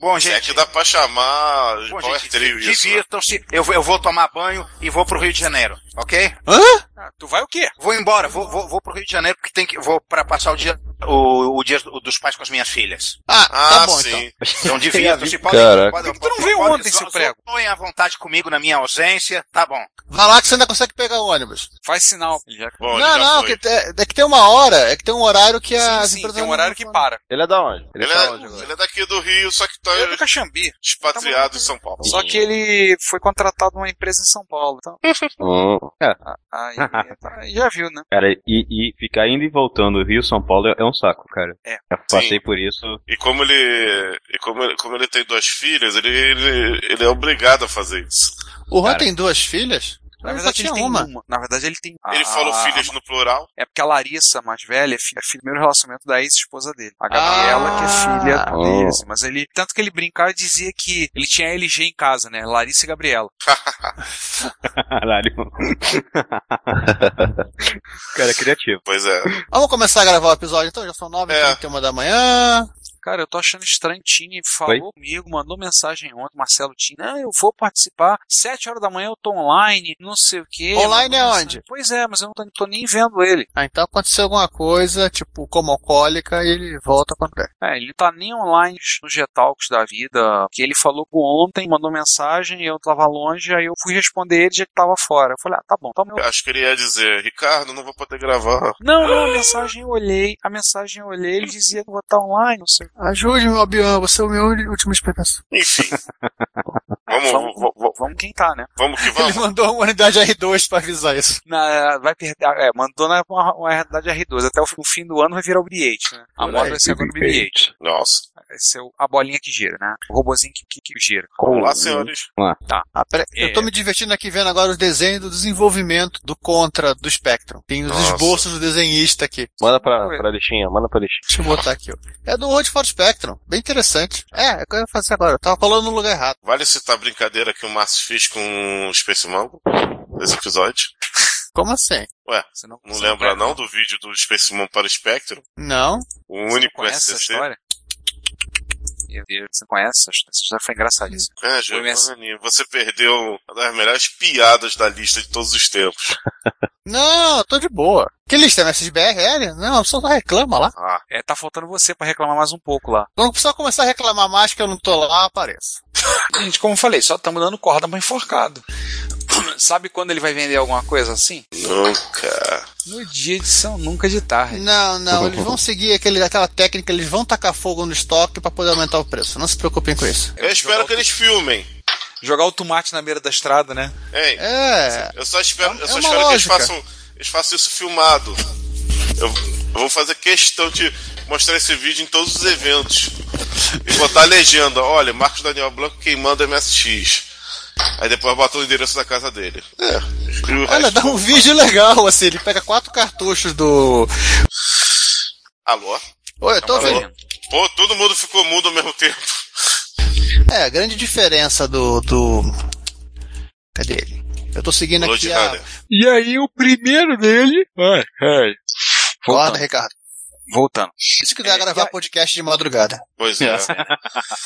Speaker 2: Bom, gente.
Speaker 3: É que dá pra chamar power trio isso. né?
Speaker 2: Divirtam-se. Eu, vou- eu vou tomar banho e vou pro Rio de Janeiro, ok?
Speaker 5: Hã?
Speaker 8: Ah, tu vai o quê?
Speaker 2: Vou embora, vou, vou, vou pro Rio de Janeiro porque tem que vou para passar o dia o, o dia dos pais com as minhas filhas.
Speaker 5: Ah,
Speaker 2: tá bom,
Speaker 3: sim.
Speaker 2: Então divirtam-se, podem,
Speaker 5: Caraca.
Speaker 2: podem,
Speaker 5: Por que tu não veio ontem, seu prego?
Speaker 2: Põem à vontade comigo na minha ausência, tá bom.
Speaker 5: Vai lá que você ainda consegue pegar o ônibus.
Speaker 8: Faz sinal. Ele já...
Speaker 5: não, não, que, te- é, que tem uma hora, é que tem um horário que as empresas não-
Speaker 8: um que para.
Speaker 20: Ele é da onde?
Speaker 3: Ele, é, ele é daqui do Rio, só que tá
Speaker 8: Eu do Caxambi.
Speaker 5: tá
Speaker 3: expatriado em São
Speaker 5: Então,
Speaker 3: Paulo.
Speaker 8: Só que ele foi contratado numa empresa em São Paulo. Então,
Speaker 19: Hum.
Speaker 8: aí, tá- já viu, né?
Speaker 19: Cara, e, e ficar indo e voltando Rio-São Paulo é- é um saco, cara.
Speaker 8: É.
Speaker 19: Eu passei por isso.
Speaker 3: E como ele. E como, ele- como ele tem duas filhas, ele, ele, ele é obrigado a fazer isso.
Speaker 5: O Juan tem duas filhas?
Speaker 8: Na
Speaker 5: Ele só
Speaker 8: verdade, ele
Speaker 5: tinha
Speaker 8: tem
Speaker 5: uma.
Speaker 8: uma. Na verdade, ele tem.
Speaker 3: Ele falou
Speaker 5: Ah.
Speaker 8: a-
Speaker 3: filhas no plural.
Speaker 8: É porque a Larissa, mais velha, é filha, é filha do primeiro relacionamento da ex-esposa dele. A Gabriela, que é filha
Speaker 5: Oh.
Speaker 19: Ah.
Speaker 8: dele. assim, Mas ele. Tanto que ele brincava e dizia que ele tinha LG em casa, né? Larissa e Gabriela.
Speaker 19: Caralho. cara, é criativo.
Speaker 3: Pois é.
Speaker 5: Vamos começar a gravar o episódio então? Já são nove, é. tem uma da manhã.
Speaker 8: Cara, eu tô achando estranho. Tini falou comigo, mandou mensagem ontem, Marcelo Tini. Ah, eu vou participar. Sete horas da manhã eu tô online, não sei o quê.
Speaker 5: Online é
Speaker 8: Mandou mensagem.
Speaker 5: onde?
Speaker 8: Pois é, mas eu não tô, tô nem vendo ele.
Speaker 5: Ah, então aconteceu alguma coisa, tipo, como alcoólica, e ele volta quando der.
Speaker 8: É, ele tá nem online nos Getalcos da vida. Que ele falou com ontem, mandou mensagem, eu tava longe, aí eu fui responder ele já que tava fora. Eu falei, ah, tá bom, tá bom.
Speaker 3: Eu acho que ele ia dizer, Ricardo, não vou poder gravar.
Speaker 8: Não, não, a mensagem eu olhei. A mensagem eu olhei, ele dizia que eu vou estar online, não sei.
Speaker 5: Ajude-me, Albion, você é o meu último esperança.
Speaker 3: Enfim. Vamos,
Speaker 5: um
Speaker 8: vamos,
Speaker 3: vamos,
Speaker 8: quem tá, né?
Speaker 3: Vamos que
Speaker 5: Ele mandou uma unidade R2 pra avisar isso.
Speaker 8: Na, vai perder, é, mandou na uma, uma realidade R2. Até o, fi- o fim do ano vai virar o BB-8, né? A moda vai ser agora o BB-8.
Speaker 3: Nossa.
Speaker 8: Vai ser o- a bolinha que gira, né? O robozinho que, que, que gira.
Speaker 5: Vamos lá, senhores.
Speaker 19: Vamos lá.
Speaker 8: Tá.
Speaker 5: Ah, pera- Eu tô me divertindo aqui vendo agora os desenhos do desenvolvimento do Contra do Spectrum. Tem os
Speaker 19: Nossa.
Speaker 5: esboços do desenhista aqui.
Speaker 19: Manda pra, pra lixinha, manda pra lixinha.
Speaker 5: Deixa eu botar aqui, ó. É do World for Spectrum. Bem interessante. É, é o que eu ia fazer agora. Eu tava falando no lugar errado.
Speaker 3: Vale citar a brincadeira que o Márcio fez com o Space Mambo nesse episódio?
Speaker 5: Como assim?
Speaker 3: Ué,
Speaker 8: não,
Speaker 2: é.
Speaker 3: lembra não do vídeo do Space Mambo para o Spectrum?
Speaker 5: Não.
Speaker 3: O único
Speaker 8: conhece essa
Speaker 3: SCC?
Speaker 8: história? Meu Deus, você conhece essa história? Essa história foi engraçadíssima.
Speaker 3: É, Júlio, Mazaninho, você perdeu uma das melhores piadas da lista de todos os tempos.
Speaker 5: Não, eu tô de boa. Que lista? É um MSBR? né? Não, só reclama lá.
Speaker 8: É, tá faltando você pra reclamar mais um pouco lá.
Speaker 5: Quando o pessoal começar a reclamar mais que eu não tô lá, apareço.
Speaker 8: Gente, como eu falei, só estamos dando corda pra enforcado. Sabe quando ele vai vender alguma coisa assim?
Speaker 3: Nunca.
Speaker 8: No dia de São Nunca de tarde.
Speaker 5: Não, não, eles vão seguir aquele, aquela técnica, eles vão tacar fogo no estoque pra poder aumentar o preço. Não se preocupem com isso.
Speaker 3: Eu espero que eles filmem.
Speaker 8: Jogar o tomate na beira da estrada, né?
Speaker 3: Hein?
Speaker 5: É.
Speaker 3: Eu só espero, eu só
Speaker 5: uma
Speaker 3: espero que eles
Speaker 5: lógica.
Speaker 3: façam. Eu faço isso filmado. Eu, eu vou fazer questão de mostrar esse vídeo em todos os eventos. E botar a legenda, olha, Marcos Daniel Blanco quem manda MSX. Aí depois bota o endereço da casa dele. É. E o
Speaker 5: Olha,
Speaker 3: resto-
Speaker 5: dá um vídeo legal, assim, ele pega quatro cartuchos do.
Speaker 3: Alô?
Speaker 5: Oi, eu tô
Speaker 3: Alô?
Speaker 5: ouvindo.
Speaker 3: Pô, todo mundo ficou mudo ao mesmo tempo.
Speaker 5: É, a grande diferença do. do... Cadê ele? Eu tô seguindo aqui a.
Speaker 8: E aí o primeiro dele. Ai, ai.
Speaker 5: Voltando, Ricardo.
Speaker 8: Voltando.
Speaker 5: Se quiser gravar podcast de madrugada.
Speaker 3: Pois
Speaker 5: é.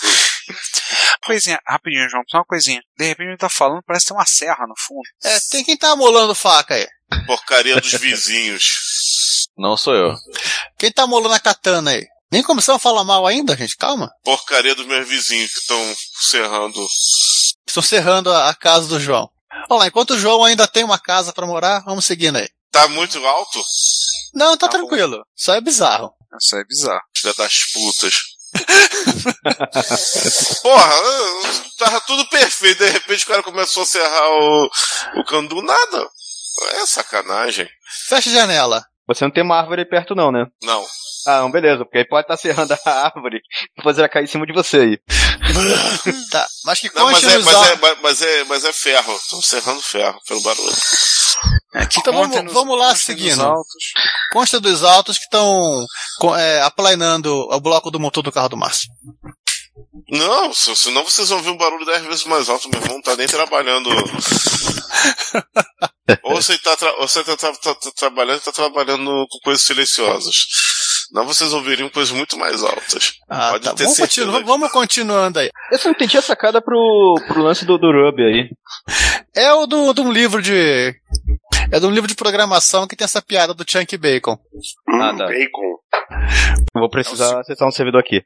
Speaker 8: coisinha, rapidinho, João, só uma coisinha. De repente ele tá falando, parece que tem uma serra no fundo.
Speaker 5: É, tem quem tá molando faca aí.
Speaker 3: Porcaria dos vizinhos.
Speaker 21: Não sou eu.
Speaker 5: Quem tá molando a katana aí? Nem começamos a falar mal ainda, gente, calma.
Speaker 3: Porcaria dos meus vizinhos que estão serrando.
Speaker 5: Estou cerrando a, a casa do João. Olha lá, enquanto o João ainda tem uma casa pra morar, vamos seguindo aí.
Speaker 3: Tá muito alto?
Speaker 5: Não, tá, tranquilo. Só é bizarro.
Speaker 8: Isso é bizarro.
Speaker 3: Filha das putas. Porra, eu- tava tudo perfeito. De repente o cara começou a serrar o, o candu. Nada. É sacanagem.
Speaker 5: Fecha a janela.
Speaker 19: Você não tem uma árvore aí perto, não, né?
Speaker 3: Não.
Speaker 19: Ah, não, beleza, porque aí pode estar serrando a árvore e fazer ela cair em cima de você aí.
Speaker 5: Tá, mas que
Speaker 3: Não, mas é,
Speaker 5: nos
Speaker 3: mas,
Speaker 5: au-
Speaker 3: é, mas, mas é, mas é ferro. Estão serrando ferro pelo barulho.
Speaker 5: então vamos, vamos lá seguindo.
Speaker 8: altos.
Speaker 5: Consta dos altos que estão é, aplanando o bloco do motor do carro do Márcio.
Speaker 3: Não, se- senão vocês vão ouvir um barulho 10 vezes mais alto. Meu irmão não tá nem trabalhando. ou você tá, tra- ou você tá, tra- tá- tá trabalhando tá trabalhando com coisas silenciosas. Não, vocês ouviriam coisas muito mais altas.
Speaker 5: Ah,
Speaker 3: Pode
Speaker 5: tá.
Speaker 3: ter
Speaker 5: Vamos,
Speaker 3: certeza.
Speaker 5: continu- vamos continuando aí.
Speaker 19: Eu só entendi a sacada pro, pro lance do, do Ruby aí.
Speaker 5: É o do- de um livro de. É de um livro de programação que tem essa piada do Chunk Bacon.
Speaker 19: Nada.
Speaker 5: Bacon.
Speaker 19: Vou
Speaker 3: É
Speaker 19: precisar acessar um servidor aqui.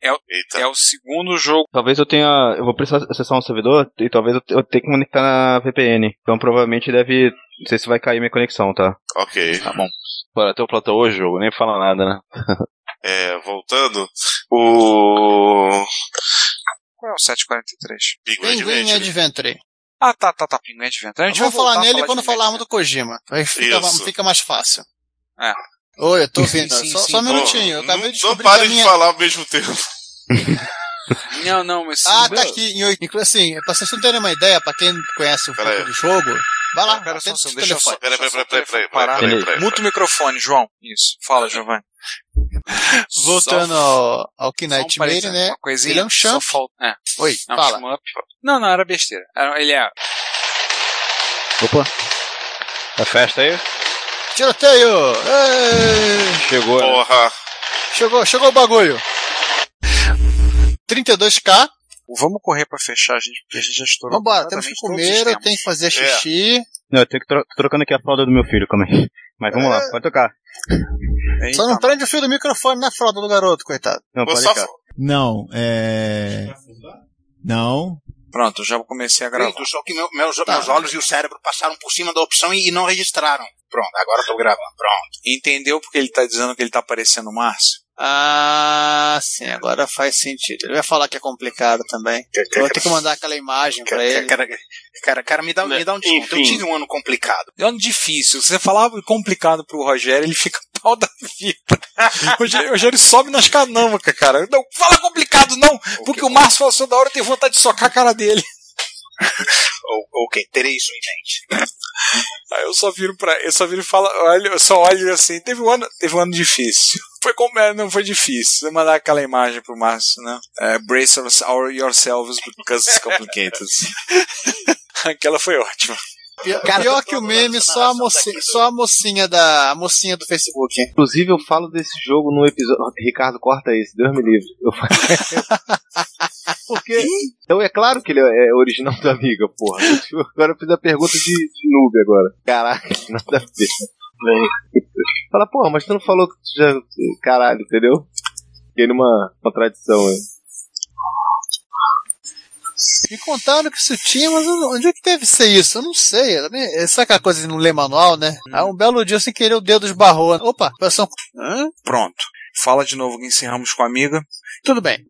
Speaker 8: É, o- é o segundo jogo.
Speaker 19: Talvez eu tenha. Eu vou precisar acessar um servidor e talvez eu te- eu tenha que conectar na VPN. Então provavelmente deve. Não sei se vai cair minha conexão, tá?
Speaker 3: Ok.
Speaker 19: Tá bom. Bora, até o platô hoje, jogo, nem fala nada, né?
Speaker 3: É, voltando, o.
Speaker 8: Qual é o 743?
Speaker 3: Pinguim
Speaker 5: Pinguim Adventure.
Speaker 8: Ah, tá, tá, tá. Pinguim Adventure. A gente
Speaker 5: Vamos
Speaker 8: vai voltar
Speaker 5: falar
Speaker 8: a
Speaker 5: nele
Speaker 8: falar
Speaker 5: quando
Speaker 8: de
Speaker 5: falarmos do Kojima. Aí fica,
Speaker 8: Isso.
Speaker 5: fica mais fácil.
Speaker 8: É.
Speaker 5: Oi, eu tô
Speaker 8: Sim,
Speaker 5: ouvindo.
Speaker 8: sim,
Speaker 5: só,
Speaker 8: sim.
Speaker 5: só um minutinho. Eu
Speaker 3: Não,
Speaker 5: acabei
Speaker 3: não,
Speaker 5: de descobrir que a
Speaker 3: parem
Speaker 5: minha...
Speaker 3: de falar ao mesmo tempo.
Speaker 8: Não, não, mas.
Speaker 5: Ah, tá aqui. Em, oito- inclu- assim, pra vocês terem uma ideia, pra quem conhece um pouco do jogo, vai lá.
Speaker 8: Pera só,
Speaker 5: atende
Speaker 8: só,
Speaker 5: o
Speaker 8: deixa eu só.
Speaker 5: telefone.
Speaker 3: Peraí, peraí, peraí, peraí,
Speaker 8: Parar.
Speaker 3: peraí, peraí.
Speaker 8: Muta o microfone, João. Isso. Fala, Giovanni.
Speaker 5: Voltando
Speaker 8: Só- um
Speaker 5: ao, ao
Speaker 8: Só
Speaker 5: Knight
Speaker 8: um parênteses,
Speaker 5: Mare, né?
Speaker 8: Uma coisinha,
Speaker 5: Ele é um champ.
Speaker 8: só falta- é.
Speaker 5: Oi,
Speaker 8: É um
Speaker 5: fala.
Speaker 8: shmup. Não, não, era besteira. Era- Ele é.
Speaker 19: Opa! A É festa aí?
Speaker 5: Tiroteio! Ei!
Speaker 19: Chegou, né?
Speaker 3: Porra!
Speaker 5: Chegou, chegou o bagulho. 32k.
Speaker 8: Vamos correr pra fechar, gente, porque a gente já estourou.
Speaker 5: Vambora, temos que
Speaker 8: todos os
Speaker 5: comer, eu tenho que
Speaker 3: É.
Speaker 5: fazer xixi.
Speaker 19: Não, eu tenho que tro tô trocando aqui a fralda do meu filho, calma aí. Mas vamos
Speaker 5: É.
Speaker 19: lá, pode tocar.
Speaker 5: Só
Speaker 8: tá
Speaker 5: não prende o fio do microfone na fralda do garoto, coitado.
Speaker 19: Não, pode deixar.
Speaker 1: Não, é. Não.
Speaker 8: Pronto, já comecei a é gravar.
Speaker 2: Pronto, só que meu- meus,
Speaker 5: Tá.
Speaker 2: meus olhos e o cérebro passaram por cima da opção e, e não registraram. Pronto, agora eu tô gravando. Pronto.
Speaker 8: Entendeu porque ele tá dizendo que ele tá parecendo o Márcio? É,
Speaker 5: Ah, sim, agora faz sentido. Ele vai falar que é complicado também. Eu vou ter que mandar aquela imagem pra ele. Né,
Speaker 2: Cara, cara, cara, me dá, me dá um desconto. Eu
Speaker 8: Enfim.
Speaker 2: tive um ano complicado.
Speaker 8: É um ano difícil. Se você falar complicado pro Rogério, ele fica pau da vida. O Rogério, o Rogério sobe nas canâmacas, cara. Não, fala complicado não, porque o Márcio falou só da hora eu tenho vontade de socar a cara dele.
Speaker 2: O- ok, terei isso em mente.
Speaker 8: Aí eu só viro pra. Eu só viro e falo, olha, eu só olho assim, teve um ano, teve um ano difícil. Foi como é, não foi difícil. Você mandar aquela imagem pro Márcio, né? É, brace yours- our- yourselves because it's complicated. aquela foi ótima.
Speaker 5: Pior, pior que o meme, só a, mocinha, só a mocinha da. A mocinha do Facebook.
Speaker 19: Inclusive, eu falo desse jogo no episódio. Ricardo, corta esse, Deus me livre. Eu falo- Porque. Então é claro que ele é original do Amiga, porra. Tipo, Agora eu fiz a pergunta de, de noob agora. Caraca, nada a ver. Bem, Fala, porra, mas tu não falou que tu já. Caralho, entendeu? Fiquei numa né? contradição aí.
Speaker 5: Me contaram que isso tinha, mas eu não- onde é que deve ser isso? Eu não sei. Eu também- Sabe aquela coisa de não ler manual, né? Aí um belo dia, sem querer, o dedo esbarrou. né? Opa, pressão. Hã?
Speaker 8: Pronto. Fala de novo que encerramos com a amiga.
Speaker 5: Tudo bem.